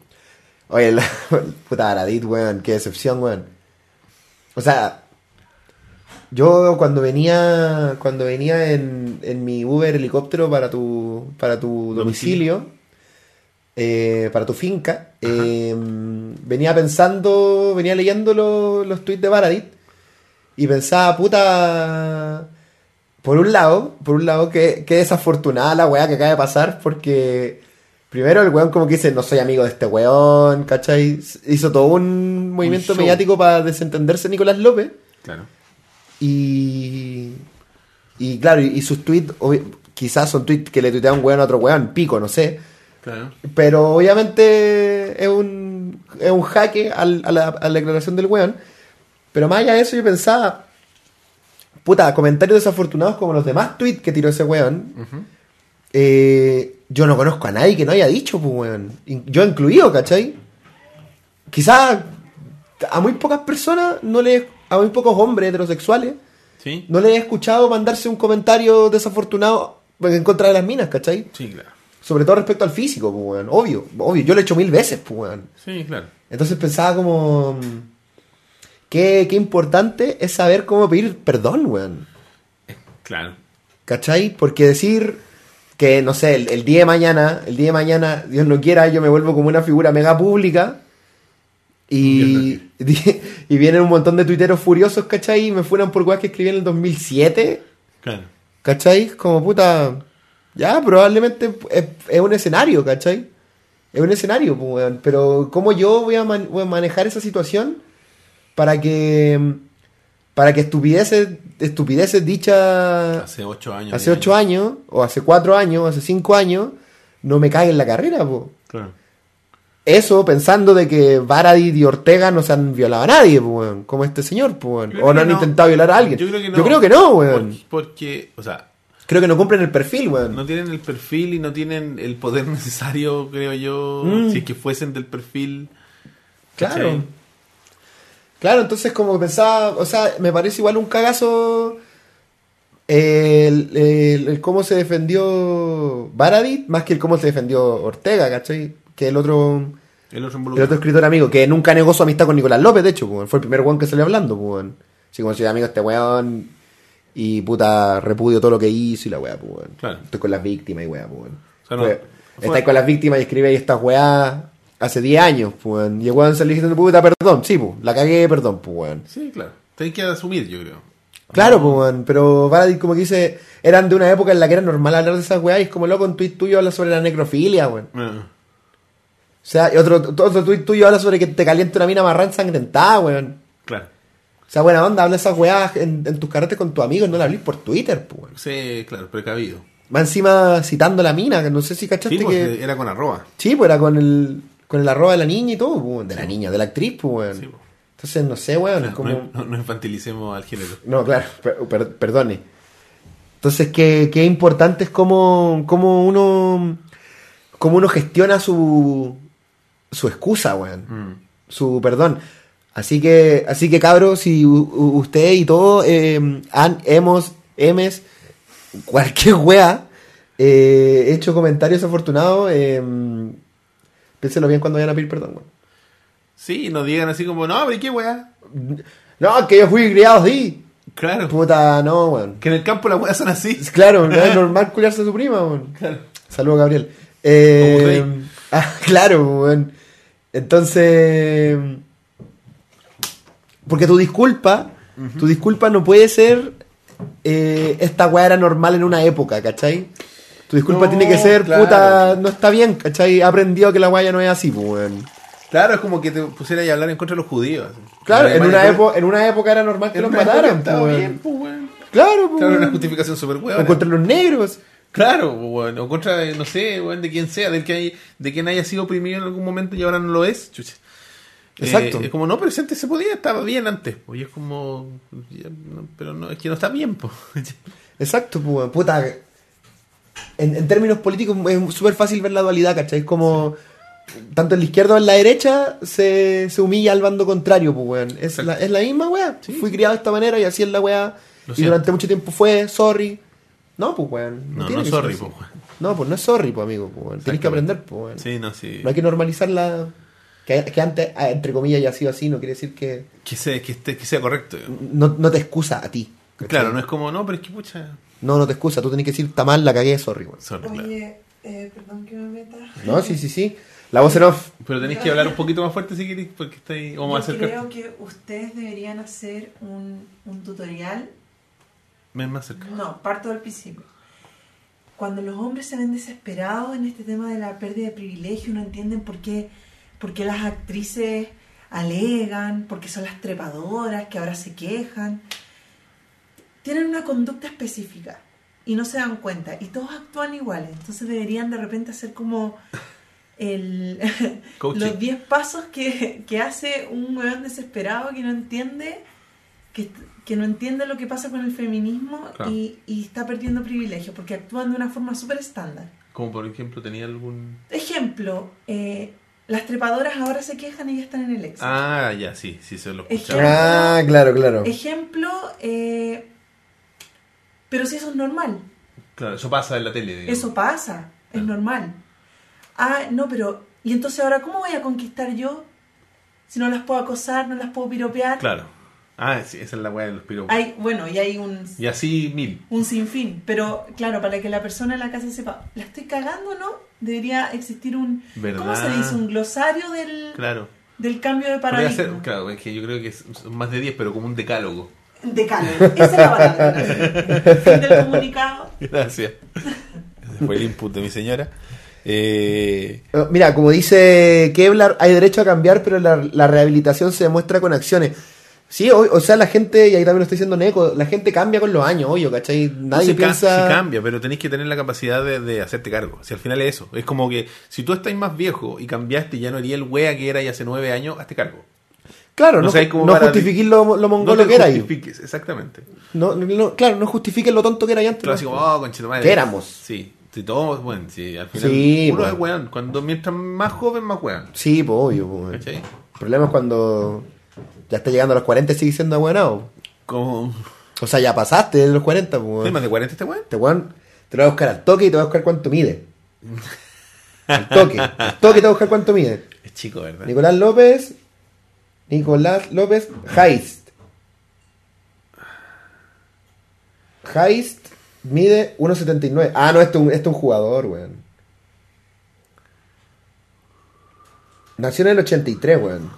B: Oye, la, puta Aradit, weón, qué decepción, weón. O sea, yo cuando venía cuando venía en, en mi Uber helicóptero para tu para tu
A: Domicilio.
B: domicilio, eh, para tu finca, eh, venía pensando, venía leyendo lo- los tweets de Baradit y pensaba, puta, por un lado, por un lado, qué, qué desafortunada la weá que acaba de pasar, porque primero el weón como que dice, no soy amigo de este weón, ¿cachai? Hizo todo un movimiento
A: show.
B: mediático para desentenderse Nicolás López.
A: Claro.
B: Y. Y claro, y, y sus tweets, obvi- quizás son tweets que le tuitea un weón a otro weón, pico, no sé.
A: Claro.
B: Pero obviamente es un, es un jaque al- a, la, a la declaración del weón. Pero más allá de eso, yo pensaba. Puta, comentarios desafortunados como los demás tweets que tiró ese weón. eh, yo no conozco a nadie que no haya dicho, pues weón. In- Yo incluido, ¿cachai? Quizás a muy pocas personas, no le, a muy pocos hombres heterosexuales,
A: ¿Sí?
B: no le he escuchado mandarse un comentario desafortunado en contra de las minas, ¿cachai?
A: Sí, claro.
B: Sobre todo respecto al físico, pues, weón. Obvio, obvio. Yo lo he hecho mil veces, pues, weón.
A: Sí, claro.
B: Entonces pensaba como... mm, Qué, qué importante es saber cómo pedir perdón, weón.
A: Claro.
B: ¿Cachai? Porque decir que, no sé, el, el día de mañana, el día de mañana, Dios no quiera, yo me vuelvo como una figura mega pública y, y vienen un montón de tuiteros furiosos, ¿cachai? Y me fueran por weas que escribí en el 2007.
A: Claro.
B: ¿Cachai? Como puta. Ya, probablemente es, es un escenario, ¿cachai? Es un escenario, pues, weón. Pero ¿cómo yo voy a, man- voy a manejar esa situación para que. para que estupideces, estupideces dichas
A: Hace ocho años.
B: hace ocho años, o hace cuatro años, o hace cinco años, no me caguen la carrera, po?
A: Claro.
B: Eso pensando de que Baradit y Ortega no se han violado a nadie, po, weón. Como este señor, po, weón.
A: Yo creo
B: O no
A: que
B: han
A: no.
B: intentado violar a alguien.
A: Yo creo que no.
B: weón.
A: Por- Porque, o sea,
B: Creo que no cumplen el perfil, weón.
A: no tienen el perfil y no tienen el poder necesario, creo yo,
B: Mm.
A: si es que fuesen del perfil.
B: Claro.
A: ¿cachai?
B: Claro, entonces como que pensaba, o sea, me parece igual un cagazo eh, el, el- el cómo se defendió Baradit, más que el cómo se defendió Ortega, ¿cachai? Que el otro,
A: El otro
B: el otro
A: involucrado.
B: escritor amigo, que nunca negó su amistad con Nicolás López, de hecho, pues, fue el primer weón que salió hablando, pues, weón. Así como soy amigo de este weón y puta repudio todo lo que hizo y la weá, pues, weón.
A: Claro.
B: Estoy con las víctimas y weá, pues, weón.
A: O sea, no-
B: Fue-
A: fue-
B: Estáis con las víctimas y escribéis estas weá hace 10 años, pues, weón. Y el weón salió diciendo, puta, perdón, sí, pues, la cagué, perdón, pues, weón.
A: Sí, claro. Tenés que asumir, yo creo.
B: Claro, pues, weón, pero Baradit como que dice, eran de una época en la que era normal hablar de esas weá y es como loco, un tweet tuyo habla sobre la necrofilia, weón.
A: Ah,
B: O sea, y otro, otro tuit tuyo habla sobre que te calienta una mina marrán ensangrentada, weón.
A: claro.
B: O sea, buena onda, habla esas weas en, en tus carretes con tus amigos, no la hablís por Twitter, pues. weón.
A: Sí, claro, precavido.
B: Va encima citando a la mina, que no sé si
A: Sí,
B: cachaste
A: pues,
B: que.
A: era con arroba.
B: Sí, pues era con el, con el arroba de la niña y todo, pues, weón. de la niña, de la actriz, pues, weón.
A: Sí, pues.
B: Entonces, no sé, weón,
A: Claro,
B: es como.
A: no, no infantilicemos al género.
B: No, claro, per- per- perdone. Entonces, qué, qué importante es cómo, cómo uno. cómo uno gestiona su. su excusa, weón.
A: Mm.
B: su perdón. Así que, así que cabros, si u- u- usted y todo eh, han, hemos, hemes, cualquier wea, eh, hecho comentarios afortunados, eh, piénselo bien cuando vayan a pedir perdón, weón.
A: Sí, nos digan así como, no, pero ¿y qué weá?
B: No, que yo fui criado así.
A: Claro.
B: Puta, no, weón.
A: Que en el campo las weas son así.
B: Claro, no es normal culiarse a su prima, weón.
A: Claro.
B: Saludos, Gabriel. Eh,
A: Como rey.
B: ah, claro, weón. Entonces. Porque tu disculpa, tu disculpa no puede ser. eh, esta weá era normal en una época, ¿cachai? Tu disculpa
A: No,
B: tiene que ser,
A: claro.
B: puta, no está bien, ¿cachai? Ha aprendido que la guaya no es así, pues, weón.
A: Claro, es como que te pusiera a hablar en contra de los judíos. así.
B: Claro, en
A: Además,
B: una,
A: después-
B: epo- en una época era normal que
A: en
B: los
A: una época
B: mataran, pues,
A: estaba
B: weón.
A: bien, pues, weón.
B: Claro, pues,
A: Claro, una
B: weón.
A: justificación súper
B: O
A: hueona.
B: contra los negros.
A: Claro, pues, weón. O contra, eh, no sé, weón, de quien sea, del que hay, de quien haya sido oprimido en algún momento y ahora no lo es. chucha. Eh,
B: Exacto.
A: es como, no, pero si antes se podía, estaba bien antes. po, Y es como, ya, no, pero no, es que no está bien, pues. po.
B: Exacto, pues, weón. puta. En, en términos políticos es súper fácil ver la dualidad, ¿cachai? Es como. Tanto en la izquierda como en la derecha se, se humilla al bando contrario, pues, weón. Es
A: Exacto.
B: la, es la misma weá.
A: Sí.
B: Fui criado de esta manera y así es la weá.
A: Lo
B: y
A: siento.
B: durante mucho tiempo fue, sorry. No, pues, weón.
A: No,
B: tiene
A: no
B: que ser
A: sorry,
B: así.
A: po, weón.
B: No, pues no es sorry, pues, amigo. Pues, weón. Tenés que
A: Exactamente.
B: aprender, pues, weón.
A: Sí, no, sí.
B: No hay que normalizar la. Que, que antes, ah, entre comillas, haya sido así, no quiere decir que.
A: Que sea, que, esté- que sea correcto. digamos.
B: No, no te excusa a ti. ¿cachai?
A: Claro, no es como, no, pero es que pucha.
B: No, no te excusa, tú tenés que decir, está mal, la cagué, sorry, weón.
A: sorry, claro.
C: Oye, eh, perdón que me meta.
B: No, sí, sí, sí. La voz en off.
A: Pero tenéis que hablar un poquito más fuerte si queréis, porque está ahí. O
C: Yo
A: más cerca.
C: creo que ustedes deberían hacer un, un tutorial.
A: Ven más cerca.
C: No, parto del principio. Cuando los hombres se ven desesperados en este tema de la pérdida de privilegio, no entienden por qué, por qué las actrices alegan, por qué son las trepadoras que ahora se quejan. Tienen una conducta específica y no se dan cuenta. Y todos actúan iguales. Entonces deberían de repente hacer como el,
A: Coaching.
C: los 10 pasos que, que hace un weón desesperado que no entiende que, que no entiende lo que pasa con el feminismo
A: Claro.
C: y, y está perdiendo privilegios porque actúan de una forma súper estándar.
A: Como por ejemplo, tenía algún.
C: Ejemplo, eh, las trepadoras ahora se quejan y ya están en el éxito.
A: Ah, ya, sí, sí, se lo escuchaba.
C: Ejemplo.
B: Ah, claro, claro.
C: Ejemplo, eh, pero si eso es normal,
A: Claro, eso pasa en la tele. digamos.
C: eso pasa, es
A: Claro.
C: normal. Ah, no, pero, ¿y entonces ahora cómo voy a conquistar yo? Si no las puedo acosar, no las puedo piropear.
A: Claro. Ah, sí, esa es la weá de los piropos.
C: Hay, bueno, y hay un
A: Y así mil.
C: un sinfín. Pero claro, para que la persona en la casa sepa, ¿la estoy cagando o no? Debería existir un. ¿Cómo
A: ¿Verdad?
C: se dice? Un glosario del,
A: Claro.
C: del cambio de
A: Podría
C: paradigma.
A: ser- claro, es que yo creo que es- son más de 10, pero como un decálogo.
C: De cambio. Esa es la palabra. fin del comunicado.
A: Gracias. Ese fue el input de mi señora. Eh,
B: Eh, Mira, como dice Kevlar, hay derecho a cambiar, pero la, la rehabilitación se demuestra con acciones. Sí, o, o sea, la gente, y ahí también lo estoy diciendo Neco, la gente cambia con los años, obvio, ¿cachai? Nadie
A: se ca-
B: piensa.
A: se cambia, pero tenéis que tener la capacidad de, de hacerte cargo. Si al final es eso. Es como que si tú estás más viejo y cambiaste y ya no eres el wea que era y hace nueve años, hazte cargo.
B: Claro,
A: No
B: no,
A: sé,
B: ju-
A: como
B: no
A: para-
B: justifiquís lo, lo
A: No
B: mongolo
A: te
B: que era ahí.
A: justifiques, exactamente.
B: No, no- no- claro, no justifiques lo tonto que era ahí antes.
A: Claro,
B: ¿no?
A: así como, oh, conchetumadre.
B: Que éramos.
A: Sí, sí, todos, bueno, sí, al final.
B: Sí,
A: uno
B: bueno.
A: es weón. Cuando mientras más joven, más weón.
B: Sí, pues obvio. pues, weón.
A: ¿Cachai?
B: El problema es cuando ya está llegando a los 40 y sigue siendo abuenado.
A: Como.
B: O sea, ya pasaste de los 40, pues.
A: ¿Tiene
B: weón.
A: más de 40 este weón?
B: Este weón te lo va a buscar al toque y te va a buscar cuánto mide. Al toque. Al toque te va a buscar cuánto mide.
A: Es chico, ¿verdad?
B: Nicolás López. Nicolás López Heist. Heist mide 1.79. Ah, no, este es un, este es un jugador, weón. Nació en el 83, weón.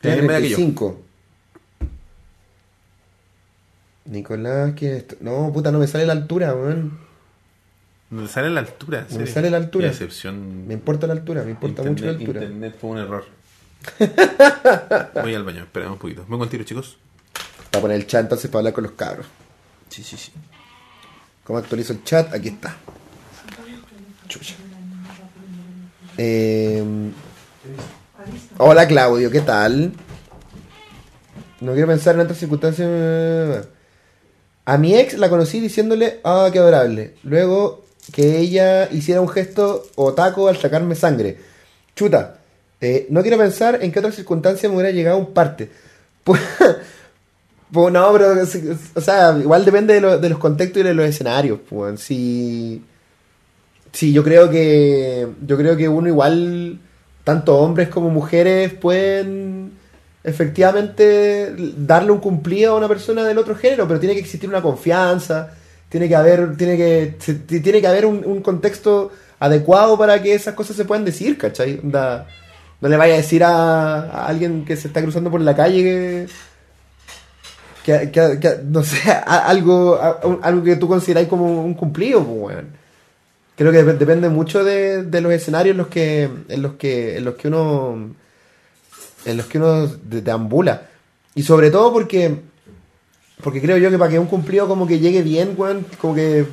A: Tiene
B: Tiene
A: la misma edad que yo.
B: 35. Nicolás, ¿quién es? esto? No, puta, no me sale la altura, weón.
A: Me sale la altura. en
B: Me
A: serio.
B: sale la altura.
A: Qué decepción.
B: Me importa la altura, me importa
A: Internet,
B: mucho la altura.
A: Internet fue un error. Voy al baño, esperemos un poquito. Vengo al tiro, chicos.
B: Para poner el chat entonces para hablar con los cabros.
A: Sí, sí, sí.
B: ¿Cómo actualizo el chat? Aquí está. Chucha. Eh, hola Claudio, ¿qué tal? No quiero pensar en otras circunstancias. A mi ex la conocí diciéndole, ah, qué adorable. Luego que ella hiciera un gesto o taco al sacarme sangre. Chuta, eh, no quiero pensar en qué otra circunstancia me hubiera llegado un parte. Pues, pues no, pero, o sea, igual depende de, lo- de los contextos y de los escenarios. Pues, weón. si, si yo creo que, yo creo que uno igual, tanto hombres como mujeres pueden efectivamente darle un cumplido a una persona del otro género, pero tiene que existir una confianza, tiene que haber, tiene que, se- ti- tiene que haber un, un contexto adecuado para que esas cosas se puedan decir, ¿cachai? Onda, no le vaya a decir a, a alguien que se está cruzando por la calle que, que, que- que- no sé, a- algo, a- un- algo que tú consideráis como un cumplido, pues, weón. Creo que dep- depende mucho de, de los escenarios en los que, en los que, en los que uno en los que uno de- deambula. Y sobre todo porque porque creo yo que para que un cumplido como que llegue bien, weón, como que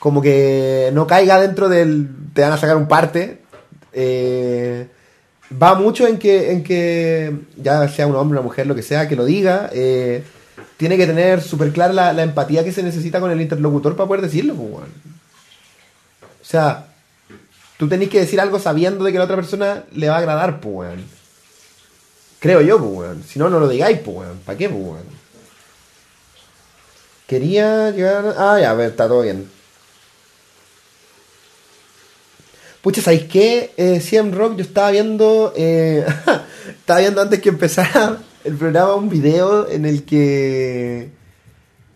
B: como que no caiga dentro del te van a sacar un parte eh, va mucho en que en que ya sea un hombre una mujer lo que sea que lo diga eh, tiene que tener súper clara la, la empatía que se necesita con el interlocutor para poder decirlo pues, weón. o sea tú tenés que decir algo sabiendo de que la otra persona le va a agradar pues weón. creo yo pues weón. si no no lo digáis pues weón. para qué pues weón? quería llegar ah ya a ver está todo bien Pucha, ¿sabéis qué? Eh, CM Rock, yo estaba viendo. eh, estaba viendo antes que empezara el programa un video en el que.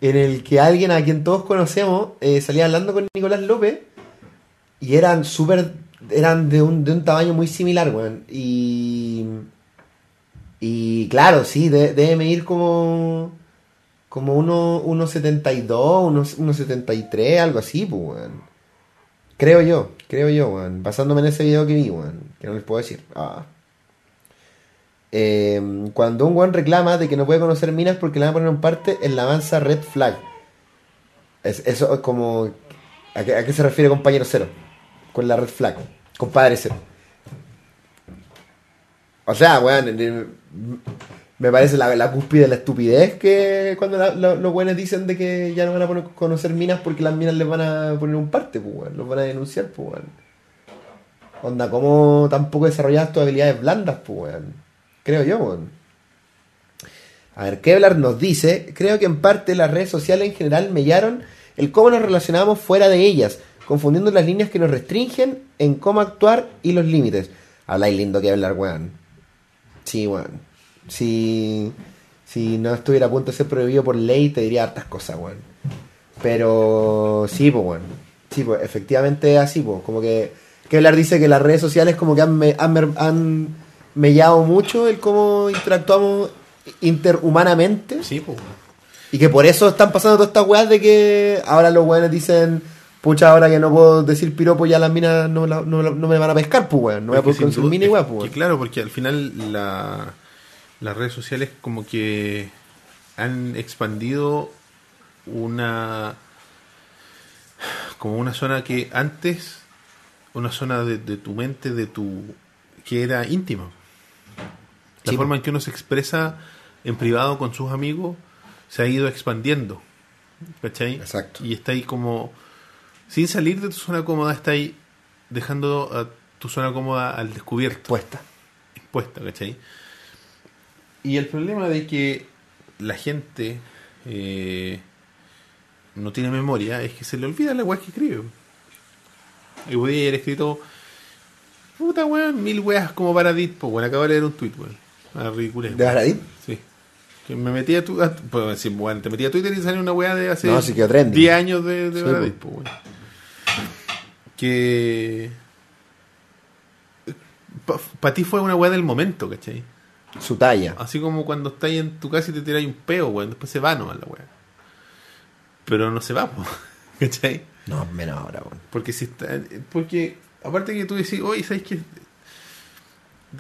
B: En el que alguien a quien todos conocemos eh, salía hablando con Nicolás López. Y eran súper. Eran de un, de un tamaño muy similar, weón. Y. Y claro, sí, de- debe medir como. Como uno- 1,72, unos 1,73, algo así, pues, weón. Creo yo, creo yo, weón. Basándome en ese video que vi, weón. Que no les puedo decir. Ah. Eh, cuando un weón reclama de que no puede conocer minas porque le van a poner un parte, en la avanza red flag. Es- eso es como... ¿a qué, a qué se refiere compañero cero? Con la red flag. Compadre cero. O sea, weón... en- en- Me parece la, la cúspide de la estupidez que cuando la- la- los weones dicen de que ya no van a poner- conocer minas porque las minas les van a poner un parte, pues, weón. Los van a denunciar, pues, weón. Onda, ¿cómo tampoco desarrollas tus habilidades blandas, pues, weón? Creo yo, weón. A ver, Kevlar nos dice, creo que en parte las redes sociales en general mellaron el cómo nos relacionamos fuera de ellas, confundiendo las líneas que nos restringen en cómo actuar y los límites. Habláis lindo Kevlar, weón. Sí, weón. Si, si no estuviera a punto de ser prohibido por ley, te diría hartas cosas, weón. Pero sí, pues, weón. Sí, pues, efectivamente es así, pues. Como que Kevlar dice que las redes sociales como que han, me- han, mer- han mellado mucho el cómo interactuamos interhumanamente.
A: Sí, pues. weón.
B: Y que por eso están pasando todas estas weas de que ahora los weones dicen, pucha, ahora que no puedo decir piropo, ya las minas no, la- no la- no me van a pescar, pues, weón. No voy a
A: Porque
B: poder
A: sin
B: consumir
A: duda-
B: mini
A: es
B: weas,
A: que
B: pues, weón.
A: Claro, porque al final la- las redes sociales como que han expandido una como una zona que antes una zona de, de tu mente de tu que era íntima la
B: Sí,
A: forma en que uno se expresa en privado con sus amigos se ha ido expandiendo ¿cachai?
B: Exacto.
A: y está ahí como sin salir de tu zona cómoda está ahí dejando a tu zona cómoda al descubierto
B: Puesta.
A: expuesta, ¿cachai? Y el problema de que la gente eh, no tiene memoria es que se le olvida la weá que escribe. Y podía haber escrito, puta weón, mil weas como para dit, pues bueno, acabo de leer un tweet, weón. Ah, ridiculez,
B: ¿De
A: weón.
B: verdad?
A: Sí. Que me metí a tu, a- pues, sí, bueno, te metí a Twitter y salió una weá de hace
B: No, sí quedó trending.
A: 10 años de, de
B: Sí,
A: Baradit,
B: po.
A: pues, weón. Que para ti fue una weá del momento, ¿cachai?
B: Su talla.
A: Así como cuando estáis en tu casa y te tiráis un peo, weón, después se va nomás la weá. Pero no se va, po, ¿cachai?
B: No, menos ahora, weón.
A: Porque si está, porque aparte que tú decís, oye, ¿sabes qué?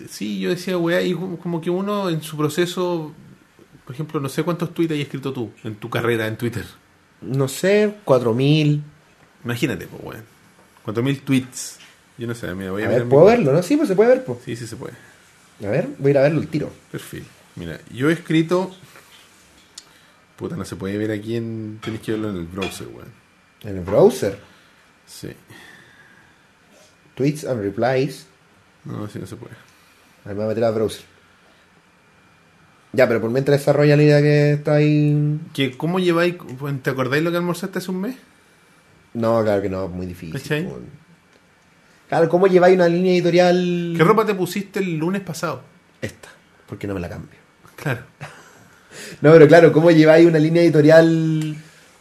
A: Sí, yo decía, weá, y como que uno en su proceso, por ejemplo, no sé cuántos tweets hayas escrito tú en tu carrera en Twitter.
B: No sé, 4000.
A: Imagínate, pues, weón. Cuatro mil tweets. Yo no sé, mira, voy
B: A
A: a,
B: ver,
A: mi
B: ¿puedo
A: perfil.
B: verlo, no? Sí, pues se puede ver, pues.
A: Sí, sí se puede.
B: A ver, voy a ir a verlo el tiro.
A: Perfil. Mira, yo he escrito. Puta, no se puede ver aquí en. Tenés que verlo en el browser, weón.
B: En el browser.
A: Sí.
B: Tweets and replies.
A: No, sí, no se puede.
B: A ver, me voy a meter al browser. Ya, pero por mientras desarrolla la idea que está ahí.
A: ¿Que, ¿Cómo lleváis. ¿Te acordáis lo que almorzaste hace un mes?
B: No, claro que no, muy difícil.
A: ¿Cachai?
B: weón. Claro, ¿cómo lleváis una línea editorial?
A: ¿Qué ropa te pusiste el lunes pasado?
B: Esta, porque no me la cambio.
A: Claro.
B: No, pero claro, ¿cómo lleváis una línea editorial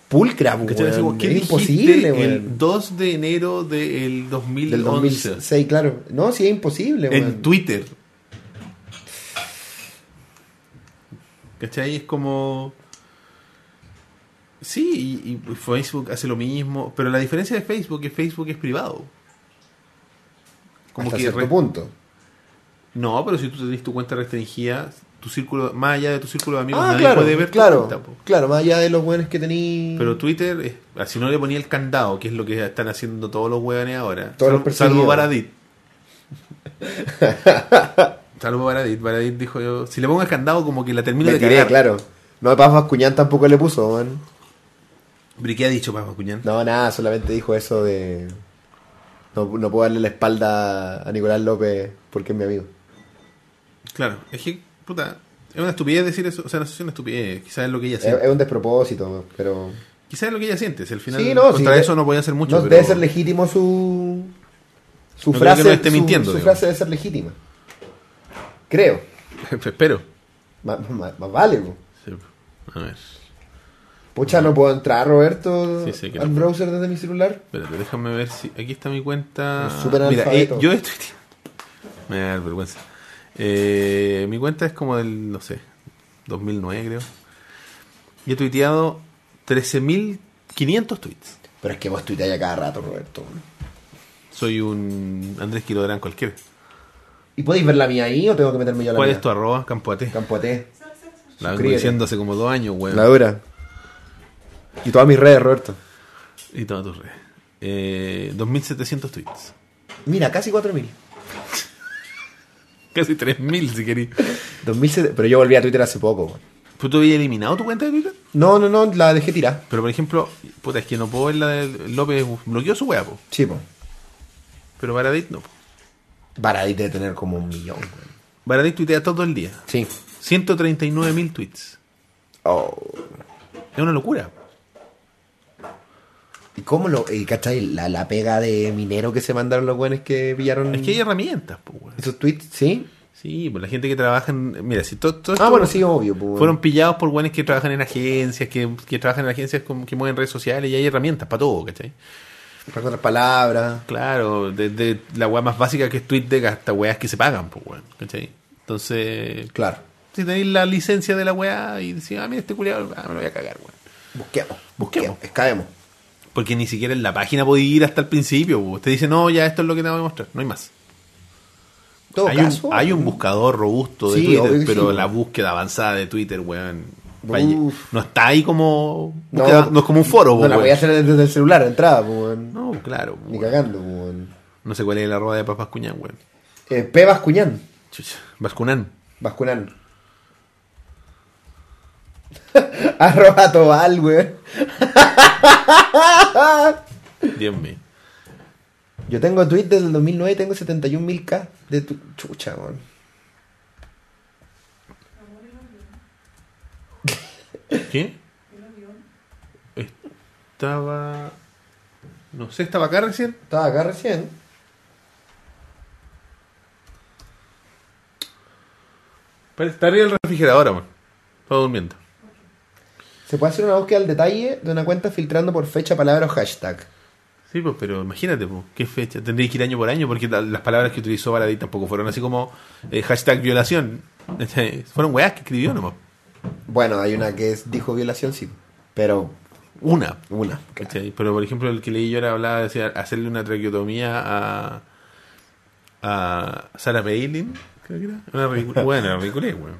B: pulcra? weón?
A: ¿Cachai? Así como, ¿Qué
B: es
A: dijiste
B: imposible,
A: El
B: weón.
A: 2 de enero del 2011.
B: Del 2006, claro. No, sí, es imposible,
A: en
B: Este weón.
A: Twitter. ¿Cachai? Es como. Sí, y, y Facebook hace lo mismo, pero la diferencia de Facebook es que Facebook es privado.
B: Como hasta
A: que
B: cierto
A: re-
B: punto.
A: No, pero si tú tenés tu cuenta restringida, tu círculo, más allá de tu círculo de amigos,
B: Ah,
A: nadie
B: claro,
A: puede ver tu
B: claro,
A: cuenta, po.
B: claro, más allá de los buenos que tení.
A: Pero Twitter, eh, ah, si no le ponía el candado, que es lo que están haciendo todos los hueones ahora.
B: Todos los
A: sal-
B: perseguidos.
A: salvo Baradit. salvo Baradit. Baradit dijo yo, si le pongo el candado como que la termino
B: Me
A: de
B: tiré,
A: cagar.
B: claro. No, Paz Bascuñán tampoco le puso, weón.
A: Pero ¿y ¿qué ha dicho Pablo Cuñán?
B: No, nada, solamente dijo eso de. No, no puedo darle la espalda a Nicolás López porque es mi amigo.
A: Claro, es que, puta, es una estupidez decir eso. O sea, no sé si es una estupidez, eh, quizás es lo que ella
B: Es,
A: siente.
B: es un despropósito, pero.
A: Quizás es lo que ella siente. si al final,
B: Sí, no,
A: contra
B: sí,
A: eso
B: de-
A: no podía hacer mucho.
B: no,
A: pero-
B: Debe ser legítimo su. Su
A: No creo
B: frase.
A: que no esté
B: su-
A: mintiendo,
B: su
A: digamos.
B: frase debe ser legítima. Creo.
A: Espero.
B: Más, más- más vale, po.
A: Sí. A ver,
B: Pucha, no puedo entrar, Roberto,
A: Sí, sí, que
B: al
A: no.
B: browser desde mi celular.
A: espérate, déjame ver si. Aquí está mi cuenta.
B: Un super
A: Mira, eh,
B: alfabeto.
A: yo estoy. Me da vergüenza. Eh, mi cuenta es como del, no sé, 2009, creo. Y he tuiteado 13.500 tweets.
B: Pero es que vos tuiteas ya cada rato, Roberto.
A: Soy un Andrés Quilodrán cualquiera.
B: ¿Y podéis ver la mía ahí o tengo que meterme yo a la
A: ¿Cuál
B: mía?
A: es tu arroba? Campoate.
B: Campo AT.
A: La vengo
B: Suscríbete.
A: diciendo hace como dos años, weón.
B: La dura. Y todas mis redes, Roberto.
A: Y todas tus redes. Eh, 2.700 tweets.
B: Mira, casi 4.000.
A: Casi 3.000 si querís.
B: 2007, pero yo volví a Twitter hace poco. weón.
A: ¿Pero Pues tú habías eliminado tu cuenta de Twitter?
B: No, no, no, la dejé tirar.
A: Pero por ejemplo, puta, es que no puedo ver la de López. uh, Bloqueó su weá, po.
B: Sí, po.
A: Pero Baradit no, po.
B: Baradit debe tener como un millón, weón.
A: Baradit tuitea todo el día.
B: Sí.
A: 139.000 tweets.
B: Oh.
A: Es una locura.
B: ¿Y cómo lo.? eh, ¿Cachai? La, la pega de minero que se mandaron los buenos que pillaron.
A: Es que hay herramientas, po, weón.
B: Esos tweets, sí.
A: Sí, pues la gente que trabaja en. Mira, si todo. todo
B: Ah,
A: esto-
B: bueno, sí, obvio. po, weón.
A: Fueron pillados por buenos que trabajan en agencias, que, que trabajan en agencias con- que mueven redes sociales y hay herramientas para todo, ¿cachai?
B: Con otras palabras.
A: Claro, desde la weá más básica que es Twitter hasta weas que se pagan, pues weón, ¿cachai? Entonces,
B: Claro.
A: si tenéis la licencia de la weá y decís, ah, mira este culiado, ah, me lo voy a cagar, weón.
B: Busquemos.
A: Busquemos.
B: Escabemos.
A: Porque ni siquiera en la página podía ir hasta el principio, po. te dice, no, ya esto es lo que te voy a mostrar, no hay más.
B: En todo
A: hay,
B: caso,
A: un, hay un buscador robusto de
B: Sí, obvio
A: Twitter,
B: que
A: pero
B: sí.
A: la búsqueda avanzada de Twitter, weón,
B: Uf.
A: vaya- no está ahí como. búsqueda- No, es como un foro, po,
B: No la
A: weón.
B: voy a hacer desde el celular, de entrada, po, weón.
A: No, claro, po,
B: Ni
A: weón.
B: cagando, po, weón.
A: No sé cuál es la arroba de Papas Cuñán, weón.
B: Eh, P. Bascuñán.
A: Chucha, Vascunán.
B: Bascunán. Arroba Tobal, weón.
A: Dios mío.
B: Yo tengo tweets desde el 2009 y tengo 71.000k de tu... chucha, weón.
A: ¿Qué? Estaba. No sé, estaba acá recién.
B: Estaba acá recién.
A: Pero Está arriba del refrigerador, amor. Estaba durmiendo.
B: Se puede hacer una búsqueda al detalle de una cuenta filtrando por fecha, palabra o hashtag.
A: Sí, pues, pero imagínate, pues, ¿qué fecha? Tendría que ir año por año porque la- las palabras que utilizó Baradí tampoco fueron así como eh, hashtag violación. Este, fueron weas que escribió nomás.
B: Bueno, hay una que es, dijo violación, sí. Pero
A: Una.
B: una.
A: ¿cachai? Pero por ejemplo, el que leí yo era hablaba de hacer- hacerle una traqueotomía a. a Sarah Palin. Creo que era. Una ridícula. Bueno, era ridícula, weón.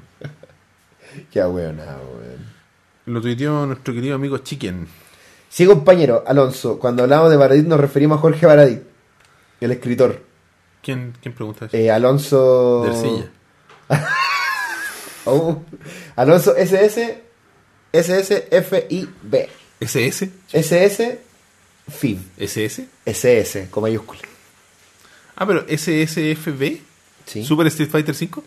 B: Ya, weón, nada, weón.
A: Lo tuiteó nuestro querido amigo Chicken.
B: Sí, compañero, Alonso, cuando hablamos de Baradit nos referimos a Jorge Baradit, el escritor.
A: ¿Quién, quién pregunta eso?
B: Eh, Alonso...
A: Del silla.
B: Oh. Alonso SS SSFIB
A: ¿SS?
B: SS FIB
A: ¿SS?
B: SS con mayúscula.
A: Ah, pero SSFB.
B: Sí.
A: ¿Super Street Fighter 5?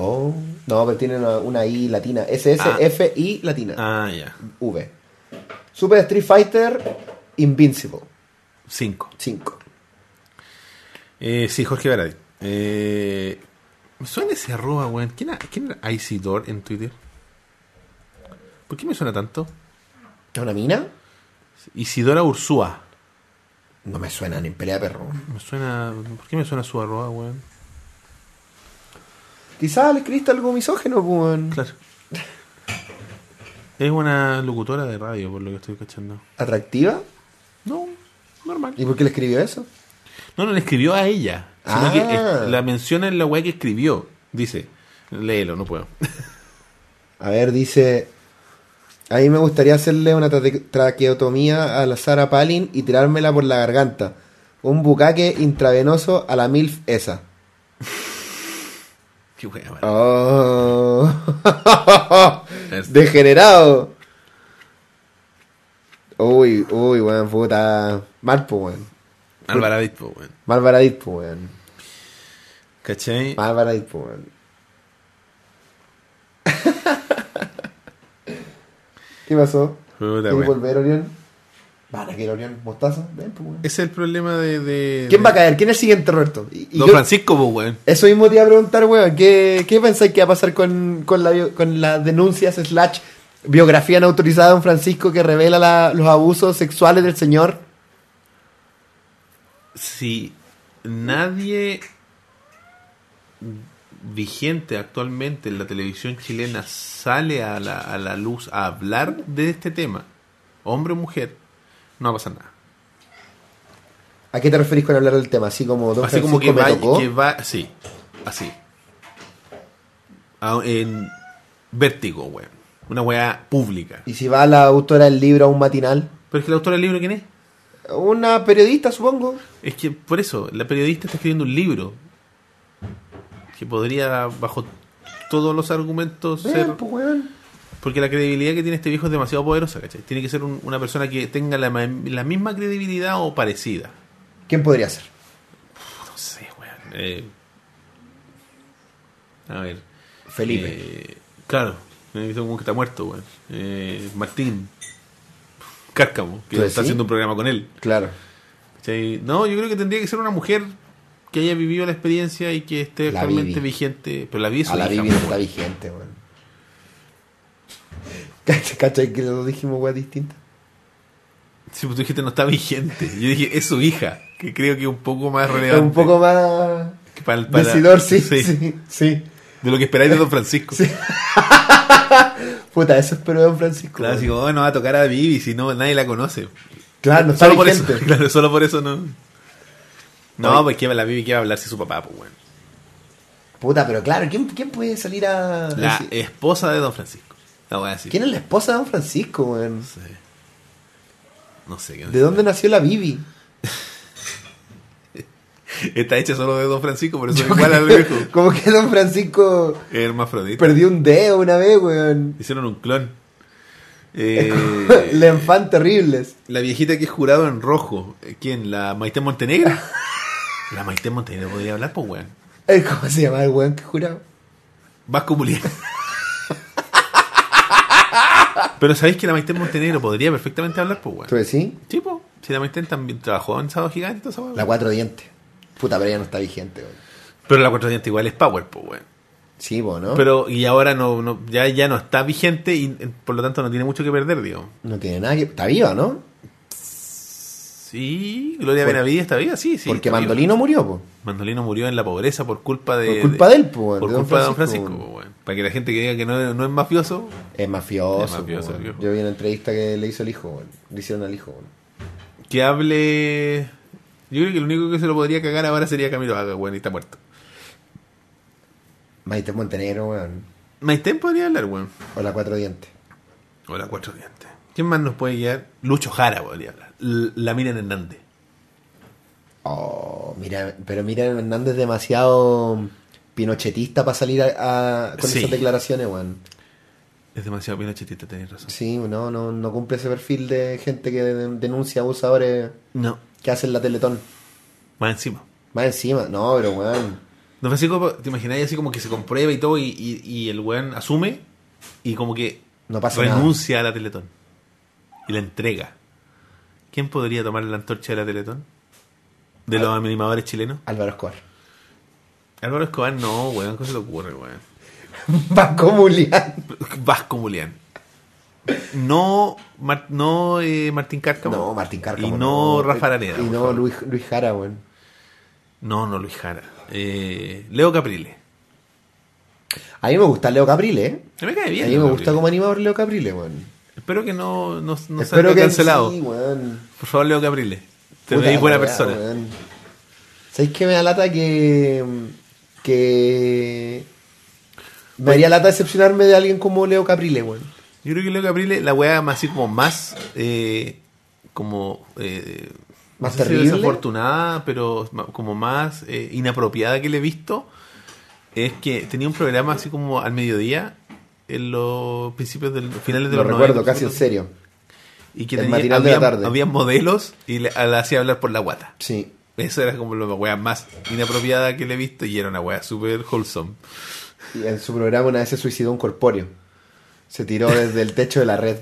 B: Oh, no, pero tiene una, una I latina. SSFI latina.
A: Ah, ya.
B: V. Super Street Fighter Invincible
A: 5.
B: 5.
A: Eh, sí, Jorge Baradí. Eh, me suena ese arroba, weón. ¿Quién, era- ¿Quién era Isidor en Twitter? ¿Por qué me suena tanto?
B: ¿Es una mina?
A: Isidora Ursúa.
B: No me suena ni en pelea de perro.
A: Me suena... ¿Por qué me suena su arroba, weón?
B: Quizás le escribiste algo misógeno, pues.
A: Claro. Es una locutora de radio, por lo que estoy cachando.
B: ¿Atractiva?
A: No, normal.
B: ¿Y por qué le escribió eso?
A: No, no le escribió a ella. Sino
B: Ah.
A: que es- la menciona en la weá que escribió. Dice, léelo, no puedo.
B: A ver, dice. A mí me gustaría hacerle una trate- traqueotomía a la Sara Palin y tirármela por la garganta. Un bucaque intravenoso a la MILF esa.
A: Qué weá,
B: Ah,
A: man.
B: Oh.
A: Es-
B: Degenerado. Uy, uy, weón, puta. Mal, po, weón.
A: Alvaradiz, po, weón.
B: Mal baradit, po, weón.
A: ¿Cachai?
B: Mal baradit, po, weón. ¿Qué pasó?
A: Puta,
B: ¿Quieres
A: weón.
B: volver, Orión? Van a querer Orión Mostaza. Ven, po, weón.
A: Ese es el problema de. de-
B: ¿Quién
A: de-
B: va a caer? ¿Quién es el siguiente, Roberto? Y- y
A: Eh, Don
B: yo-
A: Francisco, po, weón.
B: Eso mismo te iba a preguntar, weón. ¿Qué, qué pensáis que va a pasar con, con, la, bio- con las denuncias slash biografía no autorizada de don Francisco que revela la- los abusos sexuales del señor?
A: Si nadie vigente actualmente en la televisión chilena sale a la, a la luz a hablar de este tema, hombre o mujer, no va a pasar nada.
B: ¿A qué te referís con hablar del tema? Así como don
A: así
B: Francisco
A: como que
B: me
A: va,
B: tocó.
A: que va, sí, así. A- en vértigo, weón. Una weá pública.
B: Y si va la autora del libro a un matinal.
A: Pero es que la autora del libro, ¿quién es?
B: Una periodista, supongo.
A: Es que por eso, la periodista está escribiendo un libro que podría, bajo todos los argumentos,
B: Ven,
A: ser.
B: pues, weón.
A: Porque la credibilidad que tiene este viejo es demasiado poderosa, ¿cachai? Tiene que ser un- una persona que tenga la, ma- la misma credibilidad o parecida.
B: ¿Quién podría ser?
A: No sé, weón. Eh, a ver.
B: Felipe.
A: Eh, claro, me visto como que está muerto, weón. Eh, Martín. Cárcamo, que
B: ¿Tú
A: está
B: decís?
A: haciendo un programa con él.
B: Claro.
A: ¿Cachai? No, yo creo que tendría que ser una mujer que haya vivido la experiencia y que esté
B: La
A: actualmente
B: Bibi.
A: vigente. Pero la Bibi es
B: A
A: su
B: la
A: hija,
B: Biblia
A: po,
B: está
A: weón.
B: vigente, weón. ¿Cachai cachai que lo dijimos, weón, distinta?
A: Sí, pues tú dijiste no está vigente. Yo dije es su hija, que creo que es un poco más
B: Es
A: relevante.
B: un poco más...
A: que para el- para-
B: Decidor, sí, sí, sí.
A: De lo que esperáis de Don Francisco.
B: Sí. Puta, eso espero de don Francisco.
A: Claro,
B: weón.
A: así como, bueno, va a tocar a Bibi si no nadie la conoce.
B: Claro, no
A: solo
B: sabe
A: por
B: gente.
A: eso. Claro, solo por eso no. No,
B: Oye.
A: pues que la Bibi que va a hablar si su papá, pues bueno.
B: Puta, pero claro, ¿quién, quién puede salir a.
A: La
B: decir-
A: esposa de Don Francisco. La voy a decir.
B: ¿Quién es la esposa de don Francisco, weón?
A: No sé. No sé. ¿quién
B: ¿De dónde nació la Bibi?
A: es? Está hecha solo de Don Francisco, por eso es igual al viejo.
B: Como que don Francisco
A: Es hermafrodita.
B: perdió un dedo una vez, weón.
A: Hicieron un clon. Eh,
B: Le enfan terribles.
A: La viejita que es jurado en rojo. eh, ¿Quién? ¿La Maite Montenegro? La Maite Montenegro podría hablar, pues, weón.
B: Ay, ¿Cómo se llama el weón que juraba?
A: Vasco Mulián. Pero sabéis que la Maite Montenegro podría perfectamente hablar, pues,
B: ¿Tú
A: weón.
B: decís?
A: Sí, po. Si la Maite también trabajó en Sábado Gigante, y toda esa weá.
B: La cuatro dientes. Puta, pero ya no está vigente, weón.
A: Pero la cuatro dientes igual es Power, pues, weón.
B: Sí, vos, ¿no?
A: Pero, y ahora no, no- ya, ya no está vigente y eh, por lo tanto no tiene mucho que perder, digo.
B: No tiene nada que. Está viva, ¿no?
A: Sí, Gloria
B: Por-
A: Benavides está viva, sí, sí.
B: Porque
A: está viva.
B: Mandolino murió, po.
A: Mandolino murió en la pobreza por culpa de.
B: Por culpa de él, po, weón,
A: Por
B: de don
A: culpa de Don
B: Francisco,
A: Francisco, po, weón. Para que la gente que diga que no, no es mafioso.
B: Es mafioso.
A: Es mafioso,
B: po, weón.
A: viejo.
B: Yo vi una entrevista que le hizo el hijo, weón. Le hicieron al hijo, weón.
A: Que hable. Yo creo que el único que se lo podría cagar ahora sería Camilo Haga, weón, y está muerto.
B: Maite Montenegro, weón.
A: Maitén podría hablar, weón.
B: O la cuatro dientes.
A: Hola, cuatro dientes. ¿Quién más nos puede guiar? Lucho Jara podría hablar. L- la Miriam Hernández.
B: Oh, mira, pero mira, Hernández demasiado pinochetista para salir a, a- con
A: Sí.
B: esas declaraciones, weón.
A: Es demasiado pinochetista, tenés razón.
B: Sí, no, no, no cumple ese perfil de gente que de- denuncia abusadores
A: No,
B: que hacen la Teletón.
A: más encima.
B: Más encima, no, pero weón.
A: Don Francisco, ¿te imagináis así como que se comprueba y todo y, y- y el weón asume y como que
B: No pasa
A: renuncia a la Teletón? Y la entrega. ¿Quién podría tomar la antorcha de la Teletón? ¿De
B: Ah.
A: los animadores chilenos?
B: Álvaro Escobar.
A: Álvaro Escobar, no, weón, ¿qué se le ocurre, weón?
B: Vasco Mulián.
A: Vasco Mulián. No, Mar- no eh, Martín Cárcamo.
B: No, Martín Cárcamo.
A: Y no, Rafa
B: Y
A: Araneda. por
B: no
A: favor.
B: Luis, Luis Jara, weón.
A: No, no Luis Jara. Eh, Leo Caprile.
B: A mí me gusta Leo Caprile, ¿eh?
A: A mí me cae bien.
B: a mí me
A: Leo
B: gusta
A: Caprile.
B: como animador Leo Caprile, weón.
A: Espero que no, no, no
B: Espero
A: salga
B: que
A: cancelado.
B: sí, weón.
A: Por favor, Leo Caprile. Te
B: Puta
A: veis
B: la
A: buena
B: weá,
A: persona.
B: weón. ¿Sabéis qué me da lata que. que. Me haría lata decepcionarme de alguien como Leo Caprile, weón.
A: Yo creo que Leo Caprile, la weá más así como más. eh, como. eh,
B: Más
A: no sé si
B: terrible.
A: desafortunada, pero ma- como más eh, inapropiada que le he visto. Es que tenía un programa así como al mediodía. En los principios del. Finales de
B: Lo
A: los
B: recuerdo
A: 90,
B: casi en serio.
A: Y que
B: El
A: tenía-
B: matinal de
A: había,
B: la tarde.
A: había modelos y le, la hacía hablar por la guata.
B: Sí.
A: Eso era como la wea más inapropiada que le he visto y era una wea súper wholesome.
B: Y en su programa una vez se suicidó un corpóreo. Se tiró desde el techo de la red.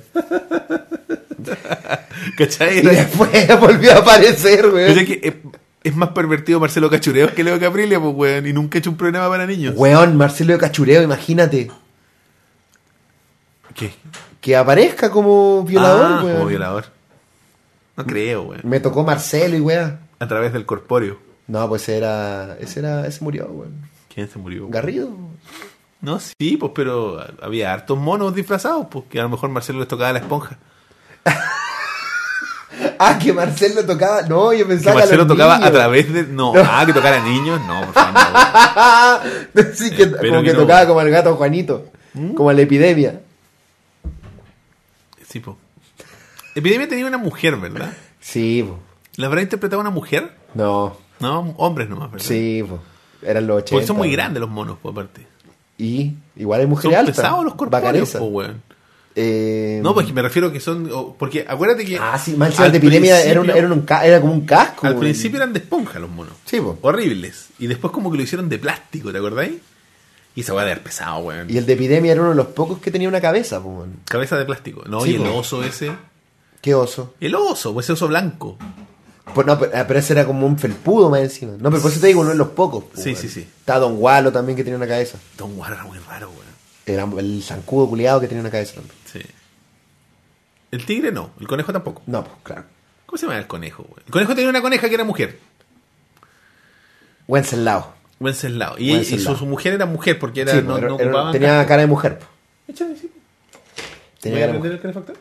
A: ¿Cachai?
B: Y
A: Era-
B: después volvió a aparecer,
A: Pero es
B: weón.
A: que es, es más pervertido Marcelo Cachureo que Leo Caprile, pues, weón. Y nunca he hecho un programa para niños.
B: Weón, Marcelo de Cachureo, imagínate.
A: ¿Qué?
B: Que aparezca como violador,
A: Ah,
B: weón.
A: Como violador. No creo, weón.
B: Me tocó Marcelo y weá.
A: A través del corpóreo.
B: No, pues era. Ese era. Ese murió, weón.
A: ¿Quién se murió?
B: Garrido.
A: No, sí, pues, pero había hartos monos disfrazados, pues, que a lo mejor Marcelo les tocaba la esponja.
B: Ah, que Marcelo tocaba. No, yo
A: Que
B: pensaba que. a
A: Marcelo
B: los
A: tocaba
B: niños.
A: a través de. No, ah, que tocara a niños. No, por favor. no, weón.
B: Ah, sí, que,
A: Espero
B: como
A: que
B: que
A: no. ¿Mm?
B: tocaba como el gato Juanito. Como la epidemia.
A: Sí, pues. Epidemia tenía una mujer, ¿verdad?
B: Sí, po.
A: ¿La habrá interpretado una mujer?
B: No.
A: No, hombres nomás, ¿verdad?
B: Sí, po. Eran los 80.
A: Porque son muy
B: weón.
A: grandes los monos, pues, aparte.
B: Y igual hay
A: Son
B: mujeres altas.
A: pesados los corpóreos,
B: bacarezas.
A: pues, weón.
B: Eh,
A: No, pues me refiero que son. o- Porque acuérdate que.
B: Ah, sí, más encima
A: al
B: de epidemia era, un,
A: principio-
B: era, un ca- era como un casco.
A: Al
B: weón.
A: principio eran de esponja los monos.
B: Sí, po.
A: Horribles. Y después, como que lo hicieron de plástico, ¿te acordáis? Y esa weá de haber pesado, weón.
B: Y el de epidemia era uno de los pocos que tenía una cabeza, po, weón.
A: Cabeza de plástico. No,
B: Sí,
A: y el
B: po.
A: oso ese.
B: Qué oso.
A: El oso, pues ese oso blanco.
B: Pues no, pero, ah, pero ese era como un felpudo más encima. No, pero por eso te digo, uno de los pocos. po,
A: Sí,
B: weón.
A: sí, sí.
B: Está Don Walo también que tenía una cabeza.
A: Don Guarda, muy raro, weón.
B: Era el zancudo culiado que tenía una cabeza también.
A: Sí. El tigre no, el conejo tampoco.
B: No, pues claro.
A: ¿Cómo se llama el conejo, weón? El conejo tenía una coneja que era mujer.
B: Wenceslao.
A: Wenceslao. Y, y
B: Wenceslao.
A: su, su mujer era mujer porque era,
B: Sí,
A: no,
B: po, era-
A: no
B: era-
A: ocupaban
B: tenía
A: casco.
B: cara de mujer. po.
A: Échale, sí.
B: Tenía
A: ¿Voy a
B: cara de
A: prender
B: mujer.
A: el calefactor?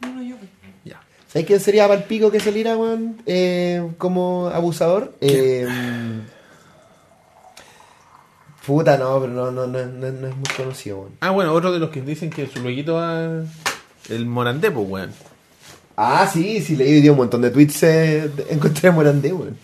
C: No, no, yo.
A: Ya.
B: ¿Sabes quién sería para el pico que saliera, weón? eh, como abusador. Eh, puta, no, pero no, no, no, no, no es muy conocido, weón.
A: Ah, bueno, otro de los que dicen que su loguito va. El Morandé, pues, weón.
B: Ah, sí, sí, leí hoy día un montón de tweets. eh, de- encontré a Morandé, weón.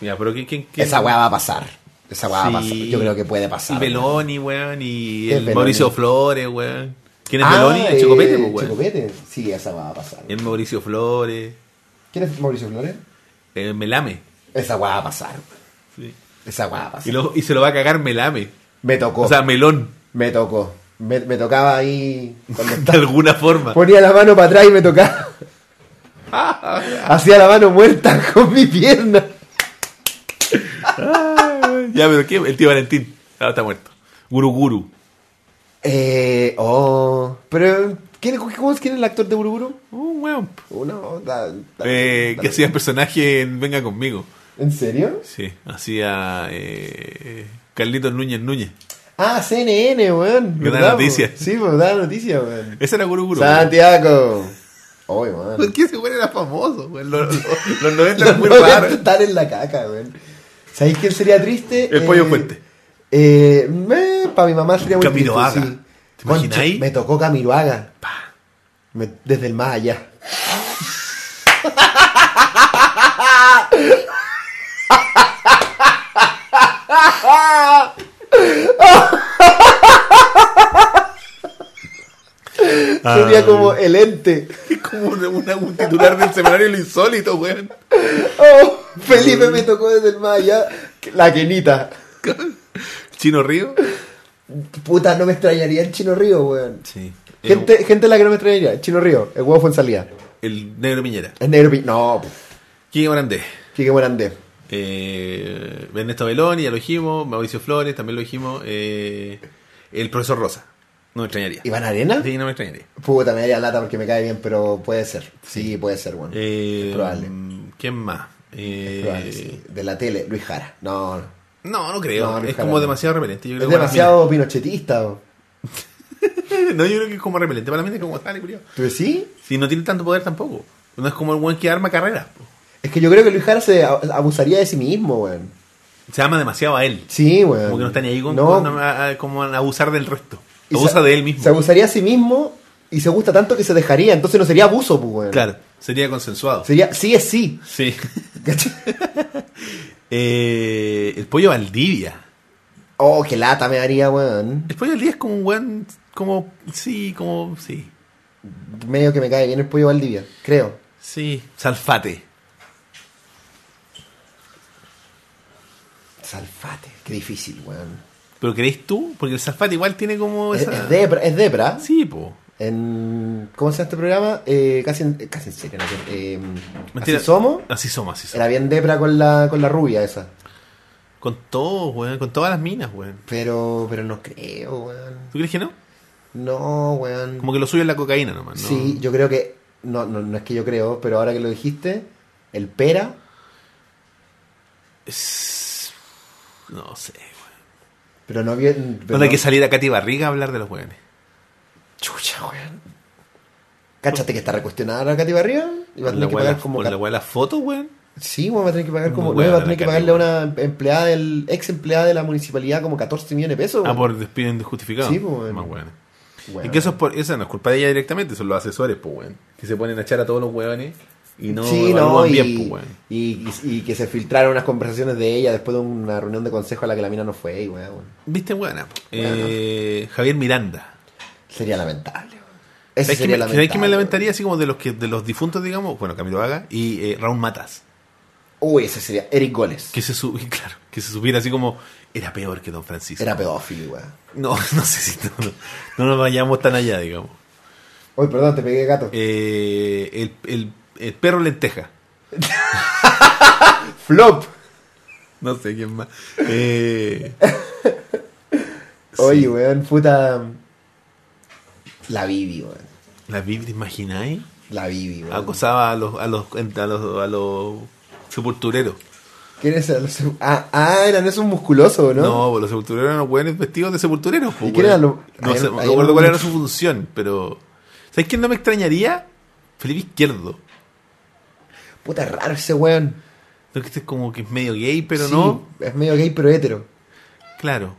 A: Ya, pero ¿quién. quién, quién?
B: Esa weá va a pasar. Esa weá va a
A: Sí.
B: pasar. Yo creo que puede pasar.
A: Y Beloni, weón. Y
B: ¿Qué es
A: el
B: Beloni?
A: Mauricio Flores, weón. ¿Quién es
B: Ah,
A: Beloni? El
B: eh,
A: Chocopete, pues, weón.
B: Chocopete. Sí, esa weá va a pasar.
A: El Mauricio Flores.
B: ¿Quién es Mauricio Flores?
A: El Melame.
B: Esa weá va a pasar. weón.
A: Sí.
B: Esa weá va a pasar.
A: Y, lo- y se lo va a cagar Melame.
B: Me tocó.
A: O sea, Melón.
B: me tocó. Me, me tocaba ahí. Cuando
A: De alguna forma.
B: Ponía la mano para atrás y me tocaba. Hacía la mano muerta con mi pierna.
A: ya, pero ¿qué? El tío Valentín. Ahora está muerto. Guru Guru.
B: Eh, oh. Pero, ¿quién, cómo es, quién es el actor de Buruburu?
A: Un Oh, weón.
B: Uno, da- da-
A: Eh,
B: da-
A: que hacía el personaje en Venga conmigo.
B: ¿En serio?
A: Sí, hacía eh, Carlitos Núñez Núñez.
B: Ah, CNN, weón.
A: Que da
B: ¿verdad,
A: noticia.
B: po? Sí, pues da noticia, weón.
A: Ese era Guru Guru.
B: Santiago. Oye, weón.
A: qué ese güey era famoso? güey? Los, los- los 90
B: Los
A: eran muy
B: momentos
A: raros.
B: están en la caca, weón. ¿Sabéis quién sería triste?
A: El Pollo Fuente.
B: Eh, para mi mamá sería muy
A: Camiroaga.
B: triste. sí.
A: ¿Te imaginas ahí?
B: me tocó Camiroaga. Me- desde el más allá. Sería como el ente.
A: Es como una- una- un titular del semanario Lo Insólito, güey.
B: Oh, Felipe me tocó desde el más allá. La quenita.
A: Chino Río.
B: Puta, no me extrañaría el Chino Río, weón.
A: Sí.
B: Gente, gente a la que no me extrañaría, el Chino Río, el huevo fue en salida.
A: El Negro Piñera.
B: El negro Pi- No, pues, pff,
A: Quique Morandé.
B: Quique Morandé.
A: Eh, Ernesto Beloni, ya lo dijimos. Mauricio Flores, también lo dijimos. Eh, el profesor Rosa. No me extrañaría.
B: ¿Iván Arena?
A: Sí, no me extrañaría.
B: Puta, me daría lata porque me cae bien, pero puede ser. Sí, puede ser, bueno.
A: Eh,
B: Es probable.
A: ¿Quién más? Eh,
B: probable, sí. De la tele, Luis Jara. No, no.
A: No, no creo.
B: No, no
A: es
B: ojalá
A: como
B: no.
A: demasiado repelente. Yo
B: Es
A: creo que para
B: demasiado pinochetista. ¿o?
A: la mina- no, yo creo que es como repelente para la mina, como tal, curioso.
B: ¿Tú decís?
A: Si no tiene tanto poder tampoco. No es como el buen que arma carreras. po.
B: Es que yo creo que Luis Jara se a- abusaría de sí mismo, weón.
A: Se ama demasiado a él.
B: Sí, weón.
A: Como que no está ni ahí con,
B: No,
A: con- a- a- como a abusar del resto.
B: y se-
A: Abusa de él mismo.
B: Se abusaría a sí mismo y se gusta tanto que se dejaría. Entonces no sería abuso, pues, weón.
A: Claro, sería consensuado.
B: Sería sí es sí.
A: Sí.
B: ¿Cachai?
A: Eh, el pollo Valdivia.
B: oh, qué lata me daría, weón.
A: El pollo Valdivia es como un buen. Como. Sí, como. Sí.
B: Medio que me cae bien el pollo Valdivia, creo.
A: Sí. Salfate.
B: Salfate. Qué difícil, weón.
A: ¿Pero creéis tú? Porque el salfate igual tiene como.
B: Es,
A: Esa...
B: es Debra, es Debra.
A: Sí, po.
B: En, ¿Cómo se llama este programa? Eh, casi, en, eh, casi en serio. no sé, eh,
A: Mentira.
B: Así Somos.
A: Así somos, así somos.
B: Era bien Debra con la, con la rubia esa.
A: Con todos, weón. Con todas las minas, weón.
B: Pero, pero no creo, weón.
A: ¿Tú crees que no?
B: No, weón.
A: Como que lo suyo es la cocaína nomás, ¿no?
B: Sí, yo creo que. No, no, no es que yo creo, pero ahora que lo dijiste, el pera.
A: Es- No sé, weón.
B: Pero no bien.
A: No
B: pero
A: hay
B: no-
A: que salir a Katy Barriga a hablar de los weones.
B: Chucha, weón. Cáchate que está recuestionada la Katy Barriga. Y va
A: Por la
B: a tener que
A: weá de
B: pagar
A: la-
B: como.
A: por la
B: ca-
A: weá de las fotos, weón.
B: Sí, weón, va a tener que pagar como.
A: Muy
B: no,
A: buena
B: va a tener
A: la
B: que
A: Katy,
B: pagarle a una empleada del. ex empleada de la municipalidad como 14 millones de pesos.
A: Ah,
B: weón.
A: por despido injustificado.
B: Sí, pues, weón.
A: Más weones.
B: Weón.
A: Es que eso es por, esa no es culpa de ella directamente, son los asesores, pues, weón. Que se ponen a echar a todos los weones y no
B: sí, no,
A: evalúan
B: y,
A: bien, pues, weón.
B: y, y- y que se filtraron unas conversaciones de ella después de una reunión de consejo a la que la mina no fue, y weón.
A: ¿Viste, weón?
B: Weón, no.
A: Javier Miranda.
B: Sería lamentable, weón. Eso
A: ¿Sabes que,
B: sería
A: me, ¿sabes que me
B: lamentable,
A: lamentaría así como de los que de los difuntos, digamos? Bueno, Camilo Haga y eh, Raúl Matas.
B: weón. Uy, ese sería Eric Goles.
A: Que se subiera, claro, que se subiera así como era peor que Don Francisco.
B: Era pedófilo, weón.
A: No, no sé si no, no, no nos vayamos tan allá, digamos.
B: Uy, perdón, te pegué gato.
A: Eh, el, el- el perro lenteja.
B: Flop.
A: No sé quién más. Eh,
B: Oye,
A: sí.
B: weón, puta. La Bibi, weón.
A: La Biblia, ¿te imagináis?
B: La Bibi, weón.
A: Acosaba a los, a los, a los, a los sepultureros.
B: ¿Quién es el- Ah, ah, eran esos musculosos, ¿no?
A: No, pues los sepultureros eran los buenos vestidos de sepultureros. pues,
B: ¿Y
A: weón.
B: quién eran los-
A: No
B: hay-
A: sé,
B: hay
A: me acuerdo cuál
B: algún-
A: era su función, pero... ¿Sabes quién no me extrañaría? Felipe Izquierdo.
B: Puta, es raro ese weón.
A: Creo que este es como que es medio gay, pero
B: Sí,
A: no.
B: Es medio gay, pero hétero.
A: Claro.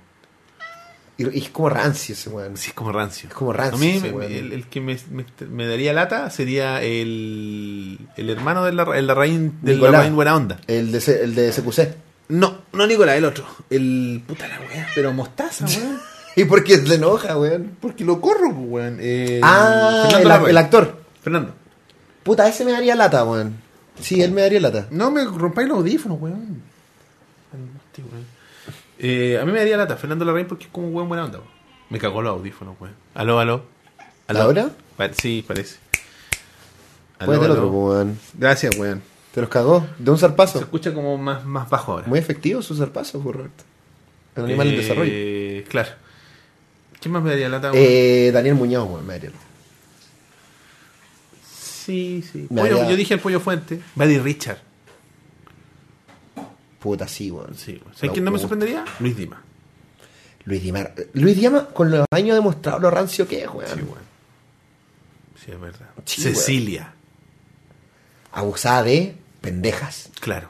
B: Y, y es como rancio ese weón.
A: Sí, es como rancio.
B: Es como rancio
A: A mí
B: ese
A: me-
B: weón.
A: el, el que me, me- me daría lata sería el, el hermano de la, el Larraín- del
B: Nicolás.
A: Larraín Buena Onda.
B: El de, C- el de CQC.
A: No, no Nicolás, el otro. El puta la weá, pero mostaza, weón.
B: ¿Y por qué se enoja, weón?
A: Porque lo corro, pues, weón. Eh,
B: Ah,
A: Fernando
B: el,
A: Larraín.
B: el actor.
A: Fernando.
B: Puta, ese me daría lata, weón. Sí, él me daría lata.
A: No me rompáis los audífonos, weón. Andaste, weón. Eh, a mí me daría lata Fernando Larraín porque es como un weón buena onda. weón. Me cagó los audífonos, weón. Aló, aló. aló.
B: ¿Ahora?
A: Pa- sí, parece. Aló,
B: Puede el
A: aló.
B: otro, weón.
A: Gracias, weón.
B: Te los cagó. De un
A: Se
B: zarpazo.
A: escucha como más, más bajo ahora.
B: Muy efectivo su zarpazo, por Roberto. El animal en
A: Eh,
B: desarrollo.
A: Claro. ¿Quién más me daría lata? weón?
B: Eh, Daniel Muñoz, weón, me daría lata.
A: sí, sí.
B: me
A: Pollo-
B: daría-
A: Yo dije el pollo fuente. Buddy Richard.
B: Puta, sí, weón.
A: Sí, weón. ¿Sabes quién no me
B: gusta.
A: sorprendería? Luis Dima.
B: Luis Dimar. Luis Diama con los años ha demostrado lo rancio que es, weón.
A: Sí, weón. Sí, es verdad.
B: Sí,
A: Cecilia.
B: Abusada de pendejas.
A: Claro.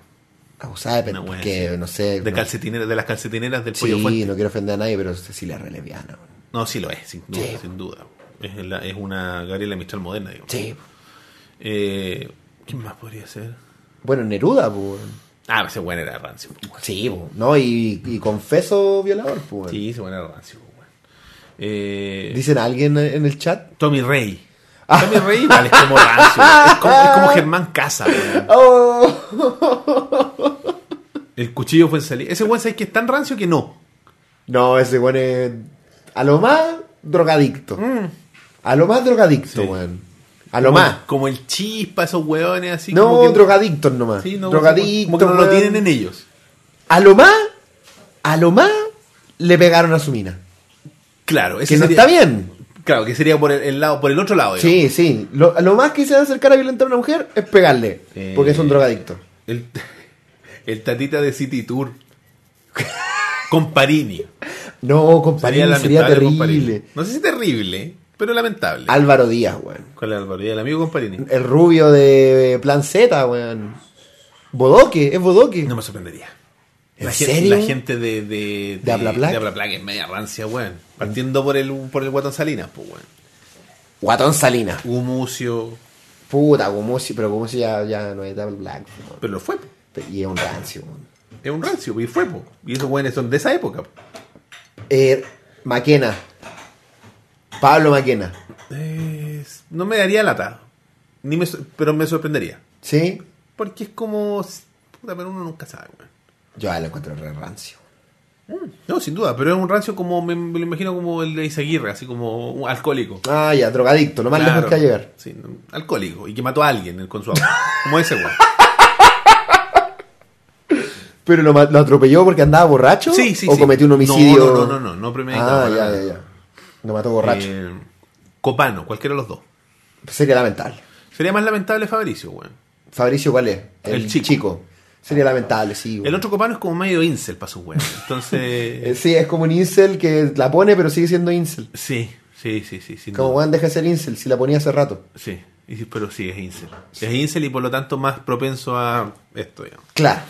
B: Abusada de pendejas.
A: Una weá
B: que,
A: así.
B: no sé.
A: De,
B: no-
A: calcetineras, de las calcetineras del pollo
B: Sí,
A: fuente.
B: no quiero ofender a nadie, pero Cecilia es lesbiana, weón.
A: No, sí lo es, sin duda.
B: Sí.
A: Sin duda. Es, la- es una Gabriela Mistral moderna, digamos.
B: Sí.
A: Eh, ¿Quién más podría ser?
B: Bueno, Neruda, pues, weón.
A: Ah, ese weón era rancio. po.
B: Sí, pues. No, y, y confeso violador, pues. weón.
A: Sí, ese weón era rancio. po, weón. Eh,
B: Dicen a alguien en el chat.
A: Tommy Rey. Tommy Rey igual es como rancio. Es como, es como Germán Casa. weón. El cuchillo fue en salir. Ese weón sabes que es tan rancio que no.
B: No, ese weón es. A lo más drogadicto. A lo más drogadicto,
A: Sí.
B: weón. A lo más.
A: Como el chispa, esos weones así.
B: No,
A: como que-
B: drogadictos nomás.
A: Sí, no,
B: drogadictos.
A: Como que no lo
B: weón.
A: tienen en ellos.
B: A lo más, a lo más le pegaron a su mina.
A: Claro, ese
B: Que no
A: sería-
B: está bien.
A: Claro, que sería por el, el lado, por el otro lado. digamos.
B: Sí, sí. Lo, a lo más que se va a acercar a violentar a una mujer es pegarle.
A: Eh.
B: Porque es un drogadicto.
A: El, el tatita de City Tour. Con Parini.
B: No, compañero, sería,
A: con Parini.
B: terrible. Ah.
A: No sé si terrible, pero lamentable.
B: Álvaro Díaz, weón.
A: ¿Cuál es Álvaro? ¿Y el amigo con Parini?
B: El rubio de Plan Z, weón. Bodoque, es Bodoque.
A: No me sorprendería.
B: ¿En
A: la,
B: serio?
A: Gente, la gente de. De,
B: ¿De Hablaplac?
A: de Hablaplac es media rancia, weón. Partiendo por el, por el Guatón Salinas, pues, weón.
B: Guatón Salinas.
A: Gumucio.
B: Puta, Gomusi, pero Gomusi ya, ya no es Double Black. weón.
A: Pero lo fue, po.
B: Y es un rancio, weón.
A: Es un rancio, y fue, po. Y esos weones son de esa época, po.
B: Eh, Maquena. Pablo Maquena.
A: Eh, no me daría lata. Ni me, sor- pero me sorprendería.
B: ¿Sí?
A: Porque es como. Puta, pero uno nunca sabe, weón.
B: Yo ya lo encuentro re rancio.
A: No, sin duda, pero es un rancio como. Me, me lo imagino como el de Isaguirre, así como un alcohólico.
B: Ah, ya, drogadicto, lo más
A: Claro.
B: lejos que va a llegar.
A: Sí, no, alcohólico. Y que mató a alguien con su auto. Como ese, weón.
B: ¿Pero lo, ma- lo atropelló porque andaba borracho?
A: Sí, sí,
B: ¿O
A: sí.
B: cometió un
A: No,
B: homicidio?
A: no, no, no, no, no premeditado,
B: Ah,
A: no,
B: ya,
A: no,
B: ya,
A: no.
B: ya. Lo mató borracho.
A: Eh, Copano, cualquiera de los dos.
B: Sería lamentable.
A: Sería más lamentable Fabricio, weón.
B: Fabricio, ¿cuál es?
A: El chico.
B: Sería lamentable, sí. güey.
A: El otro Copano es como medio incel para su weón. Entonces.
B: Eh, sí, es como un incel que la pone, pero sigue siendo incel.
A: Sí, sí, sí, sí. sin
B: Como
A: duda.
B: Juan deja de ser incel, si la ponía hace rato.
A: Sí, y- pero sí, es incel. Es incel y por lo tanto más propenso a esto, digamos.
B: Claro.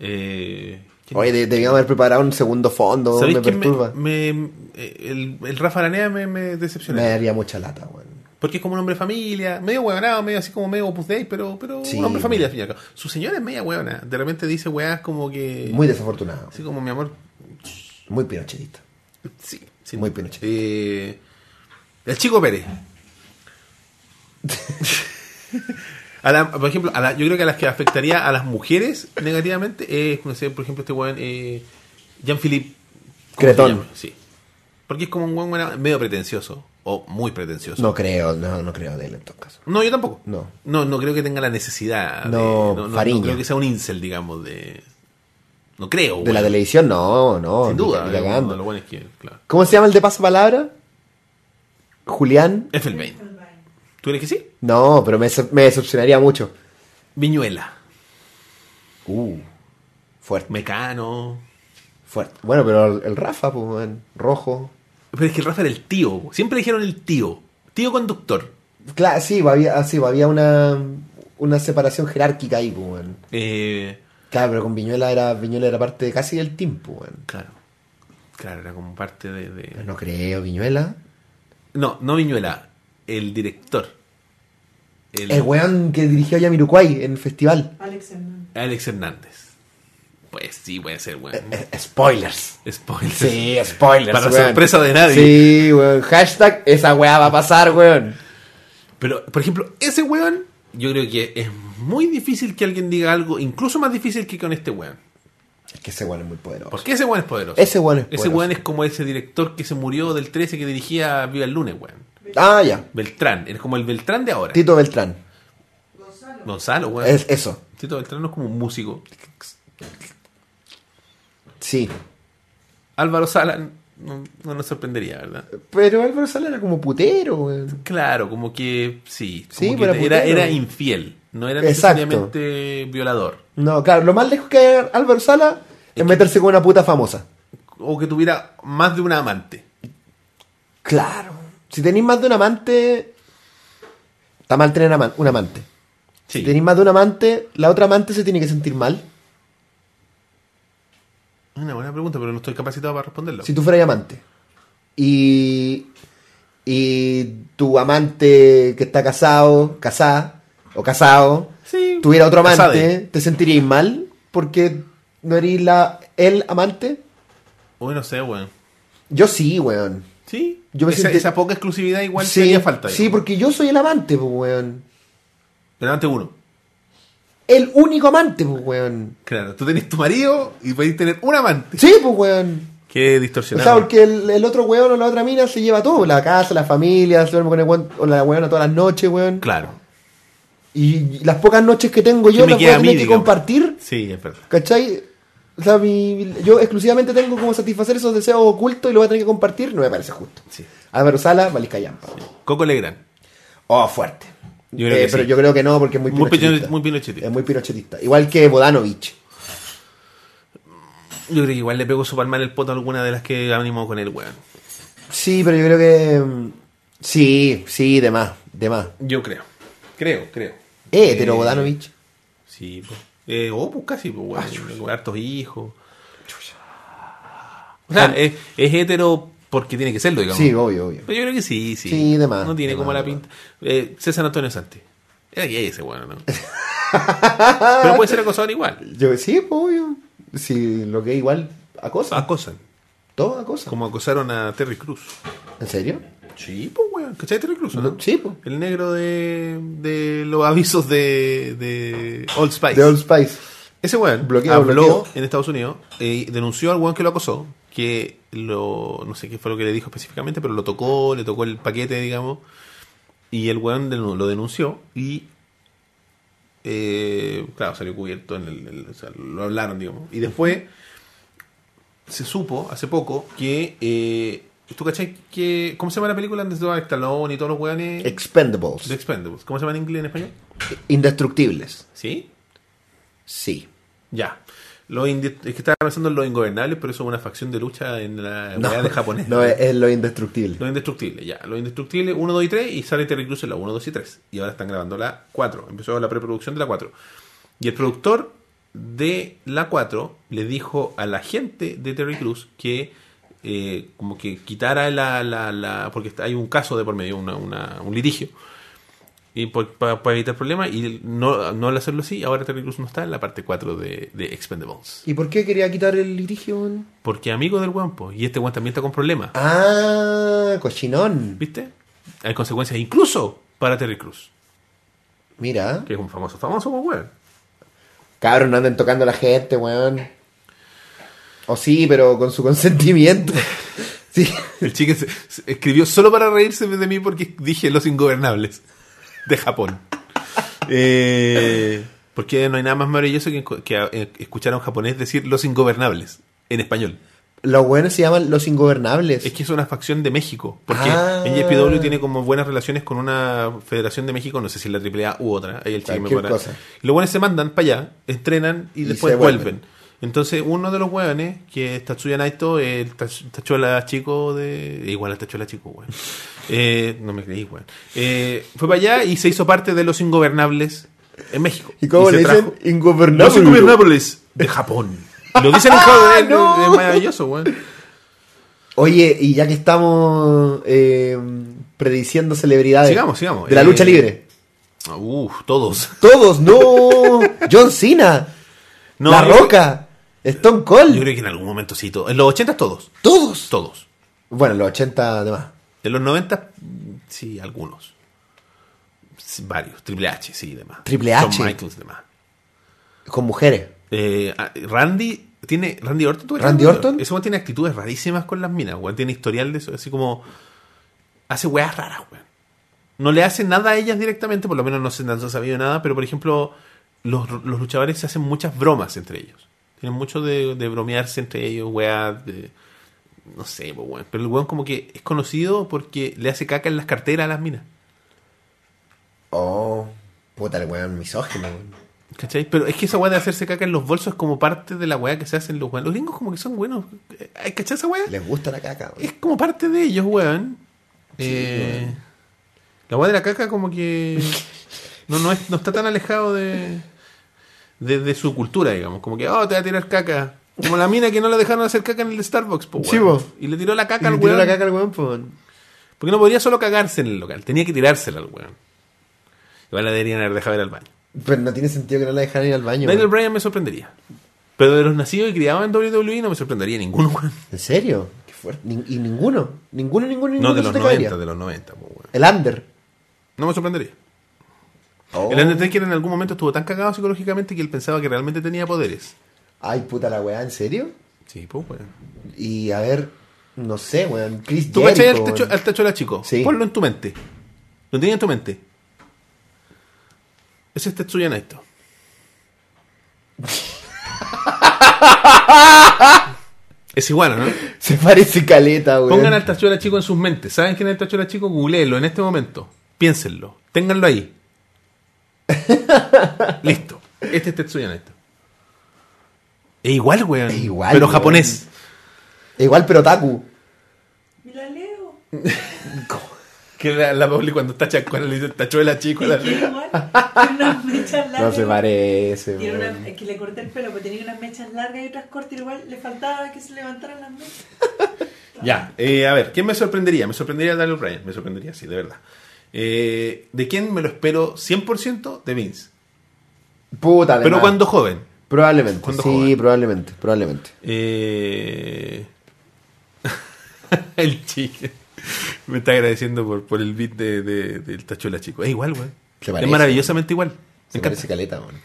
A: Eh, ¿quién-
B: Oye, de- debíamos haber preparado un segundo fondo,
A: ¿sabéis
B: me
A: quién me-
B: perturba. Me,
A: me- eh, el, el Rafa Aranea me, me decepcionó.
B: daría mucha lata, güey.
A: Porque es como un hombre de familia, medio huevonado, medio así como medio opus dei, pero, pero
B: Sí,
A: un hombre de familia, al
B: bueno.
A: fin y al cabo. Su señora es media huevona. De repente dice hueás como que.
B: Muy desafortunado.
A: Así como mi amor.
B: Muy pinochetista.
A: Sí, sí.
B: Muy Pinochet.
A: Eh, el chico Pérez. A la- por ejemplo, a la- yo creo que a las que afectaría a las mujeres negativamente es, no sé, por ejemplo, este weón, eh, Jean-Philippe ¿cómo se
B: Cretón.
A: llama? Sí. Porque es como un weón bueno, medio pretencioso o muy pretencioso.
B: No creo, no, no creo de él en todo caso.
A: No, yo tampoco.
B: No.
A: No, no creo que tenga la necesidad. de-
B: No, Fariña.
A: creo que sea un incel, digamos, de. No creo.
B: De la
A: weón.
B: televisión, no, no.
A: Sin
B: ni-
A: duda.
B: ni
A: eh,
B: cagando.
A: lo bueno es que, claro.
B: ¿Cómo se llama el de pasapalabra? Julián.
A: Effelbein. ¿Tú crees que sí?
B: No, pero me, dece- me decepcionaría mucho.
A: Viñuela.
B: Uh, fuerte,
A: Mecano.
B: fuerte. Bueno, pero el, el Rafa, pues, weón, rojo.
A: Pero es que Rafa era el tío. po. Siempre dijeron el tío. Tío conductor.
B: Claro, sí, pues, había, ah, sí, pues, había una, una separación jerárquica ahí, pues, weón.
A: Eh,
B: Claro, pero con Viñuela era, Viñuela era parte de casi del team, pues, weón.
A: claro. Claro, era como parte de. de-
B: Pero no creo, Viñuela.
A: No, no Viñuela. El director. El-
B: El weón que dirigió Yamirukwai en el festival.
C: Alex Hernández.
A: Alex Hernández. Pues sí, puede ser, weón.
B: Eh, eh, spoilers.
A: Spoiler.
B: Sí, spoilers.
A: Para
B: weón.
A: sorpresa de nadie.
B: Sí, weón. Hashtag, esa weá va a pasar, weón.
A: Pero, por ejemplo, ese weón, yo creo que es muy difícil que alguien diga algo, incluso más difícil que con este weón.
B: Es que ese weón es muy poderoso.
A: Porque ese weón es poderoso.
B: Ese weón es
A: Ese
B: poderoso.
A: weón es como ese director que se murió del 13 que dirigía Viva el Lunes, weón.
B: Ah, ya.
A: Beltrán, es como el Beltrán de ahora.
B: Tito Beltrán.
A: Gonzalo, weón.
B: Es eso.
A: Tito Beltrán no es como un músico.
B: Sí.
A: Álvaro Sala no, no nos sorprendería, ¿verdad?
B: Pero Álvaro Sala era como putero, weón.
A: Claro, como que sí.
B: Sí,
A: como que
B: pero
A: era,
B: putero.
A: era infiel, no era
B: Exacto.
A: necesariamente violador.
B: No, claro, lo más lejos que hay Álvaro Sala es meterse con una puta famosa.
A: O que tuviera más de una amante.
B: Claro. Si tenéis más de un amante, está mal tener ama- un amante.
A: Sí.
B: Si tenéis más de un amante, la otra amante se tiene que sentir mal.
A: Una buena pregunta, pero no estoy capacitado para responderlo.
B: Si tú fueras amante. Y. Y tu amante que está casado, casada, o casado,
A: Sí.
B: tuviera otro amante,
A: Casade.
B: ¿te sentiríais mal? Porque no eres la, el amante.
A: Uy, no sé, weón.
B: Yo sí, weón.
A: Sí.
B: Yo me
A: esa,
B: siento-
A: esa poca exclusividad igual
B: sí,
A: te haría falta.
B: Sí,
A: digamos.
B: porque yo soy el amante, pues, weón.
A: Pero ante uno.
B: El único amante, pues, weón.
A: Claro, tú tenés tu marido y podés tener un amante.
B: Sí, pues, weón.
A: Qué
B: O
A: distorsionado.
B: sea, porque el, el otro weón o la otra mina se lleva todo, la casa, la familia, se duerme con el weón, o la weona todas las noches, weón.
A: Claro.
B: Y las pocas noches que tengo yo
A: ¿Qué me
B: las voy
A: queda
B: a
A: a mí,
B: tener que
A: digamos?
B: compartir,
A: Sí, es verdad.
B: ¿cachai? O sea, mi- yo exclusivamente tengo como satisfacer esos deseos ocultos y lo voy a tener que compartir, no me parece justo.
A: Sí.
B: Álvaro Sala, Valisca Yampa.
A: Coco Legrand.
B: Oh, fuerte.
A: Yo creo
B: Eh,
A: que
B: pero
A: sí.
B: yo creo que no, porque es muy
A: Muy
B: pinochetista.
A: pinochet- muy pinochetista.
B: Es muy pinochetista. Igual que Bodanovich.
A: Yo creo que igual le pegó su palma en el poto a alguna de las que animó con él, weón.
B: Sí, pero yo creo que. mm, Sí, sí, de más, de más.
A: Yo creo. Creo, creo.
B: Eh, Tero Bodanovich.
A: Sí, pues. Eh, oh, pues casi, pues,
B: Ah,
A: weón. Con hartos hijos. O sea, es, es hetero porque tiene que serlo, digamos.
B: Sí, obvio, obvio.
A: Pero yo creo que sí, sí.
B: Sí, de más,
A: No tiene
B: de
A: como
B: más,
A: la
B: de más.
A: pinta. Eh, César Antonio Santi. Era gay ese, weón, ¿no? Pero puede ser acosador igual.
B: Yo, sí, pues, obvio. Sí, lo que igual acosa.
A: Acosan.
B: Todo acosa.
A: Como acosaron a Terry Cruz.
B: ¿En serio?
A: Sí, pues, weón. ¿Cachai Terry Cruz, o no?
B: Sí, pues.
A: El negro de, de los avisos de, de Old Spice.
B: De Old Spice.
A: Ese weón
B: Bloqueado,
A: habló
B: bloqueado.
A: en Estados Unidos eh, y denunció al weón que lo acosó, que lo no sé qué fue lo que le dijo específicamente, pero lo tocó, le tocó el paquete, digamos, y el weón denu- lo denunció y eh, claro, salió cubierto en el, el- o sea, lo hablaron, digamos. Y después se supo hace poco que eh, ¿tú cachai que cómo se llama la película donde se va Stallone y todos los weones
B: Expendables.
A: The Expendables? ¿Cómo se llama en inglés en español?
B: Indestructibles.
A: ¿Sí?
B: Sí.
A: Ya. Lo indi- es que estaba pensando en los ingobernables, pero eso es una facción de lucha en la
B: No,
A: weá de japonés.
B: no, eh, es, es lo indestructible.
A: Los indestructibles, ya. Los indestructibles 1, 2 y 3 y sale Terry Crews en la 1, 2 y 3. Y ahora están grabando la 4. Empezó la preproducción de la 4. Y el productor de la 4 le dijo a la gente de Terry Crews que eh, como que quitara la, la, la- Porque está- hay un caso de por medio, una, una- un litigio. Y para evitar problemas y no, no al hacerlo así, ahora Terry Crews no está en la parte 4 de, de Expendables.
B: ¿Y por qué quería quitar el litigio?
A: Porque amigo del weón, po, y este weón también está con problemas.
B: Ah, cochinón.
A: ¿Viste? Hay consecuencias incluso para Terry Cruz,
B: Mira.
A: que es un famoso, famoso po, weón.
B: Cabrón, no anden tocando a la gente, weón. O sí, pero con su consentimiento. Sí.
A: El chico se- se escribió solo para reírse de mí porque dije Los Ingobernables de Japón. Eh, porque no hay nada más maravilloso que, que, eh, escuchar a un japonés decir Los Ingobernables en español.
B: Los buenos se llaman los ingobernables.
A: Es que es una facción de México. Porque
B: Ah.
A: NJPW tiene como buenas relaciones con una federación de México, no sé si la AAA u otra. Ahí el chico me
B: Cualquier
A: podrá-
B: Ah, cosa.
A: Y los buenos se mandan para allá, entrenan y,
B: Y
A: después
B: se
A: vuelven.
B: vuelven.
A: Entonces, uno de los hueones, que es Tatsuya Naito, el Tats- Tachuela Chico de. Igual al Tachuela Chico, weón. Eh, no me creí, weón. Eh, fue para allá y se hizo parte de los ingobernables en México.
B: ¿Y cómo
A: Y se
B: le dicen?
A: trajo-
B: Ingobernable.
A: los ingobernables de Japón. Lo dicen en japonés,
B: Ah, no!
A: es maravilloso, weón.
B: Oye, y ya que estamos eh, prediciendo celebridades.
A: Sigamos, sigamos.
B: De la
A: Eh,
B: lucha libre.
A: Uf, todos.
B: Todos, no. John Cena.
A: No,
B: la
A: yo creo-
B: Roca. Stone
A: Yo
B: Cold.
A: creo que en algún momento sí, todo. En los 80 todos.
B: Todos.
A: Todos.
B: Bueno, los 80 además.
A: En los 90 sí, algunos. Sí, varios. Triple H, sí, y demás.
B: Triple H.
A: Shawn Michaels, demás.
B: Con mujeres.
A: Eh, ah, Randy tiene. Randy Orton, ¿tú ves
B: ¿Randy Orton?
A: Ese weón tiene actitudes rarísimas con las minas, weón. Tiene historial de eso. Así como. Hace weas raras, weón. No le hace nada a ellas directamente, por lo menos no se no se ha sabido nada, pero por ejemplo, los, los luchadores se hacen muchas bromas entre ellos. Tienen mucho de, de bromearse entre ellos, weas. de- no sé, pues, weón. Pero el weón como que es conocido porque le hace caca en las carteras a las minas.
B: Oh. Puta, el weón misógino. weón.
A: ¿Cachai? Pero es que esa weá de hacerse caca en los bolsos es como parte de la weá que se hacen los weones. Los gringos como que son buenos. Eh, ¿Cachai esa weá?
B: Les gusta la caca. weón.
A: es como parte de ellos, weón. Eh, La weá de la caca como que no, no, es- no está tan alejado de, de, de su cultura, digamos. Como que, oh, te va a tirar caca. Como la mina que no la dejaron hacer caca en el Starbucks, po, weón.
B: Sí, po.
A: Y le tiró la
B: Y le
A: caca al
B: tiró
A: weón.
B: la caca al weón, po, weón.
A: Porque no podía solo cagarse en el local, tenía que tirársela al weón. Igual la deberían haber dejado ir al baño.
B: Pero no tiene sentido que no la dejaran ir al baño.
A: Daniel
B: weón.
A: Bryan me sorprendería. Pero de los nacidos y criados en WWE no me sorprendería ninguno, weón.
B: ¿En serio? Qué fuerte. Nin- y ninguno. Ninguno, ninguno, ninguno.
A: No, de
B: se
A: los
B: te
A: 90,
B: caería.
A: de los 90, po, weón.
B: El under.
A: No me sorprendería.
B: Oh.
A: El Undertaker en algún momento estuvo tan cagado psicológicamente que él pensaba que realmente tenía poderes.
B: Oh. Ay, puta la weá, ¿en serio?
A: Sí, pues, weón.
B: Y a ver, no sé, weón. Chris
A: Tú
B: Jericho,
A: cachai al
B: pues, weón.
A: techo, al techo de la chico.
B: Sí.
A: Ponlo en tu mente. Lo tenía en tu mente. Ese es Tetsuya Naito. es igual, ¿no?
B: Se parece caleta, weón.
A: Pongan al Tachuela Chico en sus mentes. ¿Saben quién es el Tachuela Chico? Googleenlo en este momento. Piénsenlo. Ténganlo ahí. Listo. Este es Tetsuya Naito. Es igual, weón.
B: Es igual,
A: Pero
B: weón.
A: japonés.
B: Igual, pero Taku.
C: Me la leo.
A: Que la, la Pauli cuando está chacuela le dice tachuela chico. La...
C: Es que igual, tiene unas mechas largas.
B: No se parece,
C: Tiene una-
B: weón.
C: es que le corté el pelo, porque tenía unas mechas largas y otras cortas, y igual le faltaba que se levantaran las mechas.
A: Ya, eh, a ver, ¿quién me sorprendería? Me sorprendería Daniel Bryan, me sorprendería, sí, de verdad. Eh, ¿De quién me lo espero 100%? De Vince.
B: Puta, de
A: Pero
B: más.
A: cuando joven.
B: Probablemente,
A: cuando
B: sí,
A: joven.
B: probablemente, probablemente.
A: Eh, el chique. Me está agradeciendo por, por el beat de, de- del Tachuela Chico. Es igual, güey.
B: Se
A: es
B: parece.
A: maravillosamente igual. Me
B: Se
A: encanta.
B: parece caleta, weón.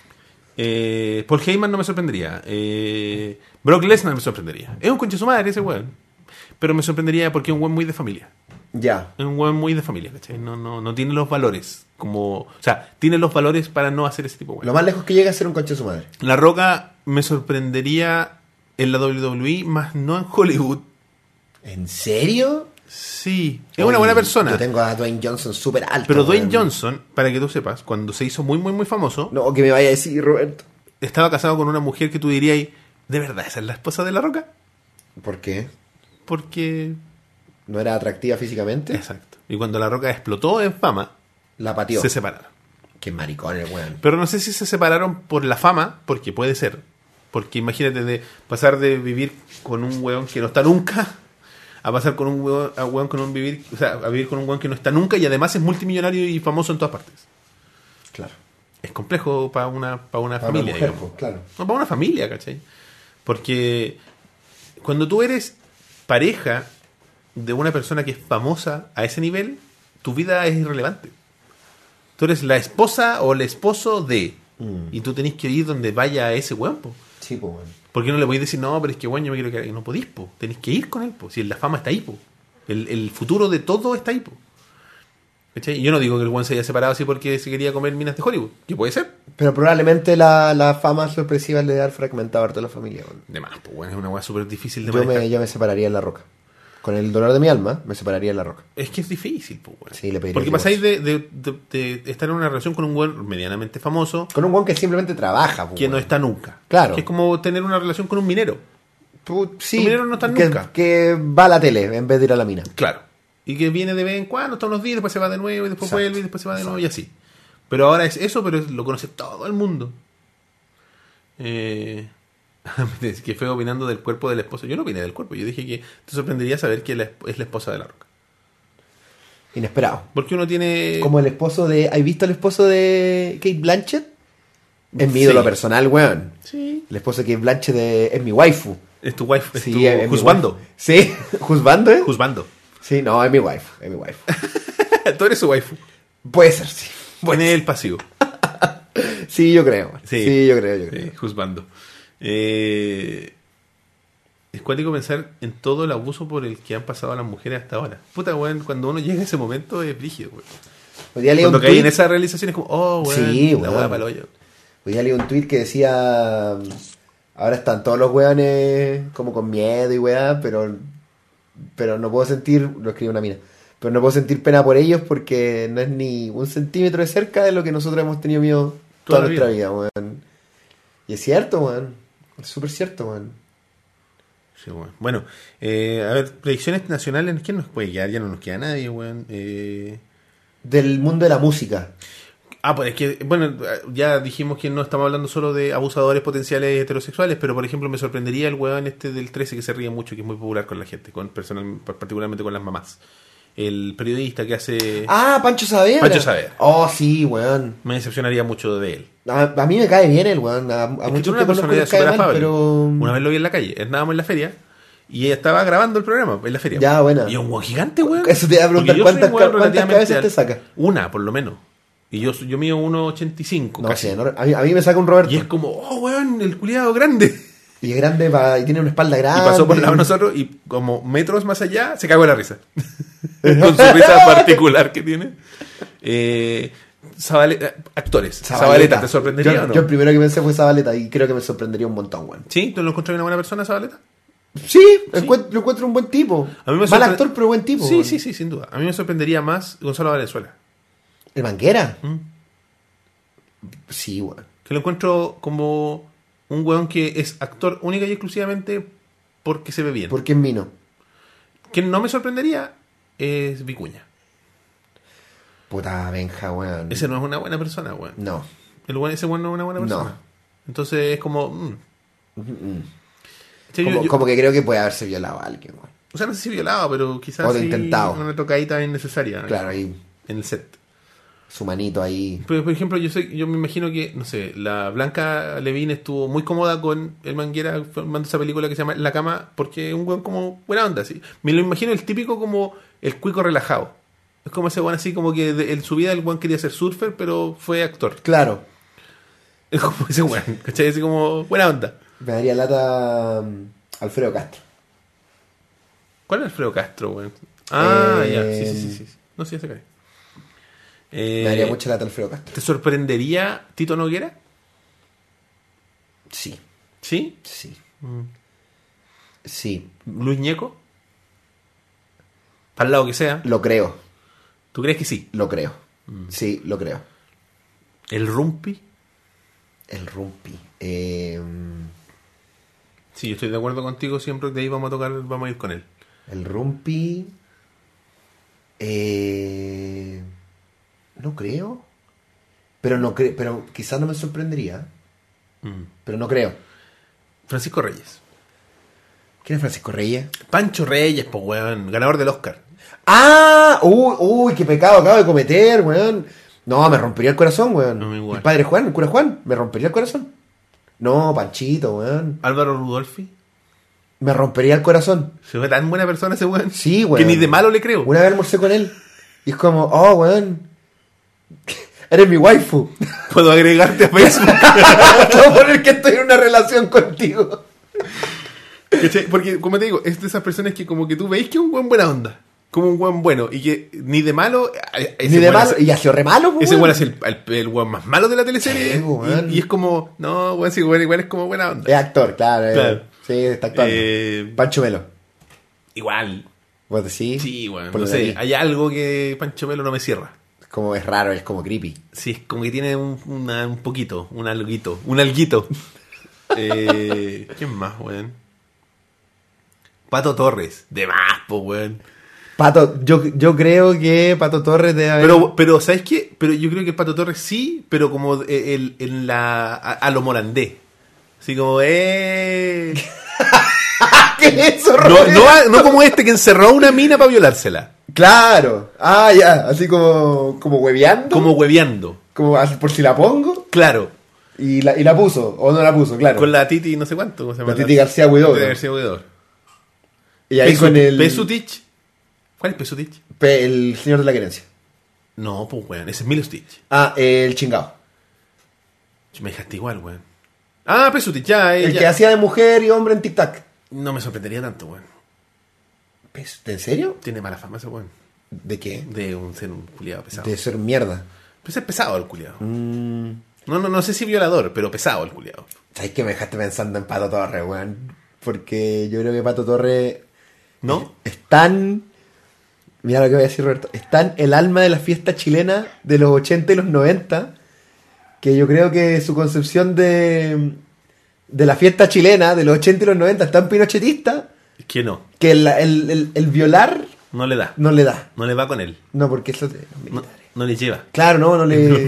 A: Eh, Paul Heyman no me sorprendería. Eh, Brock Lesnar me sorprendería. Es un conche su madre ese weón. Pero me sorprendería porque es un weón muy de familia.
B: Ya.
A: Es un weón muy de familia, ¿cachai? No, no, no tiene los valores. Como, o sea, tiene los valores para no hacer ese tipo de weón.
B: Lo más lejos que llega es ser un conche de su madre.
A: La Roca me sorprendería en la WWE, más no en Hollywood.
B: ¿En serio?
A: Sí, es una buena
B: Oye,
A: persona.
B: Yo tengo a Dwayne Johnson súper alto.
A: Pero Dwayne
B: weón.
A: Johnson, para que tú sepas, cuando se hizo muy, muy, muy famoso,
B: No, que me vaya a decir, Roberto.
A: estaba casado con una mujer que tú dirías, "Ay, ¿de verdad esa es la esposa de La Roca?
B: ¿Por qué?
A: Porque...
B: ¿No era atractiva físicamente?
A: Exacto. Y cuando La Roca explotó en fama,
B: La pateó.
A: se separaron.
B: Qué maricón el weón.
A: Pero no sé si se separaron por la fama, porque puede ser. Porque imagínate de pasar de vivir con un weón que no está nunca a pasar con un weón, a weón con un vivir, o sea, a vivir con un weón que no está nunca y además es multimillonario y famoso en todas partes.
B: Claro.
A: Es complejo para una, para una
B: Para una
A: familia,
B: mujer,
A: digamos.
B: pues, claro.
A: No, para una familia, ¿cachai? Porque cuando tú eres pareja de una persona que es famosa a ese nivel, tu vida es irrelevante. Tú eres la esposa o el esposo de.
B: Mm.
A: Y tú tenés que ir donde vaya ese weón, po.
B: Sí, pues weón.
A: Porque no le podéis decir, no, pero es que weón, yo me quiero quedar. ahí". No podís, po. Tenés que ir con él, po. Si la fama está ahí, po. El, el futuro de todo está ahí, po. ¿Cachai? Y yo no digo que el weón se haya separado así porque se quería comer minas de Hollywood. Que puede ser.
B: Pero probablemente la, la fama sorpresiva le debe haber fragmentado a toda la familia, weón.
A: De más, pues bueno, es una weá súper difícil de
B: Yo
A: manejar.
B: me, yo me separaría en la roca. Con el dolor de mi alma, me separaría en la roca.
A: Es que es difícil, pues weón.
B: Sí, le pediría
A: Porque
B: el
A: pasáis de, de- de- de estar en una relación con un weón medianamente famoso
B: Con un weón que simplemente trabaja, pues,
A: que no
B: weón.
A: está nunca.
B: Claro.
A: Que es como tener una relación con un minero.
B: Pu- sí,
A: Los mineros no están
B: que,
A: nunca.
B: que va a la tele en vez de ir a la mina.
A: Claro. Y que viene de vez en cuando, todos los días, después se va de nuevo, y después
B: Exacto.
A: vuelve, y después se va de nuevo, y así. Pero ahora es eso, pero es- lo conoce todo el mundo. Eh, es que fue opinando del cuerpo del esposo. Yo no opiné del cuerpo, yo dije que te sorprendería saber que la esp- es la esposa de la roca.
B: Inesperado.
A: Porque uno tiene.
B: Como el esposo de. ¿Has visto el esposo de Kate Blanchett? Es mi
A: Sí.
B: ídolo personal, weón.
A: Sí.
B: El esposo de Kate Blanchett de- es mi waifu.
A: Es tu wife, es tu
B: Sí, es, es mi
A: juzgando.
B: waifu. Sí, juzgando, ¿eh?
A: Juzgando.
B: sí, no, es mi waifu. Es mi waifu.
A: Tú eres su waifu.
B: Puede ser, sí.
A: Bueno, el pasivo.
B: Sí, yo creo. weón. Sí, yo creo, yo creo.
A: Sí, juzgando. Eh, es cuático pensar en todo el abuso por el que han pasado las mujeres hasta ahora. Puta, weón, cuando uno llega a ese momento es brígido, weón.
B: Hoy día leí un
A: Cuando caí en
B: tuit-
A: esa realización es como, oh, weón,
B: Sí,
A: la
B: weón.
A: weá pa'l hoyo.
B: Hoy día leí un tweet que decía. Ahora están todos los weones como con miedo y weá, pero. Pero no puedo sentir. Lo escribe una mina. Pero no puedo sentir pena por ellos porque no es ni un centímetro de cerca de lo que nosotros hemos tenido miedo
A: Toda
B: toda,
A: la
B: nuestra vida, weón. Y es cierto, weón. Es súper cierto, weón.
A: Sí, weón. Bueno, eh, a ver, predicciones nacionales, ¿quién nos puede quedar? Ya no nos queda nadie, weón. Eh,
B: Del mundo de la música.
A: Ah, pues es que, bueno, ya dijimos que no estamos hablando solo de abusadores potenciales heterosexuales, pero por ejemplo me sorprendería el huevón este del 13 que se ríe mucho, que es muy popular con la gente, con personal, particularmente con las mamás. El periodista que hace...
B: Ah, Pancho Saavedra.
A: Pancho Saavedra.
B: Oh, sí, weón.
A: Me decepcionaría mucho de él.
B: A, a mí me cae bien el weón. A, a
A: Es que
B: muchos
A: tiene
B: que
A: una
B: conozco
A: personalidad
B: les cae
A: súper
B: mal,
A: afable.
B: pero. um,
A: Una vez lo vi en la calle, estábamos en la feria y ella estaba grabando el programa en la feria.
B: Ya, buena.
A: Y es un huevón gigante, weón.
B: Eso te iba a preguntar,
A: Porque yo soy
B: ¿cuántas
A: un huevón
B: ca- cuántas
A: relativamente
B: cabezas te
A: alto.
B: saca?
A: Una, por lo menos. Y yo, soy- yo mido 1,85
B: No
A: casi.
B: sé, no- a, mí, a mí me saca un Roberto.
A: Y es como, oh, weón, el culiado grande.
B: Y es grande pa- y tiene una espalda grande.
A: Y pasó por lado de nosotros y como metros más allá se cagó de la risa. Con su risa particular que tiene. Eh, Zabale- eh, actores. Zabaleta, ¿te sorprendería
B: yo,
A: o no?
B: Yo el primero que pensé fue Zabaleta y creo que me sorprendería un montón, weón.
A: ¿Sí? ¿Tú lo encontraste una buena persona, Zabaleta?
B: Sí, encuent- lo encuentro un buen tipo.
A: A mí me
B: Mal
A: sorpre-
B: actor, pero buen tipo.
A: Sí,
B: weón.
A: sí, sí, sin duda. A mí me sorprendería más Gonzalo Valenzuela.
B: ¿El Manguera?
A: ¿Mm?
B: Sí, weón.
A: Que lo encuentro como un weón que es actor única y exclusivamente porque se ve bien.
B: Porque es Mino.
A: Quien no me sorprendería es Vicuña.
B: Puta Benja, weón.
A: Ese no es una buena persona, weón.
B: No.
A: El weón- ese weón no es una buena
B: No.
A: persona. Entonces es como. mm. Sí, yo-
B: Como,
A: yo-
B: como que creo que puede haberse violado a alguien, weón.
A: O sea, no sé si violado, pero quizás
B: O de
A: sí
B: intentado.
A: una tocadita innecesaria
B: Claro, ahí
A: en el set.
B: su manito ahí.
A: Pero, por ejemplo, yo sé, yo me imagino que, no sé, la Blanca Levine estuvo muy cómoda con el Manguera formando esa película que se llama La Cama, porque es un weón como buena onda, así. Me lo imagino el típico como el cuico relajado. Es como ese weón así, como que de- en su vida el weón quería ser surfer, pero fue actor.
B: Claro.
A: Es como ese weón, ¿cachai? Así como buena onda.
B: Me daría lata mm, Alfredo Castro.
A: ¿Cuál es Alfredo Castro, weón? Ah,
B: Eh,
A: ya, sí, sí, sí, sí, sí. No, sí, ya se cae. Eh,
B: Me daría mucha lata Alfredo Castro.
A: ¿Te sorprendería Tito Noguera?
B: Sí,
A: ¿Sí?
B: sí. Sí,
A: Luis Ñeco? Para el lado que sea.
B: lo creo,
A: ¿Tú crees que sí?
B: lo creo. Sí, lo creo.
A: ¿El Rumpi?
B: El Rumpi. Eh,
A: Sí, yo estoy de acuerdo contigo siempre de ahí vamos a tocar, vamos a ir con él.
B: el Rumpi. eh, no creo. Pero no creo. Pero quizás no me sorprendería.
A: Mm.
B: Pero no creo.
A: Francisco Reyes.
B: ¿Quién es Francisco Reyes?
A: Pancho Reyes, pues weón, ganador del Oscar.
B: ¡Ah! ¡Uy, uy, qué pecado acabo de cometer, weón! No, me rompería el corazón, weón.
A: A mí igual.
B: El padre Juan, el cura Juan, me rompería el corazón. No, Panchito, weón.
A: Álvaro Rudolfi.
B: Me rompería el corazón.
A: Se ve tan buena persona ese weón.
B: Sí, weón.
A: Que ni de malo le creo.
B: Una vez almorcé con él. Y es como, oh, weón. Eres mi waifu.
A: Puedo agregarte a Facebook.
B: Puedo poner que estoy en una relación contigo.
A: ¿Cachai? Porque, como te digo, es de esas personas que como que tú veis que es un buen buena onda. Como un buen bueno. Y que ni de malo... eh, ese
B: Ni de
A: weón
B: malo.
A: hace-
B: Y ha sido re malo, po,
A: Ese
B: weón.
A: weón es el, el, el weón más malo de la teleserie.
B: Sí, weón.
A: y, y es como... No, weón, sí, weón, igual es como buena onda.
B: Es actor, claro. eh.
A: Claro.
B: Sí, está actuando.
A: Eh,
B: Pancho Melo.
A: Igual.
B: ¿Vos decís?
A: Sí, bueno,
B: Por
A: no
B: lo
A: sé,
B: nariz.
A: hay algo que Pancho Melo no me cierra.
B: Como es raro, es como creepy.
A: Sí, es como que tiene un, una- un poquito, un alguito, un alguito. eh, ¿Quién más, weón? Pato Torres, de más, po, weón.
B: Pato, yo, yo creo que Pato Torres debe haber...
A: Pero, pero, ¿sabes qué? Pero yo creo que el Pato Torres sí, pero como e- el- en la, a, a lo morandé. Así como, eh.
B: ¿Qué es eso,
A: No,
B: Roberto?
A: no, a- no como este que encerró a una mina para violársela.
B: Claro. Ah, ya. Así como, como hueveando.
A: Como hueveando.
B: Como así por si la pongo.
A: Claro,
B: Y la, y la puso. O no la puso, claro.
A: con la Titi, no sé cuánto. ¿cómo se llama?
B: La Titi García Huidobro.
A: Titi García Huidobro.
B: Y ahí
A: Pesu-
B: con el,
A: Pesutich. ¿Cuál es Pesutich?
B: pe- el señor de la querencia.
A: No, pues weón, ese es Milostich.
B: Ah, el chingado.
A: Me dejaste igual, weón. Ah, Pesutich, ya, eh,
B: El
A: ya.
B: que hacía de mujer y hombre en Tic Tac.
A: No me sorprendería tanto, weón.
B: Pes- ¿En serio?
A: Tiene mala fama ese weón.
B: ¿De qué?
A: De un ser un culiado pesado.
B: De ser mierda. Mm,
A: Pues es pesado el culiado. No, no, no sé si violador, pero pesado el culiado.
B: ¿Sabes que me dejaste pensando en Pato Torres, weón? Porque yo creo que Pato Torres
A: ¿No?
B: es tan... Mira lo que voy a decir, Roberto. Es tan el alma de la fiesta chilena de los 80 y los 90 que yo creo que su concepción de, de la fiesta chilena de los 80 y los 90 es tan pinochetista
A: Es que no.
B: que el, el- el- el violar
A: No le da.
B: no le da.
A: No le va con él.
B: No, porque eso te- los
A: No,
B: militares.
A: no le lleva.
B: Claro, no, no le. no
A: De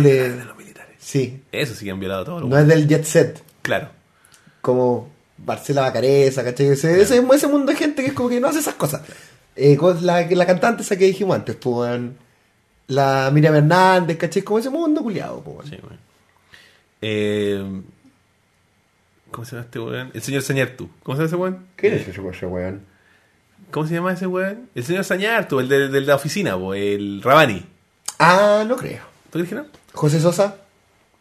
B: le.
A: los militares.
B: Sí.
A: Eso sí que han violado a todos. los
B: No es del jet set.
A: weones. Claro.
B: Como Marcela Bacareza, ¿cachai? Ese, ese, ese mundo de gente que es como que no hace esas cosas. Eh, como la, la cantante esa que dijimos antes, pues. weón. La Miriam Hernández, ¿cachai? Como ese mundo culiado, pues. weón.
A: Sí, weón. Eh, ¿Cómo se llama este weón? El señor Sañartu. ¿Cómo se llama ese weón?
B: ¿Qué es ese ese weón?
A: ¿Cómo se llama ese weón? El señor Sañartu, el de, de la oficina, po, el Rabani.
B: Ah, no creo.
A: ¿Tú crees que no?
B: José Sosa,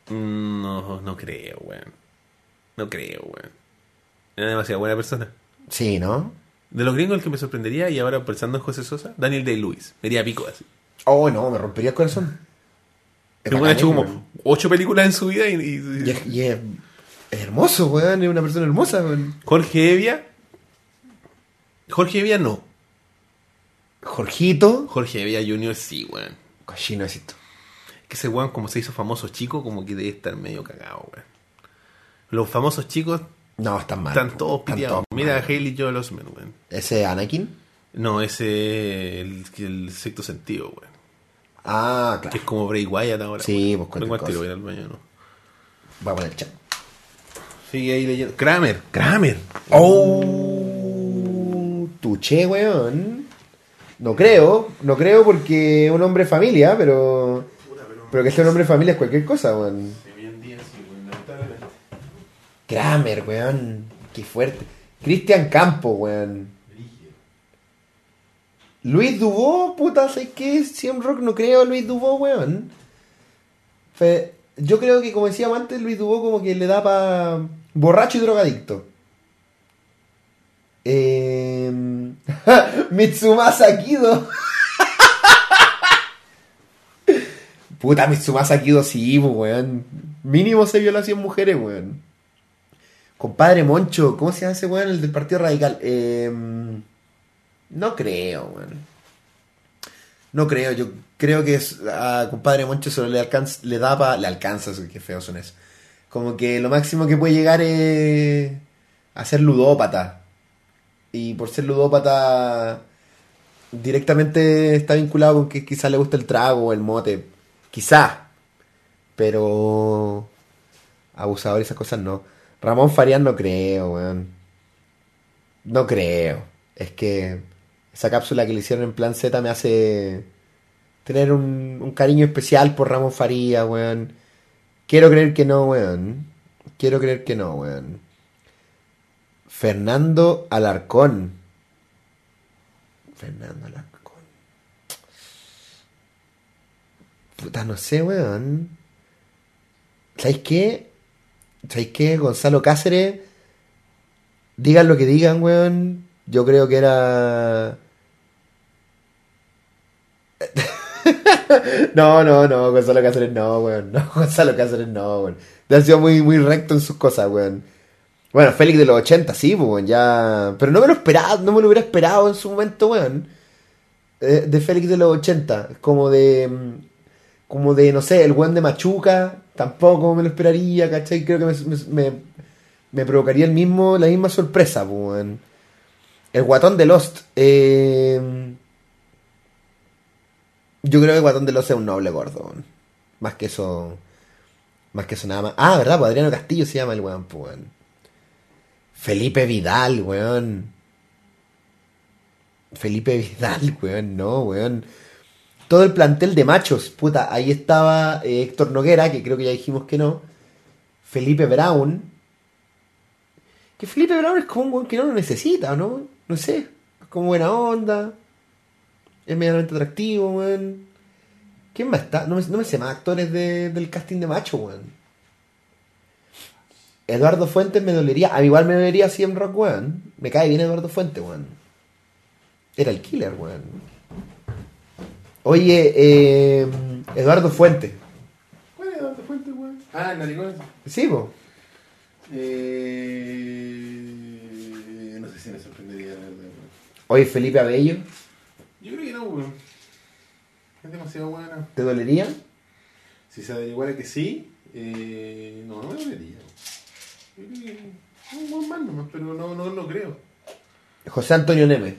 A: Mm, No, no creo, weón. No creo, weón. Era demasiado buena persona.
B: sí, ¿no?
A: De los gringos el que me sorprendería, y ahora pensando en José Sosa, Daniel Day-Lewis. Me iría a pico así.
B: Oh, no, me rompería el corazón.
A: El weón ha hecho como ocho películas en su vida y... y-
B: Y es, y es- es hermoso, weón. Es una persona hermosa, weón.
A: Jorge Evia... Jorge Evia no.
B: Jorgito.
A: Jorge Evia Jr. sí, weón.
B: Cochino es esto.
A: Que ese weón, como se hizo famoso chico, como que debe estar medio cagado, weón. Los famosos chicos
B: No, están mal.
A: están
B: po,
A: todos piteados.
B: mal.
A: Mira a Haley Joel Osment, weón.
B: ¿Ese Anakin?
A: No, ese es el, el sexto sentido, weón.
B: Ah,
A: Que
B: claro.
A: es como Bray Wyatt ahora.
B: Sí,
A: weón.
B: pues, cualquier
A: Vengo al tiro,
B: cosa.
A: voy a ir al baño, ¿no?
B: Voy a poner chat.
A: Sigue ahí leyendo. Kramer, Kramer.
B: ¡Oh! Tuché, weón. No creo, no creo porque un hombre familia, pero. Pero que sea un hombre familia es cualquier cosa, weón. Kramer, weón. Qué fuerte. Cristian Campo, weón. Luis Dubó, puta, ¿sabes qué? Cien Rock no creo a Luis Dubó, weón. Fe- yo creo que, como decíamos antes, Luis Dubó como que le da pa... borracho y drogadicto. Eh... Mitsumasa Kido. puta, Mitsumasa Kido sí, pues, weón. Mínimo se viola a 100 mujeres, weón. Compadre Moncho, ¿cómo se llama ese weón? El del Partido Radical. Em, no creo, weón. No creo, yo creo que es- a compadre Moncho solo le alcanza, le da pa- le alcanza, eso, qué feos son eso. Como que lo máximo que puede llegar es a ser ludópata. Y por ser ludópata directamente está vinculado con que quizá le gusta el trago o el mote. Quizá. Pero abusador y esas cosas no. Ramón Farias no creo, weón. No creo. Es que esa cápsula que le hicieron en Plan Z me hace tener un, un cariño especial por Ramón Faría, weón. Quiero creer que no, weón. Quiero creer que no, weón. Fernando Alarcón. Fernando Alarcón. Puta, no sé, weón. ¿Sabéis qué? ¿Sabéis qué? Gonzalo Cáceres. Digan lo que digan, weón. Yo creo que era. no, no, no, Gonzalo Cáceres no, weón. No, Gonzalo Cáceres no, weón. Ha sido muy, muy recto en sus cosas, weón. Bueno, Félix de los 80, sí, pues, weón, ya. Pero no me lo esperaba, no me lo hubiera esperado en su momento, weón. Eh, de Félix de los 80. Como de. mm, Como de, no sé, el weón de Machuca. Tampoco me lo esperaría, ¿cachai? Creo que me- me- me, me provocaría el mismo, la misma sorpresa, po, weón. El guatón de Lost. eh, yo creo que el guatón de Lost es un noble gordo, weón. Más que eso. Más que eso nada más. Ah, ¿verdad? po, Adriano Castillo se llama el weón, po, weón. Felipe Vidal, weón. Felipe Vidal, weón, no, weón. Todo el plantel de machos, puta. Ahí estaba eh, Héctor Noguera, que creo que ya dijimos que no. Felipe Brown, que Felipe Brown es como un weón que no lo necesita, ¿no? No sé. Es como buena onda. Es medianamente atractivo, weón. ¿Quién más está? No me, no me sé más actores de- del casting de macho, weón. Eduardo Fuentes me dolería. A mí igual me dolería CM Rock, weón. Me cae bien Eduardo Fuentes, weón. Era el killer, weón. Oye, eh, Eduardo Fuentes.
A: ¿Cuál es Eduardo Fuentes, weón? Ah, el narigón.
B: Sí, po.
A: Eh, no sé si me sorprendería, la verdad, weón.
B: Oye, Felipe Abello.
A: Yo creo que no, weón. Es demasiado buena.
B: ¿Te dolería?
A: Si se averiguara que sí, eh, no, no me dolería. Yo creo que es un buen man nomás, pero no, no, no creo.
B: José Antonio Neme.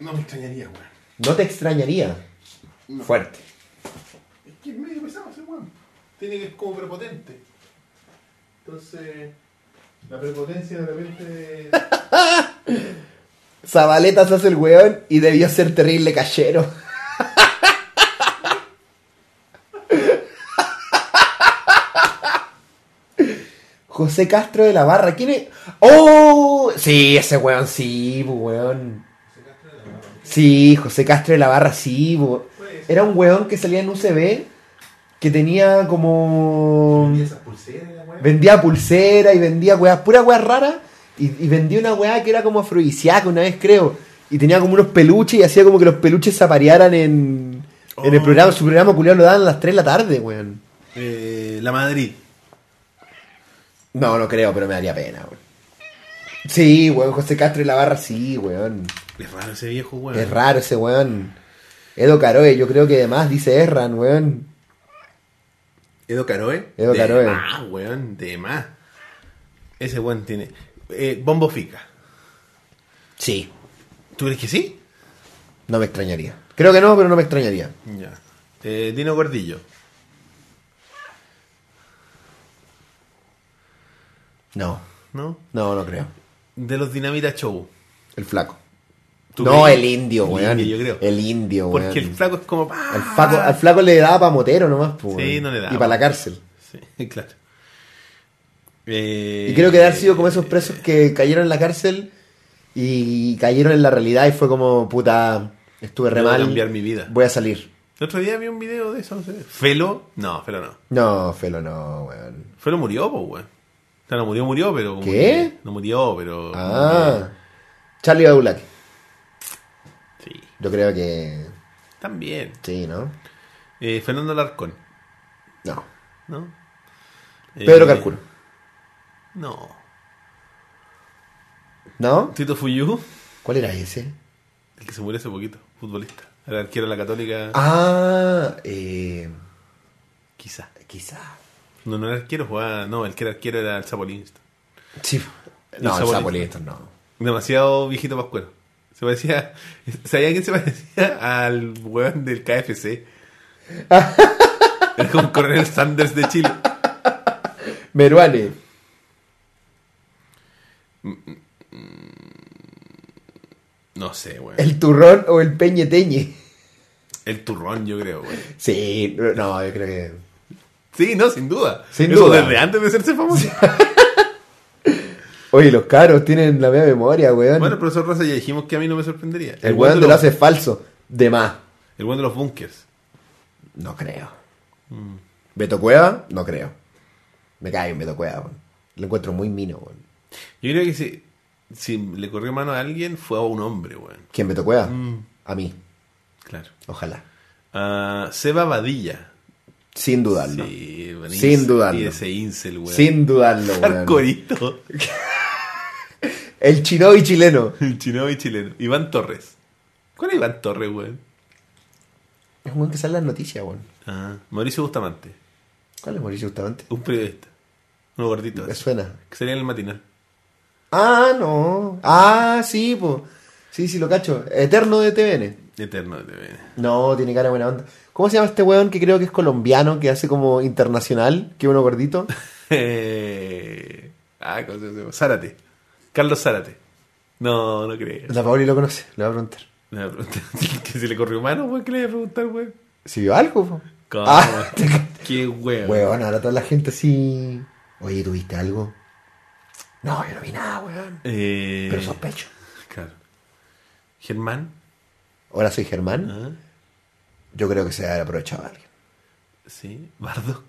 A: No me extrañaría, weón.
B: No te extrañaría.
A: No.
B: Fuerte.
A: Es que es medio pesado ese weón. Tiene que es como prepotente. Entonces, la prepotencia de repente.
B: Zabaleta se hace el weón y debió ser terrible cachero. José Castro de la Barra, ¿quién es? ¡Oh! Sí, ese weón, sí, bu, weón. Sí, José Castro de la Barra, sí, bu. Era un weón que salía en UCB que tenía como.
A: Y esas pulseras, la weón.
B: Vendía pulsera y vendía weas, pura weas rara. Y, y vendía una wea que era como afrodisíaca una vez, creo. Y tenía como unos peluches y hacía como que los peluches se aparearan en, en el
A: Oh.
B: programa. Su programa culiado lo daban a las 3 de la tarde, weón.
A: Eh, la Madrid.
B: No, no creo, pero me daría pena, weón. Sí, weón, José Castro y la barra, sí, weón.
A: Es raro ese viejo, weón.
B: Es raro ese weón. Edo Caroe, yo creo que además dice Erran, weón.
A: Edo Caroe.
B: Edo
A: de
B: Caroe.
A: más, weón, de más. Ese weón tiene. Eh, Bombo Fica.
B: Sí.
A: ¿Tú crees que sí?
B: No me extrañaría. Creo que no, pero no me extrañaría.
A: Ya. Eh, Dino Gordillo.
B: No.
A: ¿No?
B: No, no creo.
A: De los Dinamita Show.
B: El flaco.
A: ¿Tú
B: No,
A: crees?
B: el indio,
A: El
B: weón.
A: indio, yo creo.
B: El indio, weón.
A: Porque el flaco es como. ¡ah!
B: Al flaco, al flaco le daba para motero nomás, pues.
A: Sí,
B: weón.
A: no le daba.
B: Y para la cárcel.
A: Sí, claro. Eh,
B: Y creo que de haber sido como esos presos que cayeron en la cárcel y cayeron en la realidad y fue como, puta, estuve re
A: Debo
B: mal.
A: cambiar mi vida.
B: Voy a salir.
A: El otro día vi un video de eso, no sé. Felo. No, Felo no.
B: No, Felo, no, weón.
A: Felo murió, pues, weón. O sea, no murió, murió, pero. como
B: ¿Qué?
A: que No murió, pero.
B: Ah. Charlie Badulac.
A: Sí,
B: Yo creo que.
A: también.
B: Sí, ¿no?
A: Eh, Fernando Alarcón,
B: No.
A: ¿no?
B: Pedro
A: Eh,
B: Calcuro.
A: No.
B: ¿No?
A: Tito Fuyu,
B: ¿Cuál era ese?
A: el que se murió hace poquito, futbolista. El arquero de la Católica,
B: Ah, eh,
A: quizá.
B: quizá.
A: No, no era arquero, jugaba. No, el que era arquero era el Zapolinista.
B: Sí.
A: El
B: No, el
A: Sabolito.
B: Sabolito, no.
A: Demasiado viejito pascuero. Se parecía. ¿Sabía quién se parecía? Al weón del KFC. Era como Coronel Sanders de Chile.
B: Meruane.
A: No sé, weón. El,
B: ¿El turrón o el peñeteñe?
A: turrón, yo creo, weón.
B: Sí, no, yo creo que.
A: Sí, no, sin duda.
B: Sin
A: Eso
B: duda.
A: desde antes de hacerse famoso.
B: Oye, los caros tienen la media memoria, weón.
A: Bueno, profesor Rosa, ya dijimos que a mí no me sorprendería.
B: el
A: weón
B: weón te
A: de
B: lo
A: los-
B: hace falso. De más.
A: El weón de los bunkers.
B: No creo.
A: Mm.
B: ¿Beto Cueva? No creo. Me cae en Beto Cueva, weón. Lo encuentro muy mino, weón.
A: Yo creo que si, si le corrió mano a alguien fue a un hombre, weón.
B: ¿Quién Beto Cueva?
A: Mm.
B: A mí.
A: Claro.
B: Ojalá.
A: Ah, Seba Badilla.
B: Sin dudarlo.
A: Sí, buen
B: Sin
A: incel.
B: dudarlo.
A: Y ese incel, weón.
B: Sin dudarlo, weón.
A: Hardcoreito.
B: El chino y chileno.
A: El chino y chileno. Iván Torres. ¿Cuál es Iván Torres, weón?
B: Es un weón que sale en las noticias, weón.
A: Ah, Mauricio Bustamante.
B: ¿Cuál es Mauricio Bustamante?
A: Un periodista. Uno gordito.
B: Me
A: así,
B: suena.
A: Que sería en el matinal.
B: Ah, no. Ah, sí, pues. Sí, sí, lo cacho. Eterno de TVN.
A: Eterno de TVN.
B: No, tiene cara de buena onda. ¿Cómo se llama este weón que creo que es colombiano, que hace como internacional, que es uno gordito?
A: Eh, ah, ¿cómo se llama? Zárate. Carlos Zárate. No, no creo.
B: La Pauli lo conoce, le voy a preguntar.
A: Me va a preguntar que si le corrió mano, weón, ¿qué le voy a preguntar, weón?
B: ¿Si vio algo? po?
A: ¿Cómo?
B: Ah, te ca-
A: Qué weón.
B: weón, ahora toda la gente así. Oye, ¿tuviste algo? No, yo no vi nada, weón.
A: Eh,
B: Pero sospecho.
A: Claro. Germán.
B: Ahora soy Germán.
A: Ah,
B: Yo creo que se ha aprovechado a alguien.
A: sí. Bardock.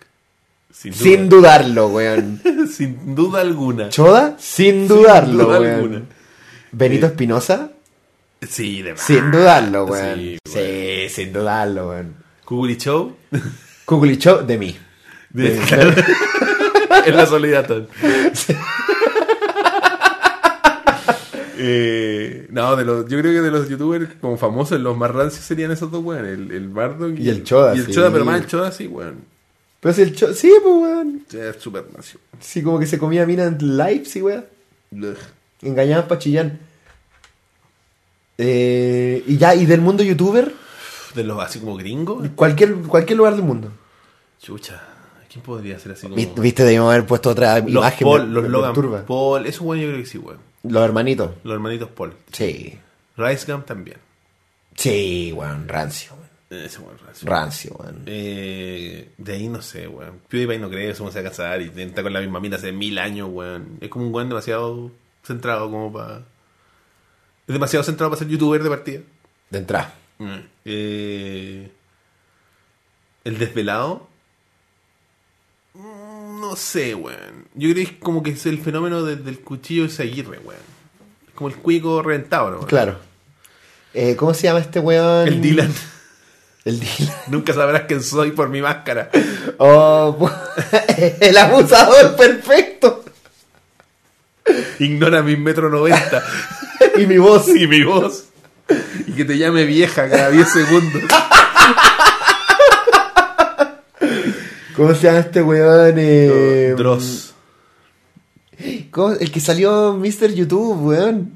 A: Sin duda.
B: Sin dudarlo, weón.
A: Sin duda alguna.
B: Choda, sin dudarlo, weón. Benito
A: Eh,
B: Espinosa,
A: Sí, de más.
B: sin dudarlo, weón.
A: Sí,
B: Sí,
A: weón.
B: sin dudarlo, weón.
A: Kuguli Show.
B: Cuculichó de mí.
A: De-
B: Sí.
A: claro. en la soledad. Tom. Eh, no, de los, yo creo que de los youtubers como famosos, los más rancios serían esos dos, weón. El, el Bardock
B: Y el Choda,
A: Y el
B: sí.
A: Choda, pero más el Choda, sí, weón.
B: Pero es el cho Sí, pues, weón.
A: Sí, Es súper nacio.
B: Sí, como que se comía mina en live, sí, weón.
A: Ugh.
B: Engañaban pa' Chillán. Eh, y ya, y del mundo youtuber,
A: De los así como gringos.
B: cualquier, cualquier lugar del mundo.
A: Chucha. ¿Quién podría ser así como.?
B: Vi- Viste, debimos haber puesto otra
A: Los
B: imagen.
A: Paul,
B: me-
A: los
B: me
A: Logan
B: perturba.
A: Paul. Eso, weón, yo creo que sí, weón.
B: Los hermanitos.
A: Los hermanitos Paul.
B: Sí.
A: Rice Gum también.
B: Sí, weón, rancio, weón.
A: Ese weón, Rice.
B: Rancio, weón.
A: Eh, de ahí no sé, weón. PewDiePie no cree, somos a casar y está con la misma mina hace mil años, weón. Es como un weón demasiado centrado como para... Es demasiado centrado para ser youtuber de partida.
B: De entrada.
A: Mm. Eh, el desvelado... Mm, No sé, weón. Yo creo que es como que es el fenómeno de- del cuchillo de Aguirre, weón. Es como el cuico reventado, ¿no? weón?
B: Claro. Eh, ¿Cómo se llama este weón?
A: El Dylan.
B: El Dylan.
A: Nunca sabrás quién soy por mi máscara.
B: Oh, pu- el abusador perfecto.
A: Ignora mis metro noventa.
B: Y mi voz.
A: y mi voz. Y que te llame vieja cada 10 segundos.
B: ¿Cómo se llama este weón? Eh,
A: Dross.
B: ¿Cómo- El que salió Mr. YouTube, weón.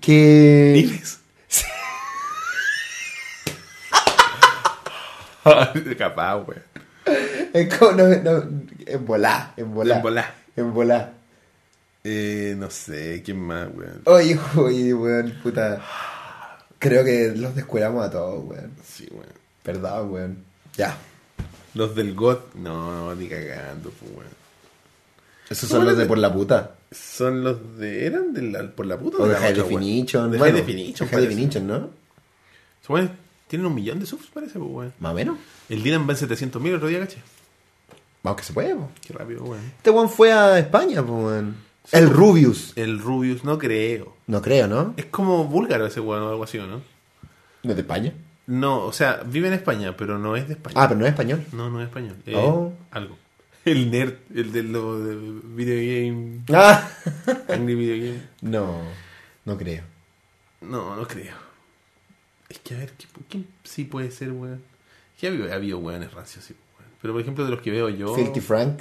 B: Que.
A: Diles. Capaz, weón.
B: Es como- eh, no, no, en volá, en volá.
A: En volá.
B: En volá.
A: Eh, no sé, ¿quién más, weón?
B: Oye, oye, weón, puta. Creo que los descueramos a todos, weón.
A: Sí, weón.
B: Perdón, weón. Ya.
A: Los del GOT. No, ni cagando, pues, weón.
B: Esos son los de por la puta.
A: Son los de. ¿Eran de la- por la puta
B: O de
A: la
B: High
A: otra, weón?
B: Definition.
A: De
B: bueno,
A: High Definition.
B: de High
A: parece.
B: Definition, ¿no?
A: Se supone que tienen un millón de subs, parece, pues, weón.
B: Más o menos.
A: El Dylan va en 700 mil otro día, caché.
B: Vamos que se puede, po.
A: Qué rápido, weón.
B: Este weón fue a España, po, weón. El Rubius.
A: El Rubius, no creo.
B: No creo, ¿no?
A: Es como búlgaro ese weón o algo así, ¿o ¿no?
B: No es de España.
A: No, o sea, vive en España, pero no es de España.
B: Ah, pero no es español.
A: No, no es español. Eh,
B: Oh.
A: Algo. El nerd, el de los de video game.
B: Ah.
A: Angry video game.
B: No, no creo.
A: No, no creo. Es que a ver, ¿qué- ¿quién sí puede ser, weón? Que ha habido, ha habido weones rancios, sí, weón. Pero por ejemplo, de los que veo yo.
B: Filthy Frank.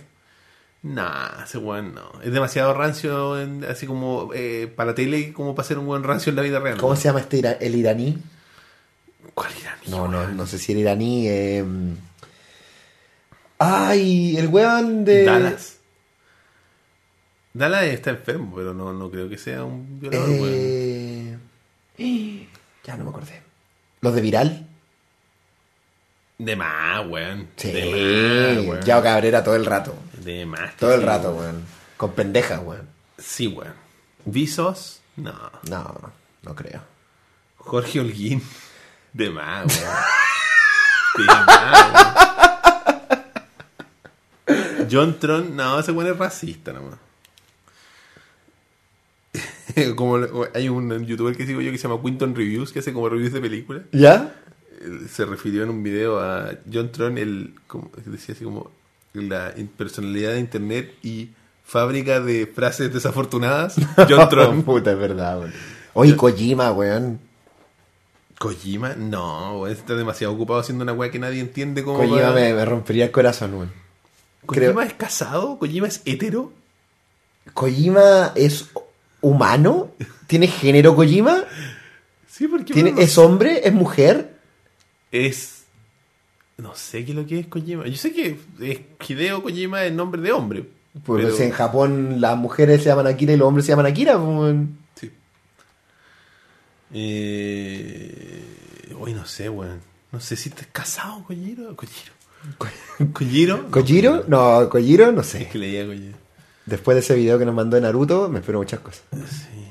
A: Nah, ese weón no. Es demasiado rancio, en- así como eh, para tele, como para ser un weón rancio en la vida real.
B: ¿Cómo
A: weón.
B: se llama este ira- el iraní?
A: ¿Cuál era mi
B: No,
A: weón?
B: no, no sé si era iraní. eh, Ay, el weón de.
A: Dallas. Dallas está enfermo, pero no, no creo que sea un violador, weón.
B: Eh, Ya no me acordé. Los de Viral.
A: De más, weón.
B: Sí.
A: De más, weón.
B: Yao Cabrera todo el rato.
A: De más. que
B: Todo el
A: sí,
B: rato, weón. Con pendejas, weón.
A: Sí, weón. Visos, no.
B: No, no creo.
A: Jorge Holguín, de más, weón. De más, weón. John Tron, no, ese weón es racista nomás. Como lo- hay un youtuber que sigo yo que se llama Quinton Reviews, que hace como reviews de películas.
B: ¿Ya?
A: Él eh, se refirió en un video a John Tron, el, como, decía así como la in- personalidad de internet y fábrica de frases desafortunadas. John Tron.
B: Puta, es verdad, weón. Oye, Kojima, weón.
A: Kojima, no, weón, está demasiado ocupado haciendo una weá que nadie entiende como.
B: Kojima
A: para-
B: me, me rompería el corazón, weón.
A: ¿Kojima
B: creo-
A: es casado, Kojima es hetero.
B: ¿Kojima es humano? ¿Tiene género Kojima?
A: Sí, porque
B: ¿Tiene,
A: weón,
B: ¿Es hombre? ¿Es mujer?
A: es- No sé qué es lo que es Kojima. Yo sé que es Hideo Kojima es nombre de hombre.
B: Pues
A: pero-
B: si en Japón las mujeres se llaman Akira y los hombres se llaman Akira. pues, weón.
A: Sí. Eh... Uy, no sé, weón. No sé si estás casado, Colliro. Colliro. Colliro.
B: ¿Kojiro? No, Kojiro no
A: Es
B: sé.
A: que leía Colliro.
B: Después de ese video que nos mandó de Naruto, me espero muchas cosas.
A: Sí.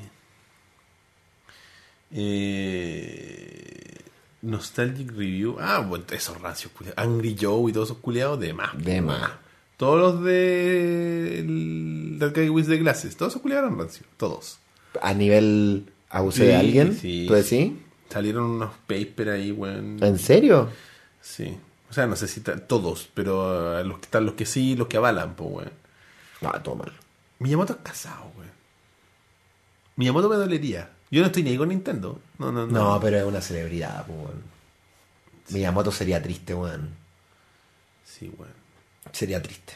A: Eh... Nostalgic Review. Ah, bueno, esos rancios, culiados. Angry Joe y todos esos culiados, de más.
B: De más.
A: Todos los de. el- Dark Guy with the Glasses. Todos esos culiados eran rancios. Todos.
B: A nivel abuso
A: Sí,
B: de alguien,
A: sí.
B: ¿tú decís?
A: Salieron unos papers ahí, weón.
B: ¿En serio?
A: Sí. O sea, no sé si ta- todos, pero eh, los que están los que sí, los que avalan, pues, weón.
B: No, todo mal.
A: Miyamoto es casado, weón. Miyamoto me dolería. Yo no estoy ni ahí con Nintendo. No, no, no.
B: No, pero es una celebridad, pues, weón. Miyamoto sería triste, weón.
A: Sí, weón.
B: Sería triste.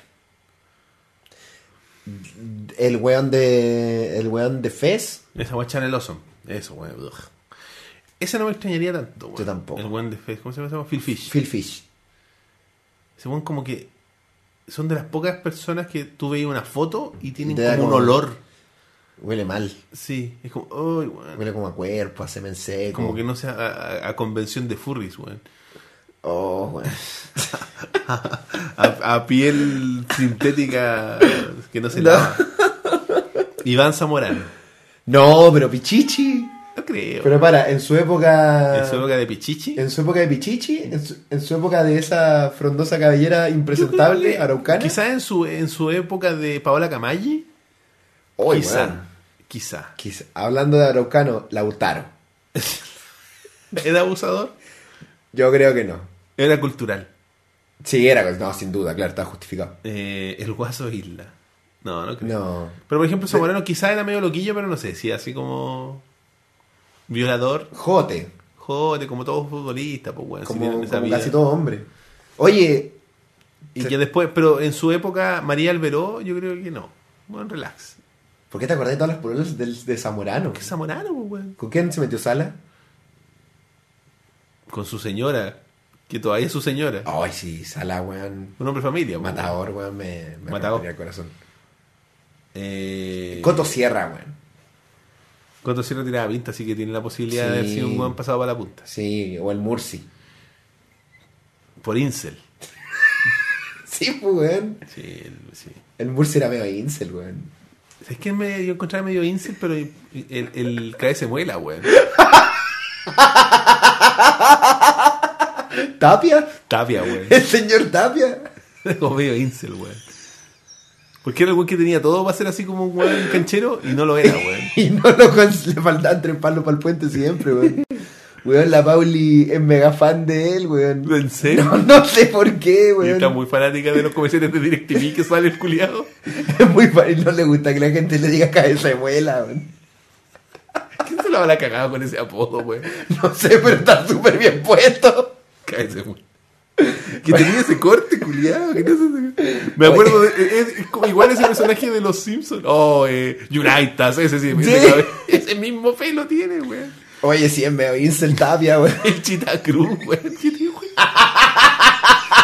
B: El weón de. El weón de Fez.
A: Esa weón Channel Awesome. Eso, weón. Ugh. Esa no me extrañaría tanto, weón.
B: Yo tampoco.
A: El weón de Face, ¿cómo se llama? ese weón? Phil Fish.
B: Phil Fish.
A: Ese weón como que son de las pocas personas que tú veías una foto y tienen
B: Te da
A: como un
B: como-
A: olor.
B: Huele mal.
A: Sí, es como, uy, weón.
B: Huele como a cuerpo, a semen seco.
A: Como que no sea a, a- a convención de furries, weón.
B: Oh, weón.
A: A, a piel sintética que no se
B: No.
A: lava. Iván Zamorano.
B: No, pero Pichichi.
A: No creo.
B: Pero para, en su época.
A: en su época de Pichichi.
B: en su época de Pichichi, en su, en su época de esa frondosa cabellera impresentable, araucana.
A: Quizás en su, en su época de Paola Camayi.
B: Oh,
A: quizá.
B: weón.
A: Quizá.
B: Quizá. Hablando de araucano, Lautaro.
A: ¿Era abusador?
B: Yo creo que no.
A: Era cultural.
B: Sí, era. No, sin duda, claro, está justificado.
A: Eh, el guaso Isla. No, no creo.
B: No.
A: Pero por ejemplo, Zamorano quizá era medio loquillo, pero no sé. Sí, así como. Violador,
B: Jote.
A: joder, como todo futbolista, pues, weón. si
B: Como,
A: tienen esa
B: como
A: vida.
B: casi todo hombre. Oye,
A: Y que después, pero en su época, María Alberó, yo creo que no. Bueno, relax.
B: ¿por qué te acordás de todas las pololas del, de Zamorano?
A: ¿Qué zamorano, pues, weón?
B: ¿Con quién se metió Sala?
A: Con su señora, que todavía es su señora.
B: Ay, sí, Sala, weón.
A: Un hombre de familia, weón.
B: Matador, weón, me, me
A: Matador.
B: rompería el corazón.
A: Eh,
B: Coto Sierra, weón.
A: Coto Sierra tiraba pinta, así que tiene la posibilidad de haber
B: Sí.
A: sido un buen pasado para la punta.
B: Sí, o el Mursi.
A: Por Incel.
B: Sí, pues, weón.
A: Sí, el- sí.
B: El Mursi era medio incel, weón.
A: Es que me, yo encontraba medio Incel, pero el, el cae se muela, weón.
B: ¿Tapia?
A: Tapia, weón.
B: ¿El señor Tapia?
A: Como medio Incel, weón. Porque era el weón que tenía todo para ser así como un weón canchero y no lo era, weón.
B: Y no lo cons- le faltaban tres palos para el puente siempre, weón. Weón, la Pauli es mega fan de él, weón.
A: ¿En serio?
B: No, no sé por qué,
A: Y está
B: weón.
A: muy fanática de los comerciales de DirecTV que sale el culiado.
B: Es muy fan y no le gusta que la gente le diga cabeza de muela, weón.
A: ¿Quién se lo habrá cagado con ese apodo, weón?
B: No sé, pero está súper bien puesto.
A: Cállese, weón. Que tenía ese corte, culiado. que no sé si- Me acuerdo de. es- es como- igual ese personaje de los Simpsons. Oh, eh, Unitas, ese sí. ese
B: Sí.
A: cabe- Ese mismo pelo tiene, weón.
B: Oye, sí, es medio incel Tapia, weón.
A: El Chita Cruz, weón. ¿Qué tiene, weón?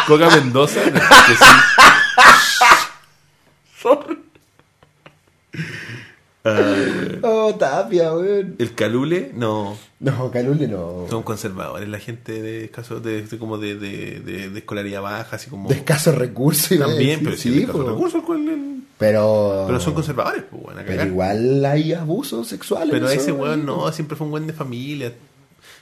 A: Coca Mendoza. no, que sí. Ah,
B: Oh, Tapia, weón.
A: el Calule, no.
B: No, Calule no.
A: Son conservadores, la gente de escaso, de, de- como de, de, de- de escolaridad baja, así como.
B: De escasos recursos. iba a
A: También,
B: decir,
A: pero sí, de escasos
B: po.
A: recursos, ¿cuál es?
B: Pero,
A: Pero son conservadores, pues, bueno, a
B: pero
A: cagar.
B: igual hay abusos sexuales.
A: Pero
B: eso,
A: ese weón no, siempre fue un buen de familia.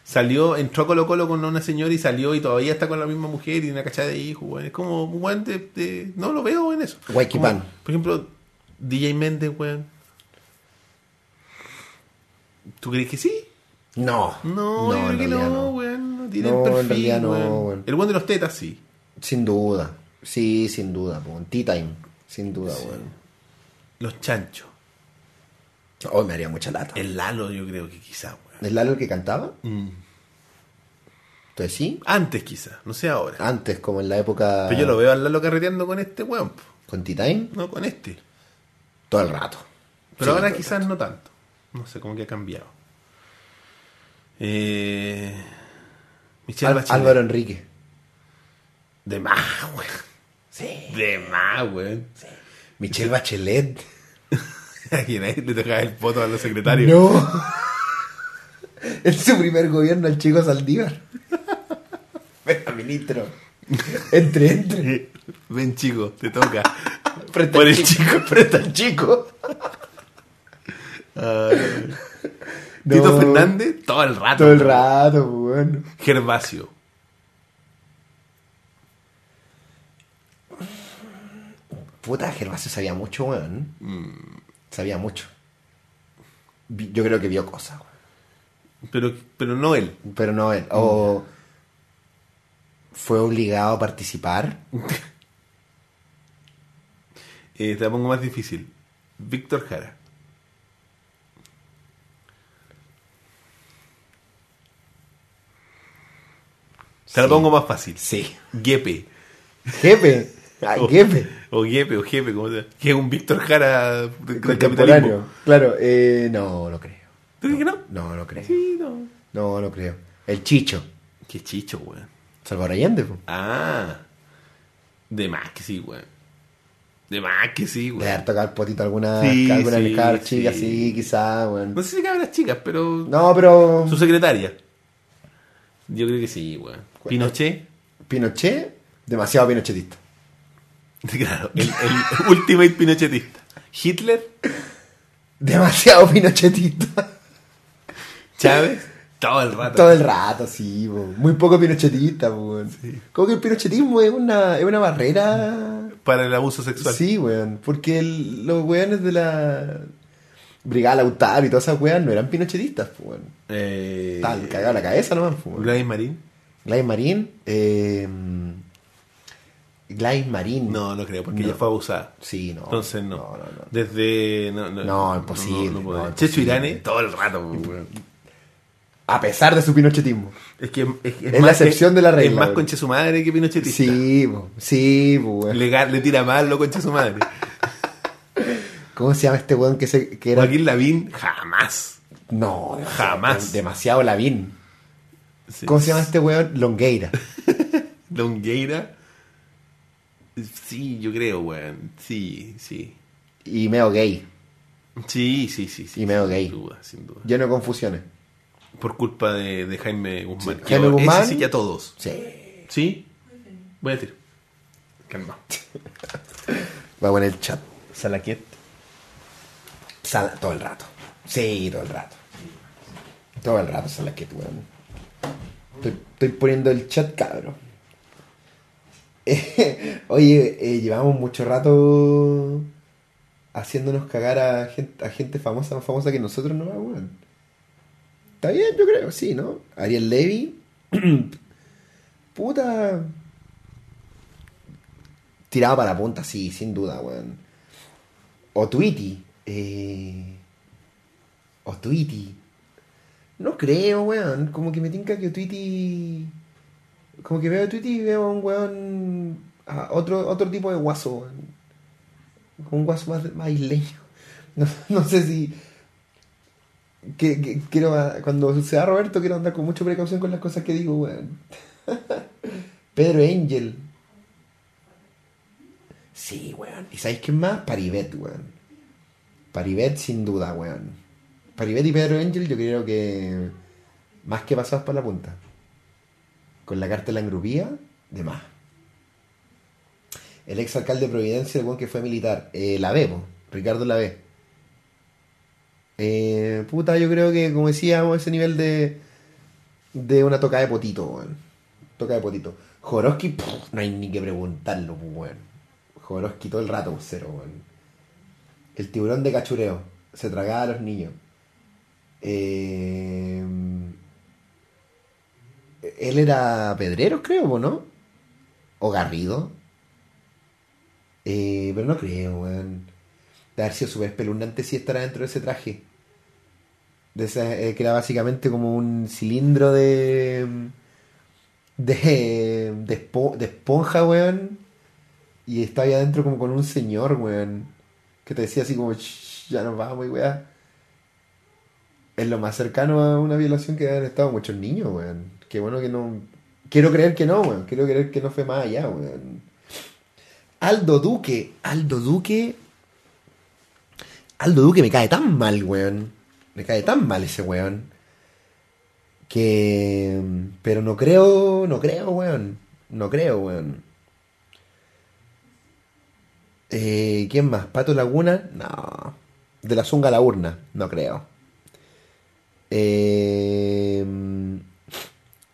A: Salió, entró a Colo Colo con una señora y salió y todavía está con la misma mujer y tiene una cachada de hijos, weón. Es como un weón de, de- No lo veo en eso.
B: Guayquipán.
A: Como, Por ejemplo, DJ Méndez, weón. ¿Tú crees que sí?
B: No.
A: No, yo creo
B: en
A: que no,
B: realidad no.
A: weón. No tiene
B: No, en
A: perfil,
B: realidad no,
A: weón.
B: weón.
A: El weón de los tetas, sí.
B: Sin duda. Sí, sin duda, po. Tea time. Sin duda, weón.
A: Los chanchos.
B: Oh, me haría mucha lata.
A: El Lalo, yo creo que quizá, weón.
B: ¿Es Lalo el que cantaba?
A: Mm.
B: Entonces sí.
A: Antes quizá, no sé ahora.
B: Antes, como en la época.
A: Pero yo lo veo al Lalo carreteando con este weón, po,
B: Con Tea Time,
A: no con este.
B: todo el rato.
A: Pero
B: Sí,
A: ahora
B: todo el
A: quizás no tanto. No sé, como que ha cambiado. Eh, Michelle
B: Al-
A: Bachelet.
B: Álvaro Enrique.
A: De más, weón.
B: Sí.
A: De más, weón.
B: Michelle Bachelet.
A: A quien ahí le tocaba el poto a los secretarios.
B: No. en su primer gobierno al chico Saldívar. Venga, ministro. Entre, entre.
A: Eh, Ven, chico, te toca.
B: Presta
A: Por
B: al
A: el
B: presta al chico.
A: Ah,
B: No.
A: Tito Fernández, todo el rato.
B: Todo el rato, bueno.
A: Gervasio.
B: Puta, Gervasio sabía mucho, weón.
A: Mm.
B: Sabía mucho. Vi- Yo creo que vio cosas, weón.
A: Pero, pero no él.
B: Pero no él. O fue obligado a participar.
A: Eh, te la pongo más difícil. Víctor Jara. Te la
B: Sí.
A: pongo más fácil.
B: Sí.
A: Giepe.
B: Jefe. Ah,
A: O-
B: jefe.
A: O Giepe, o Jefe, como sea. Que es un Víctor Jara de- del
B: Contemporáneo.
A: capitalismo.
B: Claro, eh, no, no creo.
A: ¿Tú crees que no?
B: No, no creo.
A: Sí, no.
B: No, no creo. El Chicho.
A: Qué chicho, weón.
B: Salvador Allende, po.
A: Ah. De más que sí, weón. De más que sí,
B: De haber
A: weón.
B: tocado el potito a alguna,
A: Sí,
B: alguna
A: sí,
B: cara chica,
A: sí.
B: sí, quizá, weón.
A: No sé si caben las chicas, pero...
B: No, pero.
A: Su secretaria. Yo creo que sí, weón.
B: ¿Cuál?
A: Pinochet.
B: Pinochet, demasiado pinochetista.
A: Claro, el, el ultimate pinochetista. Hitler,
B: Demasiado pinochetista.
A: Chávez, todo el rato.
B: Todo el rato, sí, po. muy poco pinochetista, po, weón. Como que el pinochetismo es una, es una barrera.
A: Para el abuso sexual.
B: Sí, weón. Porque el- los weones de la. Brigada Lautaro y todas esas weas no eran pinochetistas, po, weón.
A: Eh,
B: Estaban cagados la cabeza nomás, po, weón.
A: Gladys Marín.
B: Gladys Marín. Eh, Gladys Marín.
A: No, no creo, porque
B: No.
A: ella fue abusada.
B: Sí, no.
A: Entonces no.
B: No, no, no.
A: Desde. No, no,
B: No, imposible,
A: podría.
B: no,
A: Checho
B: imposible.
A: Irane, todo el rato. pues, weón.
B: A pesar de su pinochetismo.
A: Es que es,
B: Es la excepción de la regla,
A: Es más
B: weón.
A: concha su madre que pinochetista.
B: Sí, po, sí, po, weón.
A: Le, ga- le tira mal lo concha su madre.
B: ¿Cómo se llama este weón que, se, que era?
A: Joaquín Lavín, jamás.
B: No, demasiado-
A: Jamás.
B: Demasiado Lavín.
A: Sí.
B: ¿Cómo se llama este weón? Longueira.
A: Longueira. Sí, yo creo, weón. Sí, sí.
B: Y meo gay.
A: Sí, sí, sí. sí
B: Y medio
A: sin
B: gay.
A: duda, sin duda.
B: Lleno de confusiones.
A: Por culpa de, de Jaime Guzmán.
B: Sí,
A: que
B: Jaime
A: ese
B: Guzmán.
A: sí que a todos.
B: Sí.
A: ¿Sí? Voy a decir. Calma.
B: Vamos en el chat.
A: Salaquet.
B: Sal- todo el rato. Sí, todo el rato. Todo el rato sal que weón. Estoy, estoy poniendo el chat, cabro. Eh, oye, eh, llevamos mucho rato haciéndonos cagar a gente, a gente famosa, más famosa que nosotros, ¿no? Weón. Está bien, yo creo, sí, ¿no? Ariel Levy. Puta. Tiraba para la punta, sí, sin duda, weón. O Tweety. Eh, o Tweety. No creo, weón. Como que me tinca que Tweety. Como que veo a Tweety y veo a un weón. a otro, otro tipo de guaso, weón. Un guaso más, más isleño. No, no sé si. que- que- quiero a- cuando sea Roberto quiero andar con mucha precaución con las cosas que digo, weón. Pedro Angel. Sí, weón. ¿Y sabéis quién más? Paribet, weón. Paribet sin duda, weón. Paribet y Pedro Angel yo creo que más que pasados para la punta. Con la carta de la engrupía, de más. El ex alcalde de Providencia, el weón que fue militar. Eh, la B, po. Ricardo la B. Eh, puta, yo creo que, como decíamos, ese nivel de, de una toca de potito, weón. Toca de potito. Joroski, pff, no hay ni que preguntarlo, pues, weón. Joroski todo el rato, pues, cero, weón. El tiburón de cachureo. Se tragaba a los niños. Eh, él era Pedreros, creo, po, ¿no? O Garrido. Eh, pero no creo, weón. De haber sido súper espeluznante si estará dentro de ese traje. De esa- eh, que era básicamente como un cilindro de. de. de, espo- de esponja, weón. Y estaba ahí adentro como con un señor, weón. Que te decía así como, "Shh, ya nos vamos, y weá. Es lo más cercano a una violación que han estado muchos niños, weón. Qué bueno que no... Quiero creer que no, weón. Quiero creer que no fue más allá, weón. Aldo Duque. Aldo Duque... Aldo Duque me cae tan mal, weón. Me cae tan mal ese weón. Que... Pero no creo, no creo, weón. No creo, weón. Eh, ¿Quién más? ¿Pato Laguna? No. De la zunga a la urna, no creo. Eh,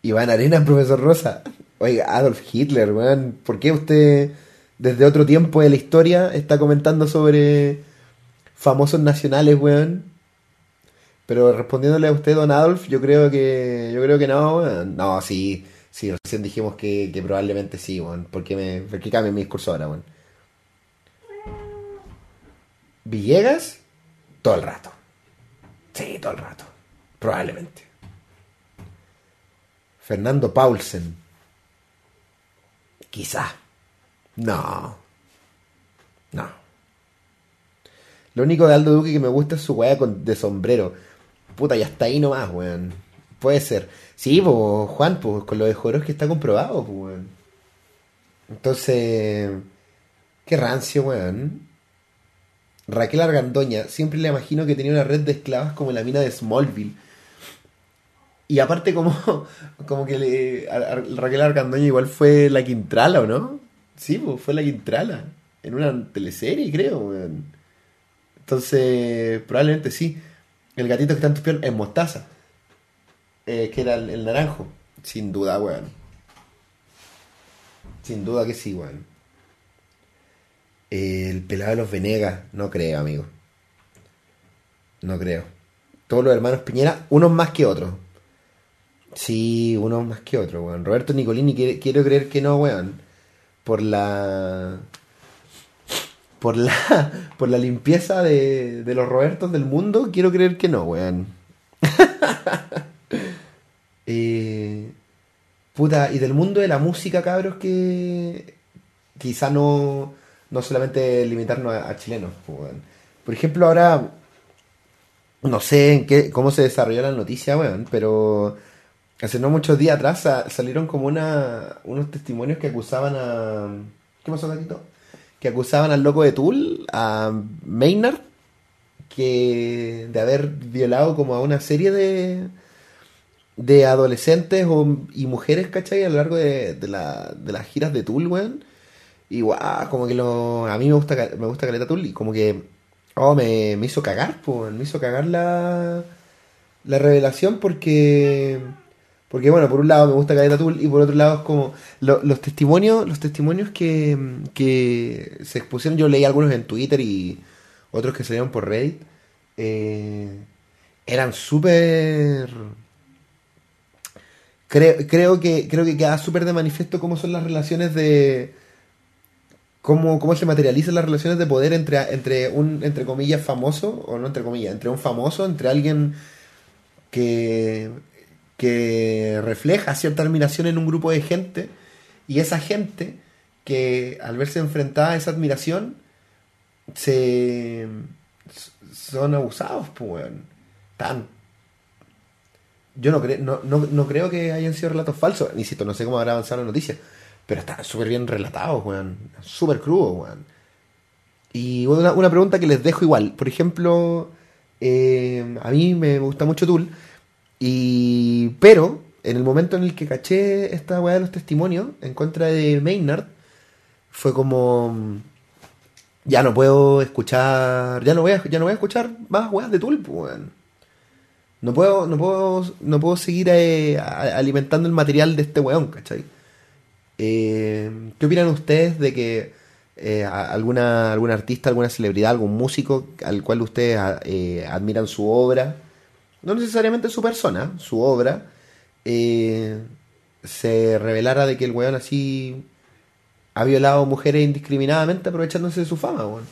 B: Iván Arenas, profesor Rosa. Oiga, Adolf Hitler, weón. ¿Por qué usted desde otro tiempo de la historia está comentando sobre famosos nacionales, weón? Pero respondiéndole a usted, don Adolf, yo creo que yo creo que no, weón. No, sí, sí, recién dijimos que, que probablemente sí, weón. ¿Por qué, me, por qué cambian mi discurso ahora, weón? Villegas, todo el rato. Sí, todo el rato. Probablemente. Fernando Paulsen. Quizá. No. No. Lo único de Aldo Duque que me gusta es su weá con- de sombrero. Puta, y hasta ahí nomás, weón. Puede ser. Sí, pues, Juan, pues, con lo de Joros que está comprobado, pues, weón. Entonces. Qué rancio, weón. Raquel Argandoña, siempre le imagino que tenía una red de esclavas como la mina de Smallville. Y aparte como, como que le- Ar- Ar- Raquel Argandoña igual fue la Quintrala, ¿o no? Sí, pues, fue la Quintrala. En una teleserie, creo, weón. Entonces, probablemente sí. El gatito que está en tus piernas es Mostaza. Eh, que era el, el naranjo. Sin duda, weón. Sin duda que sí, weón. El pelado de los Venegas, no creo, amigo. No creo. Todos los hermanos Piñera, unos más que otros. Sí, unos más que otros, weón. Roberto Nicolini, quiere- quiero creer que no, weón. Por la. Por la. Por la limpieza de, de los Robertos del mundo, quiero creer que no, weón. Eh, puta, y del mundo de la música, cabros, que quizá no, no solamente limitarnos a, a chilenos. pues, weón. Por ejemplo, ahora no sé en qué, cómo se desarrolló la noticia, weón, pero hace no muchos días atrás sa- salieron como una, unos testimonios que acusaban a... ¿Qué pasó, Tatito? Que acusaban al loco de Tool, a Maynard, que de haber violado como a una serie de, de adolescentes o- y mujeres, ¿cachai? A lo largo de, de la- de las giras de Tool, weón. Y guau, como que lo, a mí me gusta, ca- me gusta Caleta Tool y como que... Oh, me, me hizo cagar, po, weón, me hizo cagar la, la revelación porque... Porque bueno, por un lado me gusta Caleta Tool y por otro lado es como lo- los testimonios, los testimonios que, que se expusieron, yo leí algunos en Twitter y otros que salieron por Reddit, eh, eran súper... Creo, creo que creo que queda súper de manifiesto cómo son las relaciones de... Cómo, cómo se materializan las relaciones de poder entre, entre un, entre comillas, famoso, o no entre comillas, entre un famoso, entre alguien que, que refleja cierta admiración en un grupo de gente y esa gente que al verse enfrentada a esa admiración se s- son abusados pues weón. tan yo no creo no, no- no creo que hayan sido relatos falsos insisto no sé cómo habrá avanzado la noticia pero están súper bien relatados weón súper crudos weón y una, una pregunta que les dejo igual por ejemplo eh, a mí me gusta mucho Tool y. Pero, en el momento en el que caché esta weá de los testimonios en contra de Maynard, fue como. mm, Ya no puedo escuchar. Ya no voy a, ya no voy a escuchar más weas de Tulp, weón. No puedo, no puedo, no puedo seguir eh, a- alimentando el material de este weón, ¿cachai? Eh, ¿Qué opinan ustedes de que eh, a- alguna, algún artista, alguna celebridad, algún músico al cual ustedes a- eh, admiran su obra? no necesariamente su persona, su obra, eh, se revelara de que el weón así ha violado mujeres indiscriminadamente aprovechándose de su fama, weón.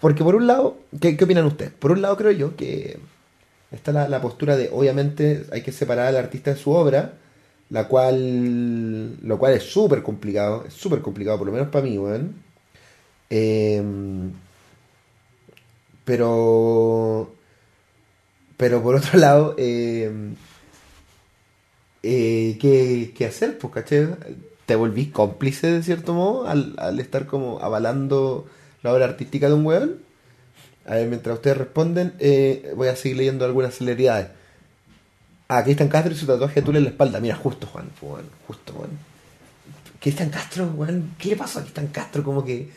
B: Porque por un lado, ¿qué, qué opinan ustedes? Por un lado creo yo que está la, la postura de obviamente hay que separar al artista de su obra, la cual, lo cual es súper complicado, es súper complicado por lo menos para mí, weón. Em, pero pero por otro lado, eh, eh, ¿qué, qué hacer? Pues, ¿caché? Te volvís cómplice de cierto modo al, al estar como avalando la obra artística de un weón. A ver, mientras ustedes responden, eh, voy a seguir leyendo algunas celebridades. A Cristian Castro y su tatuaje tú en la espalda. Mira, justo, Juan. pues, weón, justo, Juan. Cristian Castro, weón. ¿Qué le pasó a Cristian Castro? Como que.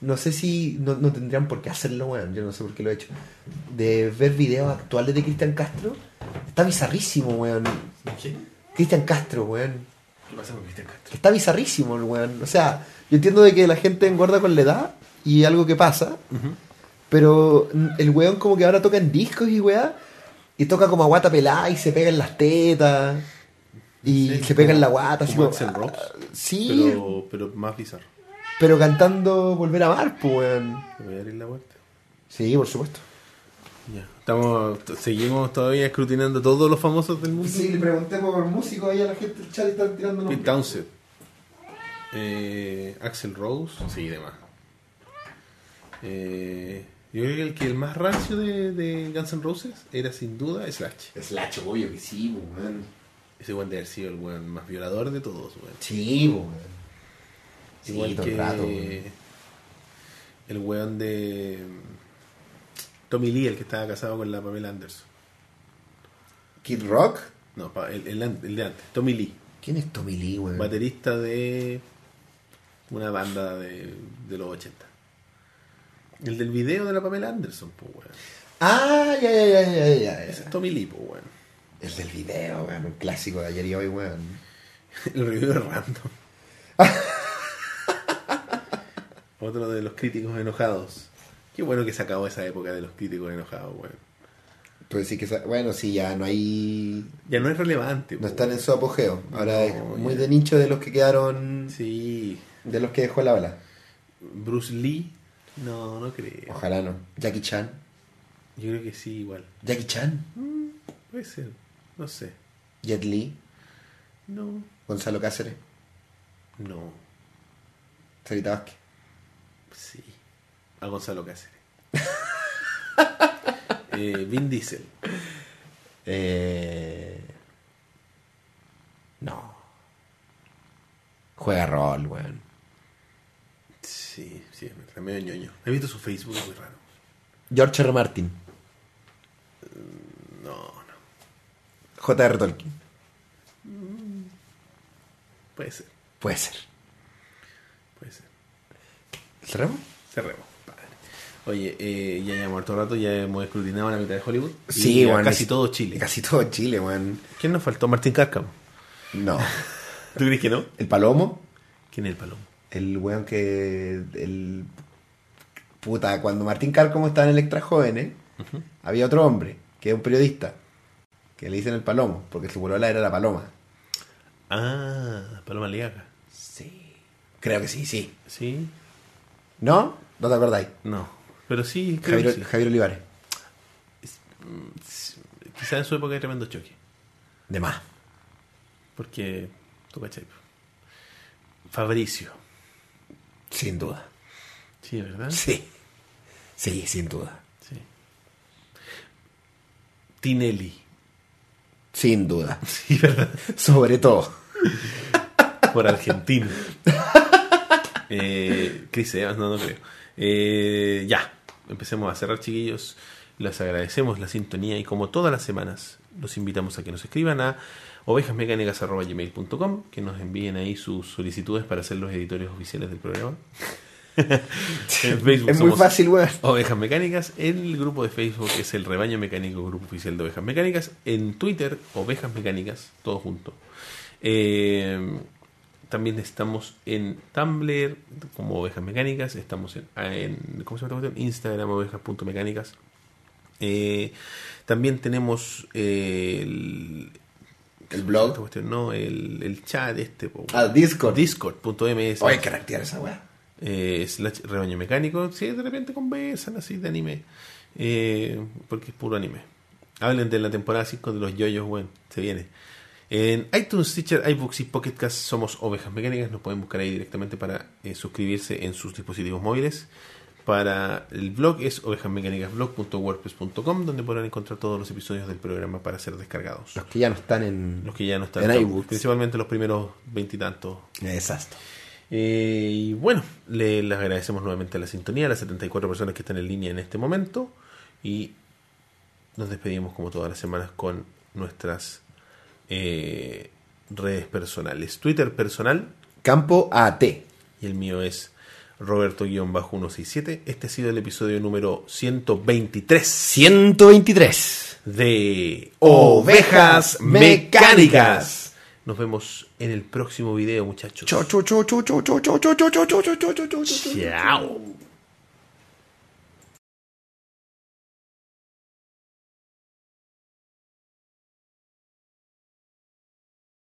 B: No sé si. No, no tendrían por qué hacerlo, weón. Yo no sé por qué lo he hecho. De ver videos actuales de Cristian Castro. Está bizarrísimo, weón.
A: ¿Qué?
B: Cristian Castro, weón.
A: ¿Qué pasa con Cristian Castro?
B: Está bizarrísimo el weón. O sea, yo entiendo de que la gente engorda con la edad y algo que pasa. Pero mm, el weón como que ahora toca en discos y weá. Y toca como a guata pelada y se pega en las tetas. Y
A: Sí,
B: se pega en la
A: como-
B: guata. así
A: como
B: como-
A: Axl Rose,
B: sí, pero...
A: pero, pero más bizarro.
B: cantando Volver a Amar, pues weón.
A: Me voy a abrir la vuelta.
B: Sí, por supuesto.
A: Ya. Estamos, t- seguimos todavía escrutinando todos los famosos del mundo.
B: le pregunté por músicos ahí a la gente, el chat está tirando
A: Pete Townsend, eh, Axel Rose, sí, demás. Eh, yo creo que el, que el más rancio de, de Guns N' Roses era sin duda Slash.
B: Slash, obvio que sí, po, weón.
A: Ese weón debe haber sido el weón más violador de todos, weón.
B: Sí, po, weón. Sí,
A: Igual
B: todo el
A: que
B: rato, weón.
A: el weón de mm, Tommy Lee, el que estaba casado con la Pamela Anderson.
B: Kid Rock.
A: No, pa- el, el an- el de antes, Tommy Lee,
B: ¿Quién es Tommy Lee, weón?
A: baterista de una banda de, de los 80. El del video de la Pamela Anderson, pues weón.
B: Ah, ya, ya, ya, ya, ya,
A: Ese es
B: ya.
A: Tommy Lee, pues weón.
B: El del video, weón. Un clásico de ayer y hoy, weón.
A: El review de random. Otro de los críticos enojados. Qué bueno que se acabó esa época de los críticos enojados, weón.
B: Pues sí que... esa- Bueno, sí, ya no hay...
A: Ya no es relevante.
B: No
A: pues,
B: están en
A: weón.
B: su apogeo. Ahora es
A: No,
B: muy
A: ya.
B: de nicho de los que quedaron...
A: Sí.
B: De los que dejó la bala.
A: Bruce Lee. No, no creo.
B: Ojalá no. Jackie Chan.
A: Yo creo que sí, igual.
B: Jackie Chan.
A: Puede ser. No sé.
B: Jet Li,
A: No.
B: Gonzalo Cáceres,
A: No.
B: Sarita Vázquez.
A: Sí. A Gonzalo Cáceres. eh, Vin Diesel.
B: Eh... No. Juega rol, weón.
A: Sí, sí, es verdad, medio ñoño. He visto su Facebook, es muy raro.
B: George R. Martin.
A: No, no.
B: J.R. Tolkien.
A: Puede ser,
B: Puede ser.
A: puede ser.
B: ¿Cerramos?
A: Cerremos. Padre. Oye, eh, ya llevamos harto rato, ya hemos escrutinado la mitad de Hollywood. y
B: Sí,
A: ya
B: weón.
A: Casi
B: es-
A: todo Chile.
B: Casi todo Chile, weón.
A: ¿Quién nos faltó? Martín Cárcamo.
B: No.
A: ¿Tú crees que no?
B: El Palomo.
A: ¿Quién es el palomo?
B: El weón que. El. Puta, cuando Martín Cárcamo estaba en Electra Jóvenes, había otro hombre, que es un periodista, que le dicen el Palomo, porque su polola era la Paloma.
A: Ah, Paloma Liaga.
B: Sí. Creo que sí, sí.
A: ¿Sí?
B: ¿No? ¿No te acordáis?
A: No. Pero sí, creo
B: Javier,
A: que sí.
B: Javier Olivares.
A: Quizás en su época era tremendo choque.
B: De más.
A: Porque, tú cachai. Fabricio.
B: Sin duda.
A: Sí, ¿verdad?
B: Sí. Sí, sin duda.
A: Sí. Tinelli.
B: Sin duda.
A: Sí, ¿verdad?
B: Sobre todo.
A: Por argentino. eh, Chris Evans, no, no creo. Eh, ya, empecemos a cerrar, chiquillos. Les agradecemos la sintonía y como todas las semanas, los invitamos a que nos escriban a ovejasmecánicas.com, que nos envíen ahí sus solicitudes para ser los editores oficiales del programa. En Facebook
B: es muy
A: somos-
B: fácil, weón.
A: Ovejas Mecánicas, el grupo de Facebook es el Rebaño Mecánico, grupo oficial de Ovejas Mecánicas, en Twitter, Ovejas Mecánicas, todo junto. Eh, también estamos en Tumblr como Ovejas Mecánicas, estamos en, en- ¿cómo se llama esta cuestión? Instagram, ovejas.mecánicas. Eh, también tenemos eh, el,
B: El
A: esta
B: blog.
A: cuestión, no, el, el chat este, po.
B: Ah, Discord.
A: Discord.ms
B: Oye, que reactivar esa weá.
A: eh, slash rebaño mecánico, si de repente conversan así de anime, eh, porque es puro anime. Hablen de la temporada 5 de los yoyos, bueno, se viene. En iTunes, Teacher, iBooks y Pocket Cast somos Ovejas Mecánicas, nos pueden buscar ahí directamente para eh, suscribirse en sus dispositivos móviles. Para el blog es ovejasmecánicasblog.wordpress.com, donde podrán encontrar todos los episodios del programa para ser descargados.
B: Los que ya no están en.
A: Los que ya no están,
B: En
A: son
B: iBooks.
A: principalmente los primeros veintitantos
B: Exacto.
A: eh, y bueno, le, les agradecemos nuevamente la sintonía, a las 74 personas que están en línea en este momento. Y nos despedimos como todas las semanas con nuestras eh, redes personales. Twitter personal
B: Campo AT.
A: y el mío es Roberto-167. Este ha sido el episodio número 123
B: 123.
A: de
B: Ovejas Mecánicas.
A: Nos vemos en el próximo video, muchachos.
B: Chau, chau, chau, chau, chau, chau, chau, chau, chau, chau, chau, chau, chau, chau, chau, chau.
A: Chao.